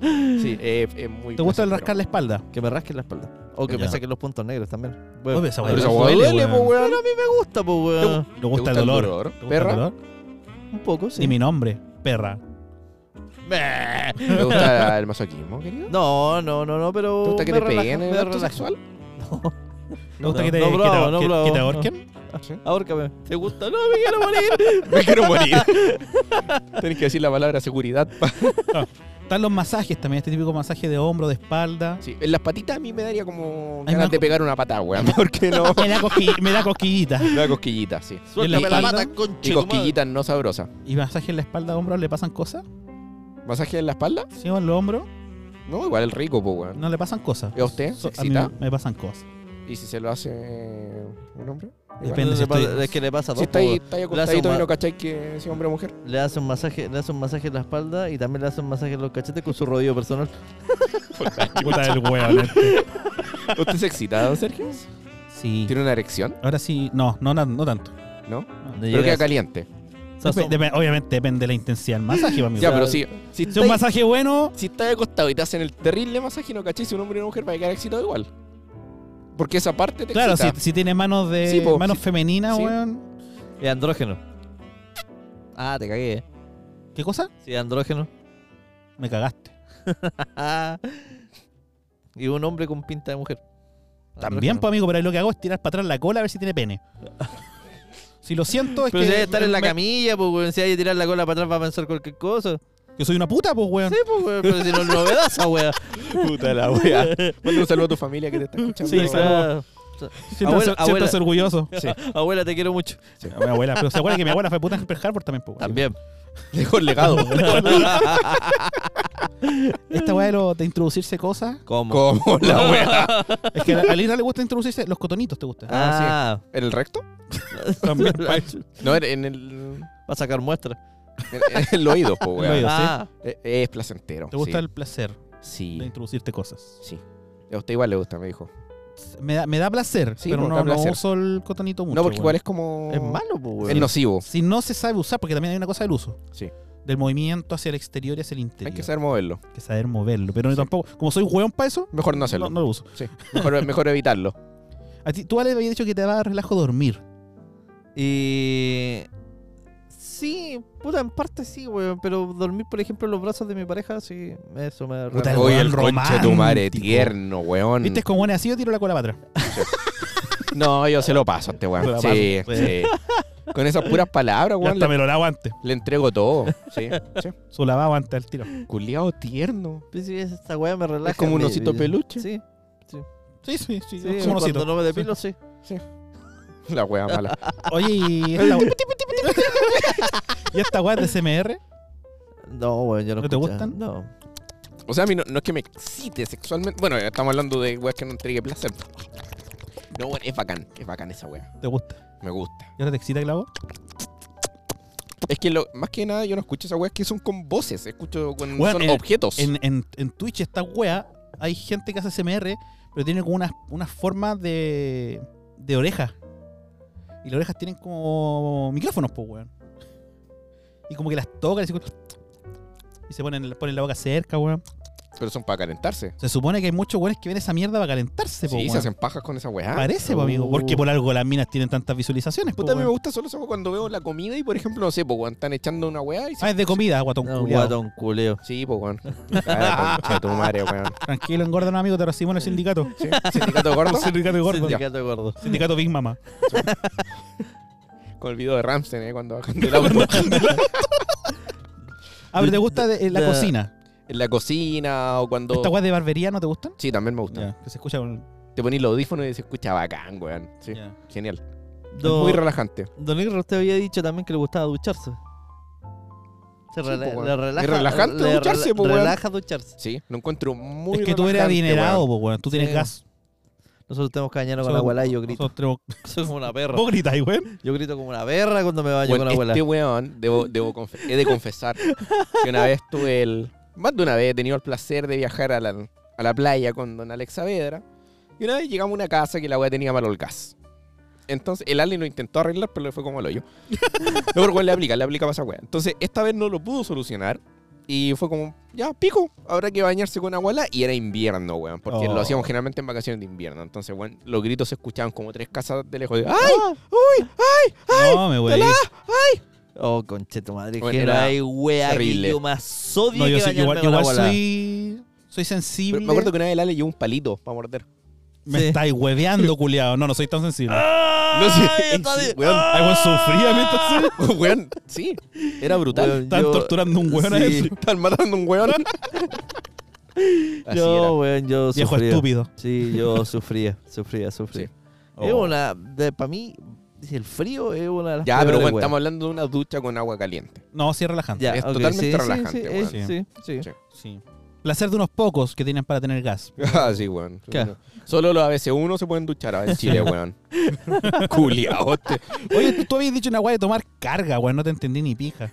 Sí, eh, es muy.
¿Te gusta el
placentero.
rascar la espalda?
Que me rasquen la espalda. O que me
Ya.
saquen los puntos negros también. Weón.
Oye, esa
Pero
weá
esa
duele,
hueá duele,
weón.
po, weón.
me gusta, pues, weón.
Le gusta el
gusta el
dolor.
dolor?
¿Te gusta
¿Perra?
el dolor?
Un poco, sí.
Ni mi nombre, perra. [laughs]
¿Te gusta el masoquismo, querido?
No, no, no, no, pero.
¿Te gusta que
me
te
relaja,
peguen
me
en el acto
relaja.
sexual?
¿Te gusta
No,
que te,
no,
que te-
bravo, no,
que-
bravo.
que te ahorquen?
Ahórcame. ¿Te gusta? No, me quiero morir.
[laughs] Me quiero morir. [laughs] Tienes que decir la palabra seguridad.
Están los masajes también, este típico masaje de hombro, de
[laughs]
espalda.
Sí, en las patitas a mí me daría como
Ay,
ganas
me-
de pegar una patada, weón. [laughs] ¿Por qué no?
Ah, Me da, cosqui- me da cosquillita.
Una cosquillita, sí.
Suéltame la
espalda?
pata, conche.
Y
tu madre.
cosquillitas no sabrosas.
¿Y masaje en la espalda, hombro, le pasan cosas?
¿Masaje en la espalda?
¿Sí o en los hombros?
No, igual el rico, po, weón.
No le pasan cosas.
¿Y a usted?
So-
¿Se
a mí
excita?
me pasan cosas.
¿Y si se lo hace eh, un hombre? Igual.
Depende, si
Le pasa-
estoy-
Es que le pasa
Si
dos.
está ahí,
po,
está ahí
Le hace
acostadito
un
y
ma-
no cacháis que es hombre o mujer.
weón. Le hace un masaje, le hace un masaje en la espalda y también le hace un masaje en los cachetes con su rodillo personal.
Puta del huevo.
¿Usted se excita, don Sergio?
Sí.
¿Tiene una erección?
Ahora sí, no, no, na- no tanto.
¿No?
Ah.
Le
Pero
llega
queda
así.
caliente.
Se asoma.
Depe- depe- obviamente depende de la intensidad del masaje, para mí.
Ya,
O sea,
pero si, si
Si es un
estáis
masaje bueno,
si estáis acostado y te hacen el terrible masaje y no cacháis si un hombre o una mujer va a quedar excitado igual. Porque esa parte te
claro, si,
excita.
si tiene manos de
Sí, po,
manos
sí.
femeninas,
Sí.
weón.
Y andrógeno. Ah, te cagué. eh.
¿Qué cosa?
Sí, andrógeno. [laughs]
Me cagaste.
y un hombre con pinta de mujer.
También, pues, amigo, pero ahí lo que hago es tirar para atrás la cola a ver si tiene pene. Si lo siento, es
Pero
que.
si hay que estar en la
me-
camilla, pues, weón. Si hay que tirar la cola para atrás para pensar cualquier cosa.
Que soy una puta, pues, weón.
Sí, pues, weón. Pero si no es
[laughs]
novedad esa weá.
Puta la wea. [laughs] Manda un saludo a tu familia que te está escuchando.
Sí,
O sea,
Siéntase-
Abuela-
siéntase
abuela.
orgulloso.
Sí.
Abuela, te quiero mucho.
Sí, mi abuela. Pero se acuerda que mi abuela fue puta en Pearl Harbor también, pues, weón.
También.
[laughs] Mejor legado.
Esta weá de, lo- de introducirse cosas.
[laughs]
[laughs]
¿Cómo?
Como la wea.
Es que a la Lira le gusta introducirse. Los cotonitos te gustan.
Ah,
¿En el recto?
[laughs] También,
No, en- en el.
Va a sacar muestra.
En, en el oído,
[laughs]
po,
El oído.
weón.
Yo
ah,
Eh, Es placentero.
Te gusta
sí.
el placer de
Sí,
introducirte cosas.
sí. A usted igual le gusta, me dijo.
Me da, me da placer,
Sí,
pero
pues,
no,
da
no
placer.
uso el cotonito mucho.
no, porque
weón.
igual es como.
es malo, pues,
Es
weón.
nocivo.
Si no se sabe usar, porque también hay una cosa del uso.
Sí.
del movimiento hacia el exterior y hacia el interior.
Hay que saber moverlo.
Hay que saber moverlo. Pero no tampoco, como soy hueón para eso,
Mejor no hacerlo.
no, no lo uso.
Sí. Mejor, mejor evitarlo.
A ti, tú Ale habías dicho que te daba relajo dormir.
Eh, sí, puta, en parte sí, weón. Pero dormir, por ejemplo, en los brazos de mi pareja, sí, eso me
[laughs]
da
Puta,
relajo.
weón
Oye, el conche de tu madre
romántico.
tierno, weón.
¿Viste? [laughs] Es como bueno, así yo tiro la cola para atrás.
No, yo se lo paso a este
Se
weón.
la
Sí,
paso,
sí. Con esas puras palabras,
Ya
weón,
hasta
le,
me lo lavo antes.
le entrego todo.
[laughs]
Sí, sí.
Su lavado antes del tiro.
Culeado tierno.
Pues sí, esta weá me relaja.
como un
me-
osito peluche.
Sí,
Sí, sí, sí.
sí,
es como un
cuando
osito.
no me depilo, sí.
[laughs] La wea mala.
Oye, y
[laughs]
esta we- [laughs] ¿Y esta weá de CMR?
No, weón, yo no
¿No te
escucho.
gustan?
No.
O sea, a mí no, no es que me excite sexualmente. Bueno, estamos hablando de weas que no entregue placer. No, weón, es bacán. Es bacán esa wea.
¿Te gusta?
Me gusta.
¿Y ahora te excita, Clavo?
Es que lo, más que nada yo no escucho esas weas que son con voces. Escucho con
Weón,
son
en-
objetos.
En, en, en Twitch esta weá, hay gente que hace CMR, pero tiene como unas unas formas de, de orejas. Y las orejas tienen como micrófonos, pues, weón. Y como que las tocan y se, y se ponen, ponen la boca cerca, weón.
Pero son para calentarse.
Se supone que hay muchos weones que ven esa mierda para calentarse,
Sí,
po, weón.
se hacen pajas con esa wea.
Parece, po, amigo.
Uh.
Porque por algo las minas tienen tantas visualizaciones, po,
Puta, a mí me
weón.
gusta solo eso cuando veo la comida y, por ejemplo, no sé, po, weón, están echando una weá y se...
Ah, es de comida, guatón
No,
culiao.
guatón culeo.
Sí, po, weón. Ah, la concha de tu
[laughs]
madre, weón.
Tranquilo, engorda, no, amigo, te recibimos en el sindicato.
[laughs] Sí, Sindicato gordo.
Sindicato gordo.
Sindicato gordo.
Sindicato Big Mama.
Con el video de Ramsen, eh, cuando
[laughs]
bajan del auto. [laughs]
A ver, ¿te gusta de- eh, la
Ya.
cocina?
en la cocina o cuando...
¿Estas weas de barbería no te gustan?
Sí, también me gusta.
Ya, que se escucha con-
Te pones los audífonos y se escucha bacán, weón. Sí,
ya.
genial.
Don-
Muy relajante.
Don Igor, usted había dicho también que le gustaba ducharse. Se
Sí,
rela-
po, weón.
le relaja,
Es
le
relajante
rela-
ducharse, po, weón.
Relaja ducharse.
Sí, lo encuentro muy
Es que tú eres
relajante,
adinerado,
weón.
po, weón. Tú tienes
Sí.
gas.
Nosotros tenemos cañero
Nosotros-
con la abuela y
[laughs]
yo grito.
nosotros tenemos-
Soy como una perra.
Vos gritáis, [laughs] weón.
Yo grito como una perra cuando me baño
Weón,
con la abuela.
este weón, debo, debo confe- he de confesar que una vez tuve el... Más de una vez he tenido el placer de viajar a la, a la playa con don Alex Saavedra. Y una vez llegamos a una casa que la weá tenía malo el gas. Entonces, el Ali lo intentó arreglar, pero le fue como el hoyo. No, pero weón, le aplica, le aplica más a weá. Entonces, esta vez no lo pudo solucionar. Y fue como, ya, pico, habrá que bañarse con agua helada. Y era invierno, weón, porque
Oh.
lo hacíamos generalmente en vacaciones de invierno. Entonces, weón, los gritos se escuchaban como tres casas de lejos. de, ¡Ah!
no, me voy.
Oh, concheto madre.
Bueno,
que no
era
hay wea que
terrible.
yo más odio
No, yo
que
soy,
bañarme
igual,
con la
igual
abuela. [laughs]
soy. Soy sensible.
Pero me acuerdo que una vez el Ale llevó un palito para morder.
Me
Sí.
estáis [laughs] hueveando, culiado. No, no soy tan sensible.
¡Ay,
No sé,
está
sí,
bien!
weón.
Ay, weón, sufría [laughs] mientras
[laughs] weón, sí, era brutal.
Weón,
Están
yo-
torturando a un weón a
sí.
él.
Están matando a un weón. Así
Yo, weón, yo
Viejo
sufría.
estúpido.
Sí,
[laughs]
yo sufría, sufría, sufría.
Sí.
Es
Oh.
una, para mí, dice, el frío es una de las
era. Ya, pero
peores
bueno,
weas.
estamos hablando de una ducha con agua caliente.
No, sí es relajante.
Ya,
es
ok,
totalmente
sí, sí,
relajante,
sí,
weón.
es- sí, sí.
Sí.
Sí. Placer de unos pocos que tienen para tener gas.
[laughs] Ah, sí, weón.
Claro.
Solo los ABC1 se pueden duchar ahora en Chile, weón. [laughs] Culiao. este.
Oye, tú, tú habías dicho una weá de tomar carga, weón. No te entendí ni [laughs] pija.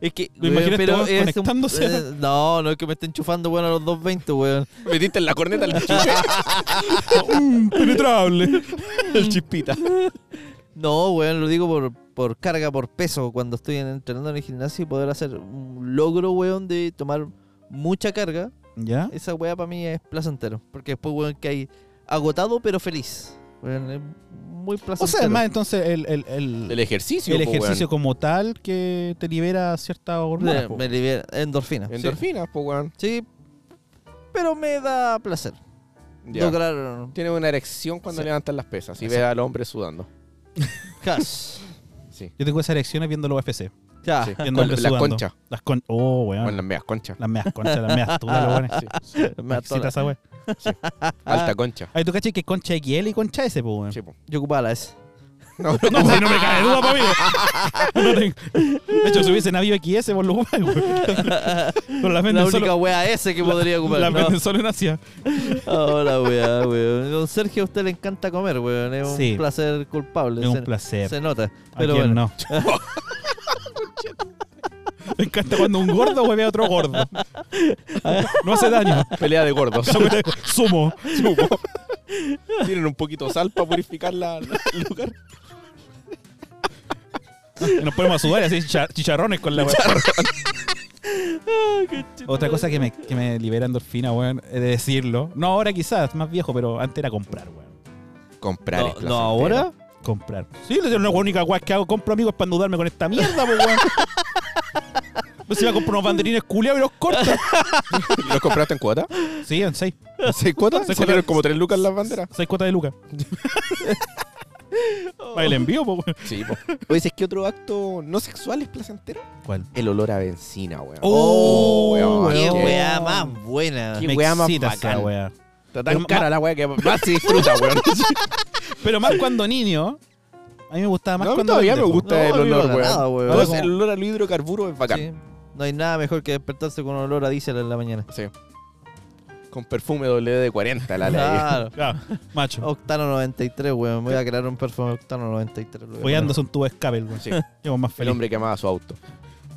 Es que,
¿Lo imaginas todos
un-
conectándose?
eh, [laughs] no, no es que me esté enchufando, weón, a los 220, weón.
Metiste en la corneta el chuche.
Mm, [laughs] penetrable.
El chispita.
No, weón, lo digo por, por carga, por peso. Cuando estoy en- entrenando en el gimnasio y poder hacer un logro, weón, de tomar mucha carga,
¿Ya?
esa weá para mí es placentero. Porque después, weón, que hay agotado pero feliz. Weón, es muy placentero.
O sea, además, entonces, el, el, el,
El ejercicio,
el
po,
ejercicio como tal que te libera cierta hormona.
Me- me libera endorfina.
weón. Endorfinas, po, weón.
Sí, pero me da placer
Ya. [laughs]
lograr
Tiene una erección cuando
Sí.
levantan las pesas y
Así.
ve al hombre sudando.
cash.
Sí.
Yo tengo esas erecciones viendo los UFC.
Ya.
sí.
Viendo
Con
hombres
la
sudando.
concha.
Las con oh, weón.
Con las meas conchas.
Las meas conchas, las meas todas,
[laughs]
los weones. Me
[laughs] Me
excita
atona.
esa wea.
Alta concha.
Ay, tú caché que es concha XL y concha S, pues, weón.
Sí, po.
Yo ocupaba la S.
No,
No,
[laughs]
si no me cae duda, papi. No tengo- De hecho, si hubiese navío XS, por lo weón.
[laughs]
Pero las
La
venden
única
solo,
wea S que podría ocupar.
las
¿no?
venden solo en Asia.
Ahora, weá, weón. Don Sergio, a usted le encanta comer, weón. Es un
Sí.
placer culpable.
Es un
se,
placer.
se nota.
¿A
Pero
quién
bueno,
no?
[laughs]
Me encanta cuando un gordo hueve a otro
[laughs]
gordo. No hace daño.
[laughs] Pelea de gordos. [laughs]
[laughs] Sumo.
Tienen un poquito de sal para purificar la, la- el lugar.
Nos podemos sudar y hacer chicha- chicharrones con la weá. [laughs] Otra cosa que me, que me libera endorfina, weón, es de decirlo. No ahora quizás, más viejo, pero antes era comprar, weón.
Comprar
No,
es
no,
[laughs]
ahora.
Comprar. Sí, es la única weá que hago. Compro amigos para endeudarme con esta mierda, pues, weón. [laughs] Pues si me compro unos banderines culiados y los corto.
¿Los compraste en cuota?
Sí, en seis.
¿En ¿Seis cuotas?
Seis
Salieron
cuotas.
como tres lucas las banderas.
Seis cuotas de [laughs] lucas. Para el envío, pues, weón.
Sí, po. Oye, ¿sabes qué otro acto no sexual es placentero?
¿Cuál?
El olor a benzina, weón.
Oh,
Oh,
Qué
weón.
weá más buena.
Qué
Me
weá más
excita esa
bacán.
weá.
Está
Pero
tan
ma-
cara la weá que más se disfruta, weón. [laughs]
Pero más cuando niño. A mí me gustaba más
No, a mí
cuando
todavía me
pendejo.
gusta eh,
No,
el
a mí me
olor,
gusta
weón.
nada, weón.
Como-
Entonces, el olor al hidrocarburo es bacán.
Sí. No hay nada mejor que despertarse con olor a diésel en la mañana.
Sí. Con perfume WD-40 la ley.
Claro.
Claro, macho.
Octano 93, weón. Voy a crear un perfume Octano 93. lo
Voy
a
andando son
poner.
tubo de escape, el weón.
Sí.
Llevo más
El
feliz.
hombre que amaba su auto.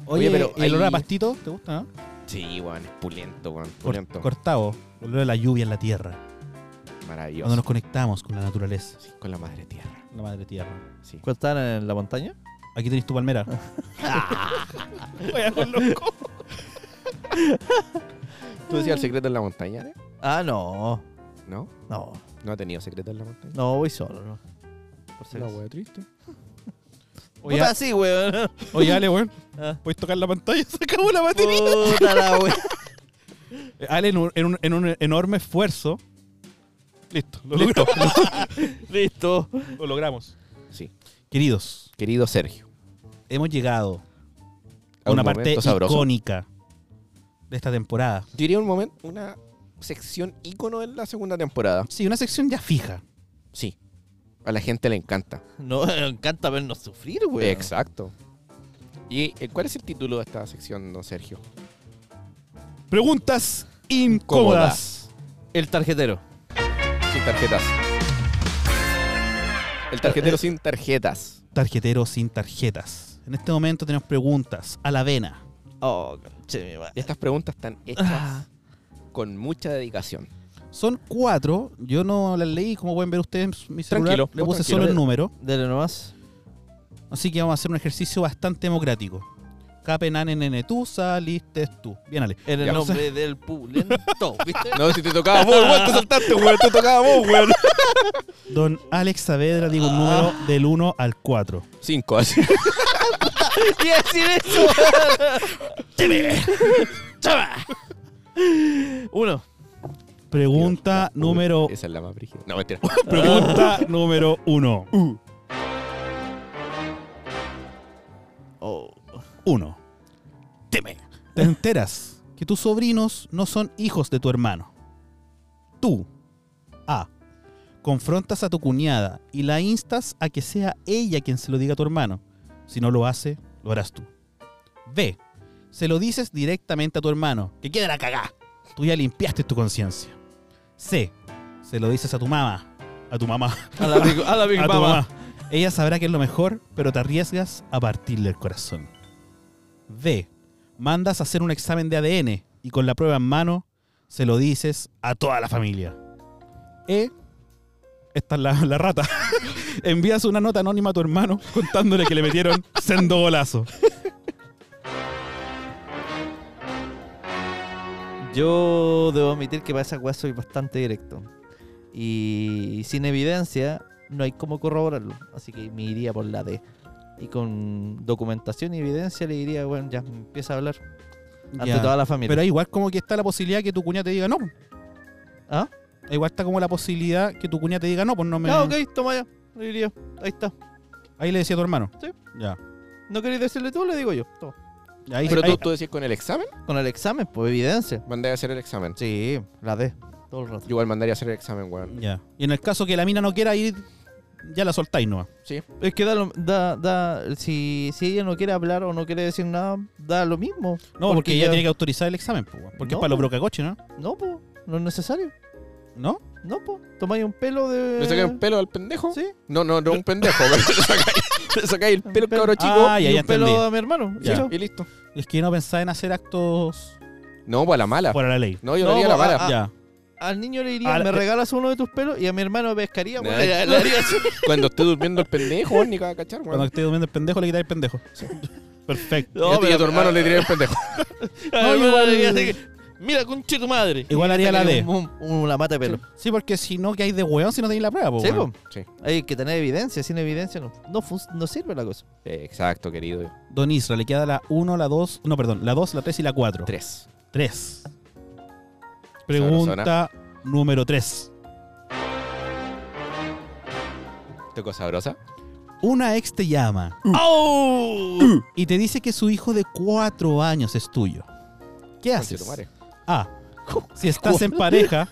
Oye,
Oye,
pero
pero
el olor a
ahí-
pastito, ¿te gusta? no?
Sí, weón, es pulento, weón.
Cor-
Pulento.
cortado. Olor a la lluvia en la tierra. Cuando
Maravilloso.
nos conectamos con la naturaleza.
Sí, con la madre tierra.
La madre tierra.
Sí.
¿Cuál están en la montaña?
Aquí tenés tu palmera. [laughs]
¿Tú
Mm.
decías el secreto en la montaña? ¿eh?
Ah, no.
¿No?
No,
¿No ha tenido secreto en la montaña?
no, voy solo, no. Por si
Una
acaso.
weá triste.
Oye,
Puta,
[laughs]
sí, weón.
oye, Ale, weón.
Ah.
¿Puedes tocar la pantalla? [laughs] Se acabó la batería.
Puta la weón.
Oh, Ale, en un, en un- en un enorme esfuerzo. Listo, lo logró. [laughs]
Listo.
lo logramos.
Sí.
Queridos,
Querido Sergio.
hemos llegado a
un
una parte
momento sabroso.
icónica de esta temporada.
Yo diría un momento, una sección ícono en la segunda temporada.
Sí, una sección ya fija.
Sí. A la gente le encanta.
No, [laughs] me encanta vernos sufrir, weón.
Exacto. ¿Y eh, cuál es el título de esta sección, don Sergio?
Preguntas incómodas.
El tarjetero.
Sin tarjetas. El
Eh,
tarjetero sin tarjetas.
Tarjeteros sin tarjetas. En este momento tenemos preguntas a la vena.
Oh, che, mi madre.
Estas preguntas están
Ah.
hechas con mucha dedicación.
Son cuatro. Yo no las leí, como pueden ver ustedes en mi celular.
Tranquilo,
Le
vos
puse
tranquilo.
solo el número.
Dele nomás.
Así que vamos a hacer un ejercicio bastante democrático. Capenan en nene, tú saliste tú. Bien, Ale.
En el
Ya.
nombre del pulento, ¿viste?
No, si te tocaba vos, weón, te saltaste, weón, te tocaba
[laughs]
vos, weón.
Don Alex Saavedra, digo un número del 1 al 4.
Cinco, así.
[laughs] ¡Qué decir eso! [laughs] Uno.
Pregunta número.
Esa es la más brígida. No, mentira.
Pregunta número 1.
Oh.
1. Teme. Te enteras que tus sobrinos no son hijos de tu hermano. Tú. A. Confrontas a tu cuñada y la instas a que sea ella quien se lo diga a tu hermano. Si no lo hace, lo harás tú. B. Se lo dices directamente a tu hermano, que quede la cagá. Tú ya limpiaste tu conciencia. C. Se lo dices a tu mamá. A tu mamá.
A la Big, [laughs] a la big
a tu
Mama.
mamá. Ella sabrá que es lo mejor, pero te arriesgas a partirle el corazón. D. Mandas a hacer un examen de ADN y con la prueba en mano se lo dices a toda la familia. E. Esta es la, la rata. [laughs] Envías una nota anónima a tu hermano contándole que le metieron [laughs] sendo golazo.
Yo debo admitir que para esa weá soy bastante directo. Y sin evidencia no hay cómo corroborarlo. Así que me iría por la D. Y con documentación y evidencia le diría, bueno, ya empieza a hablar ante
Ya.
toda la familia.
Pero ahí igual como que está la posibilidad que tu cuñada te diga no.
¿Ah?
Igual está como la posibilidad que tu cuñada te diga no, pues no me...
Ya, Ah, ok, toma ya. Le diría, ahí está.
Ahí le decía a tu hermano.
Sí.
Ya.
¿No queréis decirle tú? Le digo yo. Toma.
[laughs] Ahí,
Pero
ahí-
tú, tú decías con el examen,
Con el examen, pues evidencia.
mandé a hacer el examen.
Sí, la D. Todo el rato.
Yo igual mandaría a hacer el examen, weón.
Ya. Y en el caso que la mina no quiera ir, ya la soltáis no.
Sí.
Es que da lo- da, da, si, si ella no quiere hablar o no quiere decir nada, da lo mismo.
No, porque, ella tiene que autorizar el examen, pues, weón. porque es
No,
para los
pues.
brocacoches, ¿no?
No, pues, no es necesario.
¿No?
No, po. Tomáis un pelo de.
¿Le
Eh,
sacáis un pelo al pendejo?
Sí.
No, no, no un pendejo, pero [laughs] le sacáis- le sacáis el pelo,
Pero-
cabro chico.
Ah, ya,
y
ya
un pelo
entendí.
a mi hermano.
Ya.
Sí, no.
Y listo.
Es que yo no pensaba en hacer actos
No, pues a la mala.
fuera de la ley.
No, yo
No,
no haría la
pues,
mala.
Ah.
Ya.
al niño le diría,
Al- eh,
me regalas uno de tus pelos y a mi hermano me pescaría.
Nah.
weón, le- le haría
[laughs]
así.
Cuando esté durmiendo el pendejo, weón, ni cada cachar, weón.
ah. Cuando esté durmiendo el pendejo, le quitáis el pendejo. [laughs] Perfecto.
Y a ti y a tu
ah,
hermano le diré el pendejo.
a mi
No,
hermano
igual-
le diría así que, Mira, conche tu madre.
Igual haría la
Sacaría
D.
un- un- una mata de pelo.
Sí, porque si no, que hay de weón si no tenéis la prueba, po,
Sí,
weón.
po.
Sí.
Hay que tener evidencia. Sin evidencia no, no, fun- no sirve la cosa.
Exacto, querido.
Don Isra, le queda la 1, la 2, no, perdón, la 2, la 3 y la 4.
Tres.
3. Pregunta número 3.
¿Tocó sabrosa?
Una ex te llama
¡Au!
y te dice que su hijo de 4 años es tuyo. ¿Qué haces? [laughs]
Conchetumare.
A. Si estás en pareja,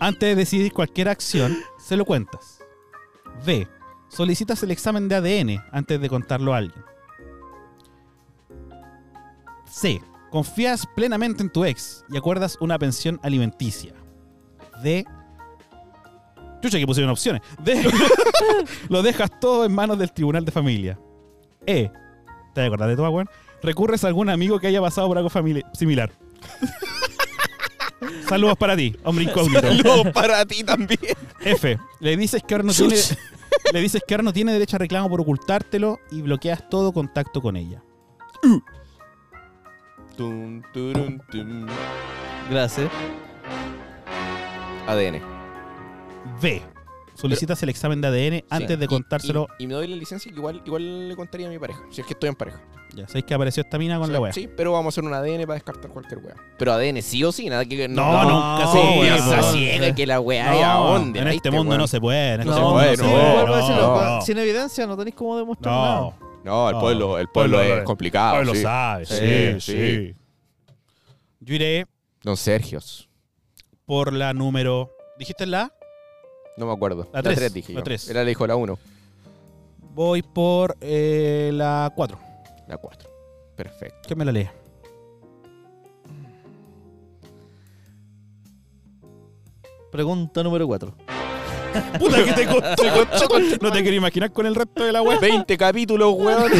antes de decidir cualquier acción, se lo cuentas. B. Solicitas el examen de ADN antes de contarlo a alguien. C. Confías plenamente en tu ex y acuerdas una pensión alimenticia. D. Chucha, que pusieron opciones. D. lo dejas todo en manos del tribunal de familia. E. ¿Te acordás de todo, weón? Recurres a algún amigo que haya pasado por algo famili- similar. Saludos para ti, hombre incógnito.
Saludos para ti también.
F. Le dices que ahora no tiene. Le dices que ahora no tiene derecho a reclamo por ocultártelo y bloqueas todo contacto con ella.
Tum, turum, tum.
Gracias.
ADN.
B. Solicitas el examen de ADN antes
Sí.
de
Y-
contárselo.
Y, y me doy la licencia que igual, igual le contaría a mi pareja. Si es que estoy en pareja.
Ya sabéis que apareció esta mina con
Sí,
la wea.
Sí, pero vamos a hacer un ADN para descartar cualquier wea. Pero ADN sí o sí, nada que.
No,
No,
nunca
no,
se
sí,
puede,
esa
weón.
sí,
ciega que la wea
No,
¿y a dónde.
En este
¿Viste,
mundo
weón?
no se puede. En
No
este
se
mundo
puede,
no
no,
se
vuelvo a
puede.
decirlo,
No,
Sin evidencia no tenéis cómo demostrar
no.
nada.
No, el
No.
pueblo, el pueblo
Pueblo
es
es-
complicado.
Pablo
Ah, sí.
sabe. Sí,
Sí,
sí. Yo iré
Don Sergios.
por la número. ¿Dijiste la?
No me acuerdo.
La tres,
dije
la
yo.
tres.
Era el hijo la 1.
Voy por eh, la 4.
La 4. Perfecto.
Que me la lea.
Pregunta número 4.
[laughs] Puta que te costó, concha. No te quiero imaginar con el resto de la
[laughs]
web.
20 capítulos, [laughs] weón.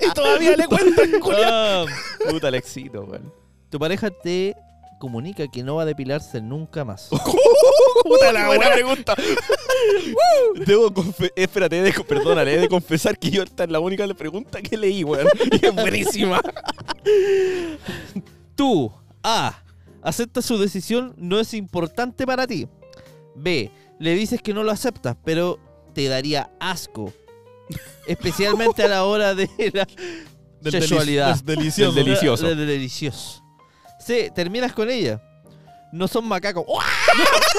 Y todavía le cuentan, [laughs] Ah,
Puta, le excito, weón.
Tu pareja te comunica que no va a depilarse nunca más.
Puta la buena pregunta. [laughs] Debo confe- espérate, de perdónale, he de confesar que yo esta es la única pregunta que leí, weón. [laughs] Y es [laughs] buenísima.
Tú, A. Aceptas su decisión, no es importante para ti. B. Le dices que no lo aceptas, pero te daría [laughs] asco. Especialmente a la hora de la sexualidad.
delicioso.
Del delici- delicioso.
Del- del delicioso. C. Terminas con ella. No son macacos.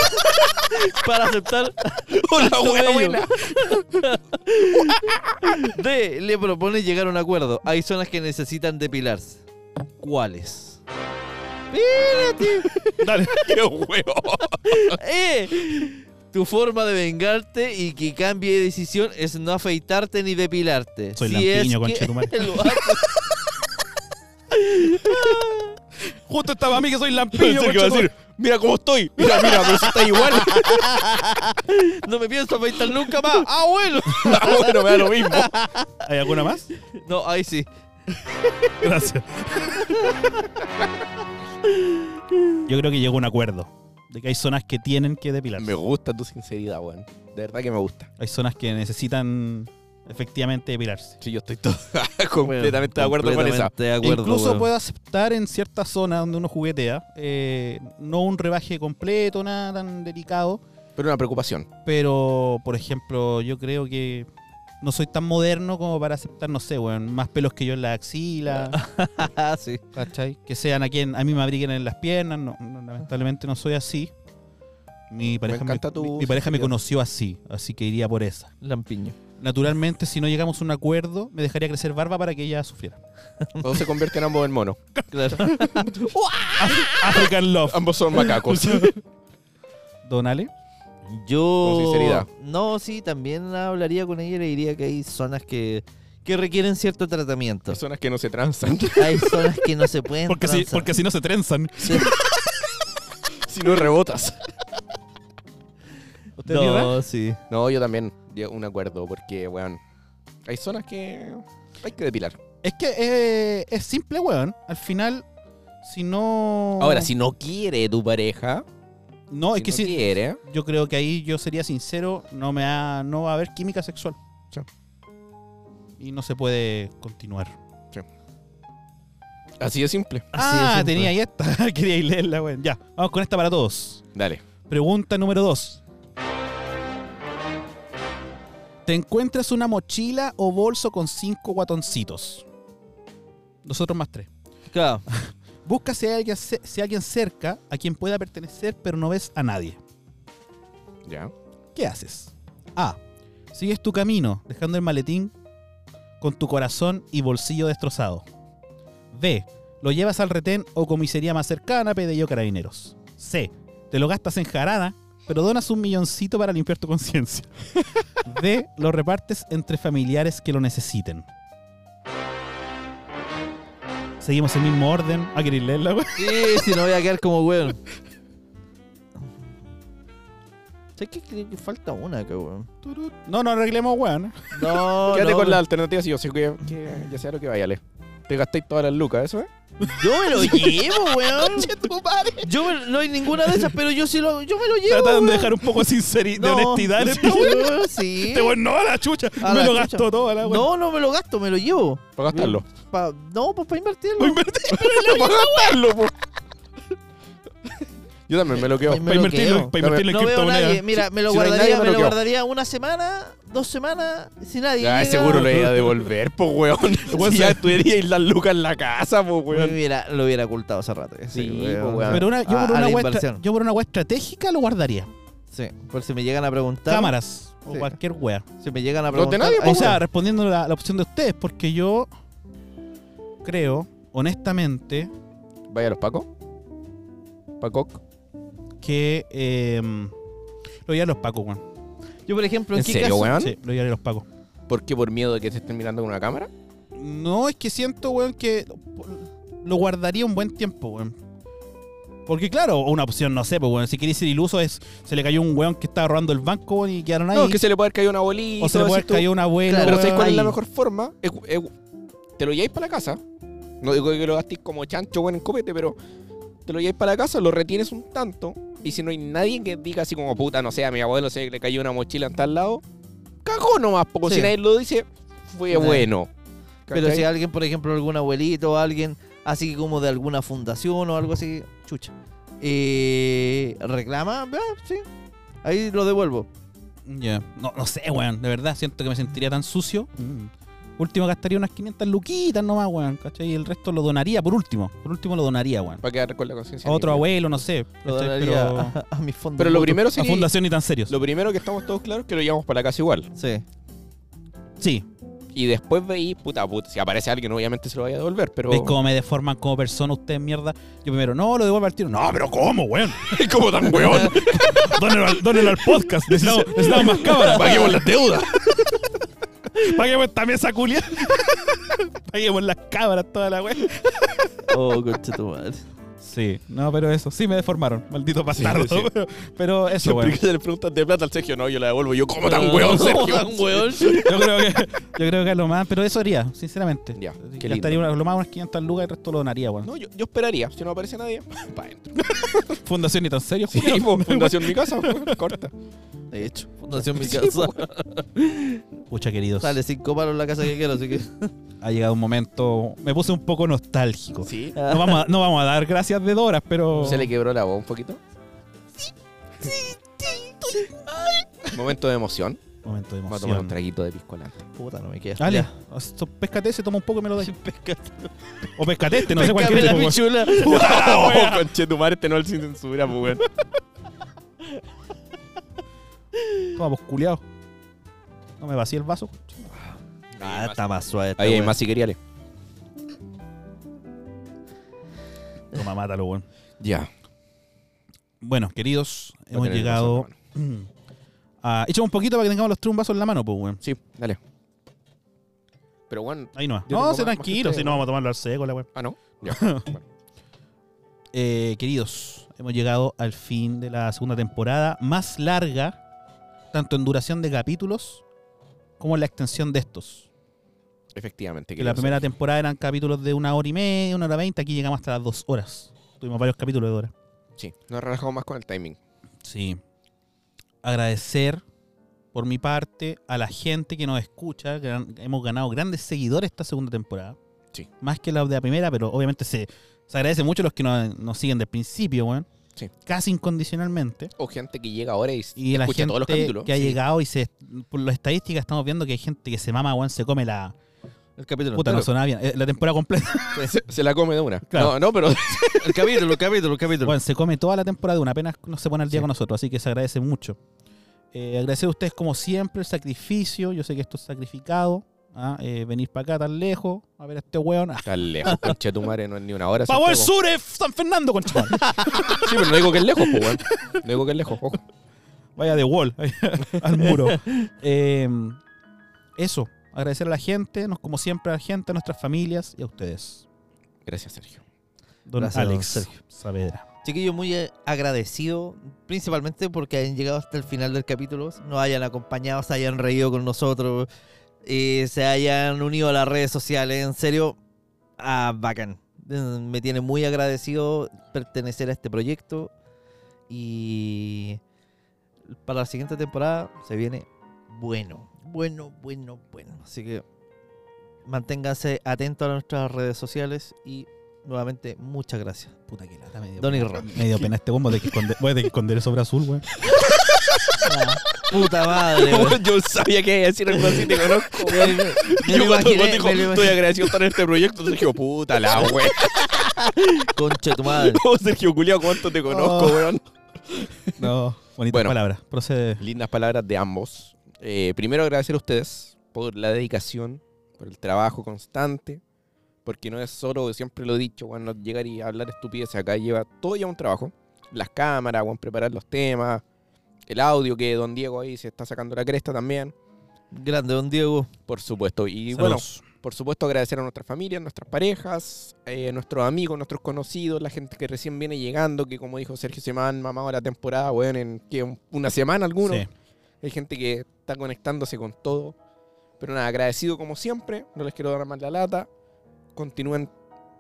[laughs]
para aceptar
[laughs] Hola,
Acto
weón.
bello.
buena.
D. Le propone llegar a un acuerdo. Hay zonas que necesitan depilarse. ¿Cuáles?
[laughs] Dale.
Qué weón.
E. Tu forma de vengarte y que cambie de decisión es no afeitarte ni depilarte.
Soy
es
lampiño,
que [laughs]
[laughs]
conchetumare.
lo haces.
Justo estaba a mí que soy lampiño.
Pensé que iba a decir, mira cómo estoy. Mira, mira, pero si está igual.
no me pienso afeitar nunca
[laughs]
más. ¡Ah, bueno!
Ah, bueno, me da lo mismo.
¿Hay alguna más?
No, ahí sí.
Gracias. Yo creo que llegó a un acuerdo de que hay zonas que tienen que
[laughs] Me
depilarse.
gusta tu sinceridad, weón. De verdad que me gusta.
Hay zonas que necesitan efectivamente depilarse.
Sí, yo estoy todo- [laughs] completamente de acuerdo con esa.
Completamente de acuerdo,
Incluso
weón.
puedo aceptar en ciertas zonas donde uno juguetea, eh, no un rebaje completo, nada tan delicado,
Pero una preocupación.
Pero, por ejemplo, yo creo que no soy tan moderno como para aceptar, no sé, weón, más pelos que yo en la [laughs] axila,
[laughs] Ah, sí.
¿cachai? Que sean a quien a mí me abriguen en las piernas. No, no, lamentablemente no soy así. Mi pareja, me,
encanta tu
mi- mi pareja me
sinceridad.
conoció así, así que iría por esa.
Lampiño.
Naturalmente, si no llegamos a un acuerdo, me dejaría crecer barba para que ella sufriera.
Todos se convierten ambos en mono.
Claro.
African Love.
[laughs] Ambos son macacos.
Ah. Donale.
Yo.
Con sinceridad.
No, sí, también hablaría con ella y le diría que hay zonas que, que requieren cierto tratamiento.
Personas que no se transan. [laughs]
Hay zonas que no se pueden.
Porque si,
transar.
porque si no se trenzan.
Sí.
si no rebotas.
[laughs] ¿Usted mierda?
No, sí.
No, yo también. Yo un acuerdo, porque, weón. Hay zonas que hay que depilar.
Es que eh, es simple, weón. Al final, si no.
Ahora, si no quiere tu pareja,
No, es que
si
sí.
no quiere.
Yo creo que ahí yo sería sincero, no me ha- no va a haber química sexual.
Sí.
Y no se puede continuar.
Así de simple.
ah, tenía ahí esta. [laughs] Quería ir leerla, weón. Ya, vamos con esta para todos.
Dale.
Pregunta número 2. Te encuentras una mochila o bolso con cinco guatoncitos. Nosotros más tres.
Claro.
Busca si hay alguien, ce- si hay alguien cerca a quien pueda pertenecer, pero no ves a nadie.
Ya.
¿Qué haces? A. Sigues tu camino, dejando el maletín con tu corazón y bolsillo destrozado. B. Lo llevas al retén o comisaría más cercana, yo carabineros. C. Te lo gastas en jarana, pero donas un milloncito para limpiar tu conciencia. D. Lo repartes entre familiares que lo necesiten. Seguimos el mismo orden. Ah, queréis leerla, güey.
Sí, si no voy a quedar como weón. ¿Sabes qué? Creo que falta una, cabrón.
No, no arreglemos, [laughs] weón.
No,
Quédate
no,
con
pero-
las alternativas y yo sé que, que ya sea lo que vaya, Ale. Te gastáis todas las lucas, ¿eso eh?
Yo
[laughs]
me lo llevo, weón.
tu madre!
Yo me- no hay ninguna de esas, pero yo sí lo, yo me lo llevo.
Tratan de
weón.
dejar un poco de sinceridad, de
No,
honestidad en
sí,
esta weá.
weón, sí.
Este weón no a la chucha.
A
me
la
lo
chucha.
gastó todo a la weá.
No, no me lo gasto, me lo llevo.
Para gastarlo.
Pa- no, pues para invertirlo.
Voy a
[laughs]
invertir-
Para gastarlo, po. Yo también me lo quedo.
Ay, me
para
lo
invertirlo,
quedo.
para invertirlo
no
en
veo a
criptomonedas.
nadie. Mira, me lo
Si no hay
guardaría,
nadie, me
me
lo
lo
quedo.
guardaría una semana, dos semanas, sin nadie.
Ay,
llega.
seguro lo iba a devolver, po, [laughs] weón.
Weón,
si ya
se-
estuvierais las lucas en la casa, po,
Me
weón.
hubiera, lo hubiera ocultado hace rato. ese,
Sí, po, weón.
Pero una, yo,
A-
por
a
una
la
weá estra-
inversión.
yo por una weá estratégica lo guardaría.
Sí, por si me llegan a preguntar.
Cámaras o
Sí.
cualquier weá.
Si me llegan a
No te
preguntar.
nadie, pues,
ahí
O
está.
sea, respondiendo la, la opción de ustedes, porque yo creo, honestamente,
Vaya a los Paco. Pacoc.
que eh, lo llevaré a los pacos, weón.
yo, por ejemplo, en,
¿En
qué
serio,
caso-
weón?
Sí, lo llevaré a los pacos.
¿Por qué por miedo de que te estén mirando con una cámara?
No, es que siento, weón, que lo guardaría un buen tiempo, weón. Porque claro, una opción, no sé, pues, weón, si queréis ser iluso es, se le cayó un weón que estaba robando el banco, weón, y quedaron ahí.
No, es que se le puede haber caído una bolita.
o se le puede haber
decís tú.
caído un abuelo,
Claro,
Pero
weón.
¿sabéis cuál es la
ahí.
mejor forma? Es- es- te lo lleváis para la casa. No digo que lo gastéis como chancho, bueno, en copete, pero te lo lleváis para la casa, lo retienes un tanto. Y si no hay nadie que diga así como, puta, no sé, a mi abuelo se le cayó una mochila en tal lado, cagó nomás, porque
Sí.
si nadie lo dice, fue
Sí.
bueno.
Pero
¿Cachai?
si alguien, por ejemplo, algún abuelito o alguien así como de alguna fundación o algo así, chucha, eh, reclama, ah, sí, ahí lo devuelvo.
Ya. No, no sé, weón, de verdad, siento que me sentiría tan sucio.
Mm.
Último gastaría unas 500 luquitas nomás, weón, ¿cachai? Y el resto lo donaría, por último. Por último lo donaría, weón.
Para quedar con la conciencia.
A otro
limpia.
abuelo, no sé.
Lo
¿cachai?
donaría
Pero
[laughs] a, a mi fondo.
Pero lo primero
a
sería-
fundación ni tan serios.
Lo primero que estamos todos claros es que lo llevamos para la casa igual.
Sí,
Sí,
Y después veis, puta, puta, si aparece alguien, obviamente se lo vaya a devolver, pero.
¿Veis
[laughs]
cómo me deforman como persona ustedes, mierda? Yo primero, no, lo devuelvo al tiro. No, pero ¿cómo, weón? [laughs]
como tan weón?
Dónelo al, dónelo al podcast. Necesitamos, necesitamos más cámaras. [laughs]
[laughs] Paguemos las deudas.
Paguemos esta mesa culia. [laughs] Paguemos las cámaras, toda la weón.
oh, concha tu madre.
Sí, no, pero eso. Sí, me deformaron. Maldito bastardo.
sí.
[laughs] Pero, pero eso,
Siempre
weón.
que se le preguntan de plata al Sergio, no, yo la devuelvo. Yo, como tan
[laughs]
weón,
[laughs]
Sergio?
Como tan weón.
Yo creo que, yo creo que lo más. Pero eso haría, sinceramente.
Ya, qué lindo.
Gastaría una- lo más unas 500 lucas y el resto lo donaría, weón.
No, yo, yo esperaría. Si no aparece nadie, para adentro.
Fundación ni tan serio,
Sí,
Julio.
po, fundación mi casa, corta.
De hecho, Fundación Mi
Sí,
pues,
Casa.
[laughs] Pucha, queridos.
Sale cinco palos la casa que quiero, así que.
Ha llegado un momento. Me puse un poco nostálgico.
Sí.
No vamos, a, no vamos a dar gracias de Doras, pero.
Se le quebró la voz un poquito. Momento de emoción.
Momento de
Vamos a tomar
emoción.
un traguito de pisco lante.
Puta, no me queda.
Ale,
Ya.
so- pescate ese, toma un poco y me lo dais.
Pescate.
O pescate este, no sé
Pescame
cualquier
la
tipo. weón.
pichula.
[laughs] ¡Oh, conchetumar! Este no es el sin censura, pues, weón.
Toma, pues culiao. No me vacíe el vaso.
Ah, está más suave. esta
Ahí hay
weá.
más si quería, Ale.
Toma, mátalo, weón.
Ya.
Bueno, queridos,
Va a
hemos
tener
llegado.
razón,
mm, [clears throat] a- Echemos un poquito para que tengamos los tres un vaso en la mano, pues, weón.
Sí, dale. Pero, weón.
Ahí no va.
Yo
No,
tengo
se
más- más que
tranquilo,
ustedes,
si no
weón.
vamos a tomarlo al seco, la weón.
Ah, no. Ya. Bueno.
Eh, queridos, hemos llegado al fin de la segunda temporada, más larga, tanto en duración de capítulos como en la extensión de estos.
Efectivamente.
Que la
querido
primera temporada eran capítulos de una hora y media, una hora veinte, aquí llegamos hasta las dos horas. Tuvimos varios capítulos de horas.
Sí, nos relajamos más con el timing.
Sí. Agradecer por mi parte a la gente que nos escucha. que han- hemos ganado grandes seguidores esta segunda temporada.
Sí.
Más que la de la primera, pero obviamente se, se agradece mucho a los que nos, nos siguen desde el principio, weón.
Sí.
Casi incondicionalmente.
O gente que llega ahora y,
Y la
escucha
gente
todos los capítulos.
que ha
Sí.
llegado y se. Por las estadísticas estamos viendo que hay gente que se mama, weón, se come la.
El capítulo.
Puta, no
entero.
sonaba bien. eh, La temporada completa.
[laughs] Se, se la come de una.
Claro.
No, no, pero [laughs]
El capítulo, el capítulo, el capítulo.
Bueno, se come toda la temporada de una, apenas no se pone al día
Sí.
con nosotros, así que se agradece mucho. Eh, agradecer a ustedes como siempre el sacrificio, yo sé que esto es sacrificado, ah, eh, venir para acá tan lejos, a ver a este weón.
Está lejos, concha tu madre, no es ni una hora.
¡Vamos al
Santiago.
sur, eh, San Fernando, concha!
Sí, pero no digo que es lejos, pues, weón. No digo que es lejos, ojo.
Vaya de wall, [laughs] al muro. Eh, eso, agradecer a la gente, nos, como siempre a la gente, a nuestras familias y a ustedes.
[laughs]
Gracias, Sergio.
Don
Gracias, don
Alex
Sergio.
Saavedra.
Chiquillo, muy eh, agradecido, principalmente porque hayan llegado hasta el final del capítulo, nos hayan acompañado, se hayan reído con nosotros, eh, se hayan unido a las redes sociales. En serio, ah, bacán. Eh, Me tiene muy agradecido pertenecer a este proyecto y para la siguiente temporada se viene bueno, bueno, bueno, bueno. Así que manténganse atentos a nuestras redes sociales y nuevamente muchas gracias.
Puta que lata, me dio
Donny
pena.
Rock.
Me dio pena este bombo de que esconder, voy a tener que esconder el sobre azul, weón.
La
[laughs]
puta madre, weón.
[laughs] Yo sabía que iba a decir algo así, te conozco, weón.
Me lo imaginé, me lo imaginé.
agradecido por estar en este proyecto, Sergio, puta
[laughs]
la weón.
Concha de tu
[laughs]
madre.
Sergio Culiao, cuánto te
Oh.
weón.
[laughs] No, bonitas
Bueno.
palabras. Procede.
Lindas palabras de ambos. Eh, primero agradecer a ustedes por la dedicación, por el trabajo constante, porque no es solo, siempre lo he dicho, weón, no llegar y hablar estupideces acá lleva todo ya un trabajo. Las cámaras, weón, preparar los temas, el audio que Don Diego ahí se está sacando la cresta también,
Grande, don Diego.
por supuesto. Y bueno,
Saludos.
por supuesto, agradecer a nuestras familias, nuestras parejas, eh, nuestros amigos, nuestros conocidos, la gente que recién viene llegando, que como dijo Sergio, se me han mamado la temporada, weón, en ¿qué? Un- una semana algunos.
Sí.
Hay gente que está conectándose con todo. Pero nada, agradecido como siempre, no les quiero dar más la lata. Continúen,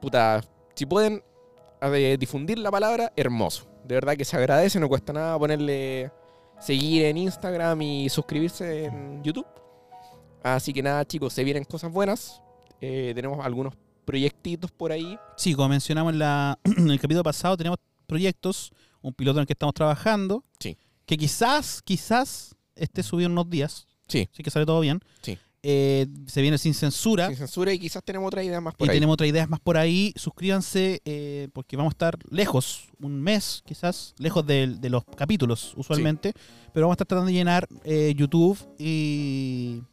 puta, si pueden a ver, difundir la palabra, hermoso. De verdad que se agradece, no cuesta nada ponerle seguir en Instagram y suscribirse en YouTube. Así que nada, chicos, se vienen cosas buenas. Eh, tenemos algunos proyectitos por ahí.
Sí, como mencionamos en, la- [clears throat] en el capítulo pasado, tenemos proyectos, un piloto en el que estamos trabajando,
Sí.
que quizás, quizás esté subido en unos días,
Sí.
así que sale todo bien.
Sí.
Eh, se viene sin censura
Sin censura y quizás tenemos otra idea más
Ah. y
por ahí.
tenemos otras ideas más por ahí. Suscríbanse eh, porque vamos a estar lejos, un mes quizás, lejos del- de, los capítulos usualmente, pero vamos a estar tratando de llenar eh, YouTube y,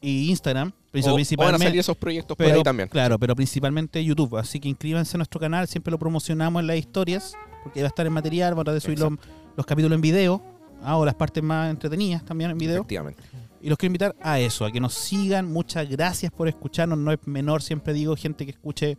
y Instagram,
O- o van a
principalmente.
salir esos proyectos por
Pero,
ahí también.
Claro, pero principalmente YouTube. Así que inscríbanse a nuestro canal, siempre lo promocionamos en las historias, porque ahí va a estar en material, vamos a tratar de subir los, los capítulos en video, ah, o las partes más entretenidas también en video.
Efectivamente.
Y los quiero invitar a eso, a que nos sigan. Muchas gracias por escucharnos. No es menor, siempre digo, gente que escuche,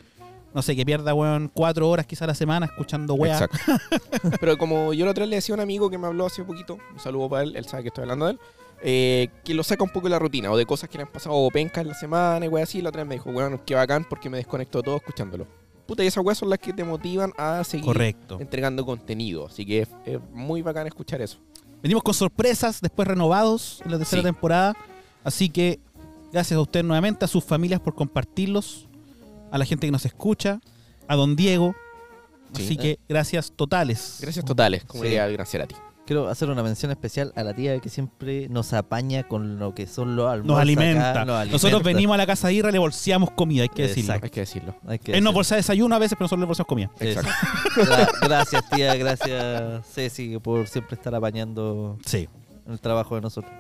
no sé, que pierda, weón, cuatro horas quizás a la semana escuchando weas.
Exacto. [laughs] Pero como yo la otra vez le decía a un amigo que me habló hace poquito, un saludo para él, él sabe que estoy hablando de él, eh, que lo saca un poco de la rutina o de cosas que le han pasado penca en la semana y wey así. La otra vez me dijo, weón, qué bacán porque me desconecto de todo escuchándolo. Puta, y esas weas son las que te motivan a seguir
Correcto.
entregando contenido. Así que es, es muy bacán escuchar eso.
Venimos con sorpresas, después renovados en la tercera
Sí.
temporada. Así que gracias a usted nuevamente, a sus familias por compartirlos, a la gente que nos escucha, a don Diego.
Sí.
Así que gracias totales.
Gracias totales, como
Sí.
diría gracias a ti.
Quiero hacer una mención especial a la tía que siempre nos apaña con lo que son los almuerzos.
Nos alimenta.
acá, nos
Nosotros
alimenta.
venimos a la casa de Irra y le bolseamos comida, hay que decirlo.
Exacto.
Hay que decirlo.
Hay que
Él nos
decirlo.
bolsa desayuno a veces, pero nosotros le bolseamos comida.
Exacto.
Gra- Gracias, tía. Gracias, Ceci, por siempre estar apañando
Sí.
el trabajo de nosotros.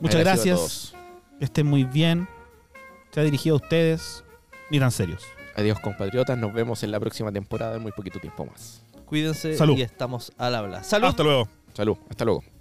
Muchas
Agradecido a
gracias. Que estén muy bien. Se ha dirigido a ustedes. Miran serios.
Adiós, compatriotas. Nos vemos en la próxima temporada en muy poquito tiempo más.
Cuídense
Salud.
y estamos al habla. Salud.
Hasta luego.
Salud. Hasta luego.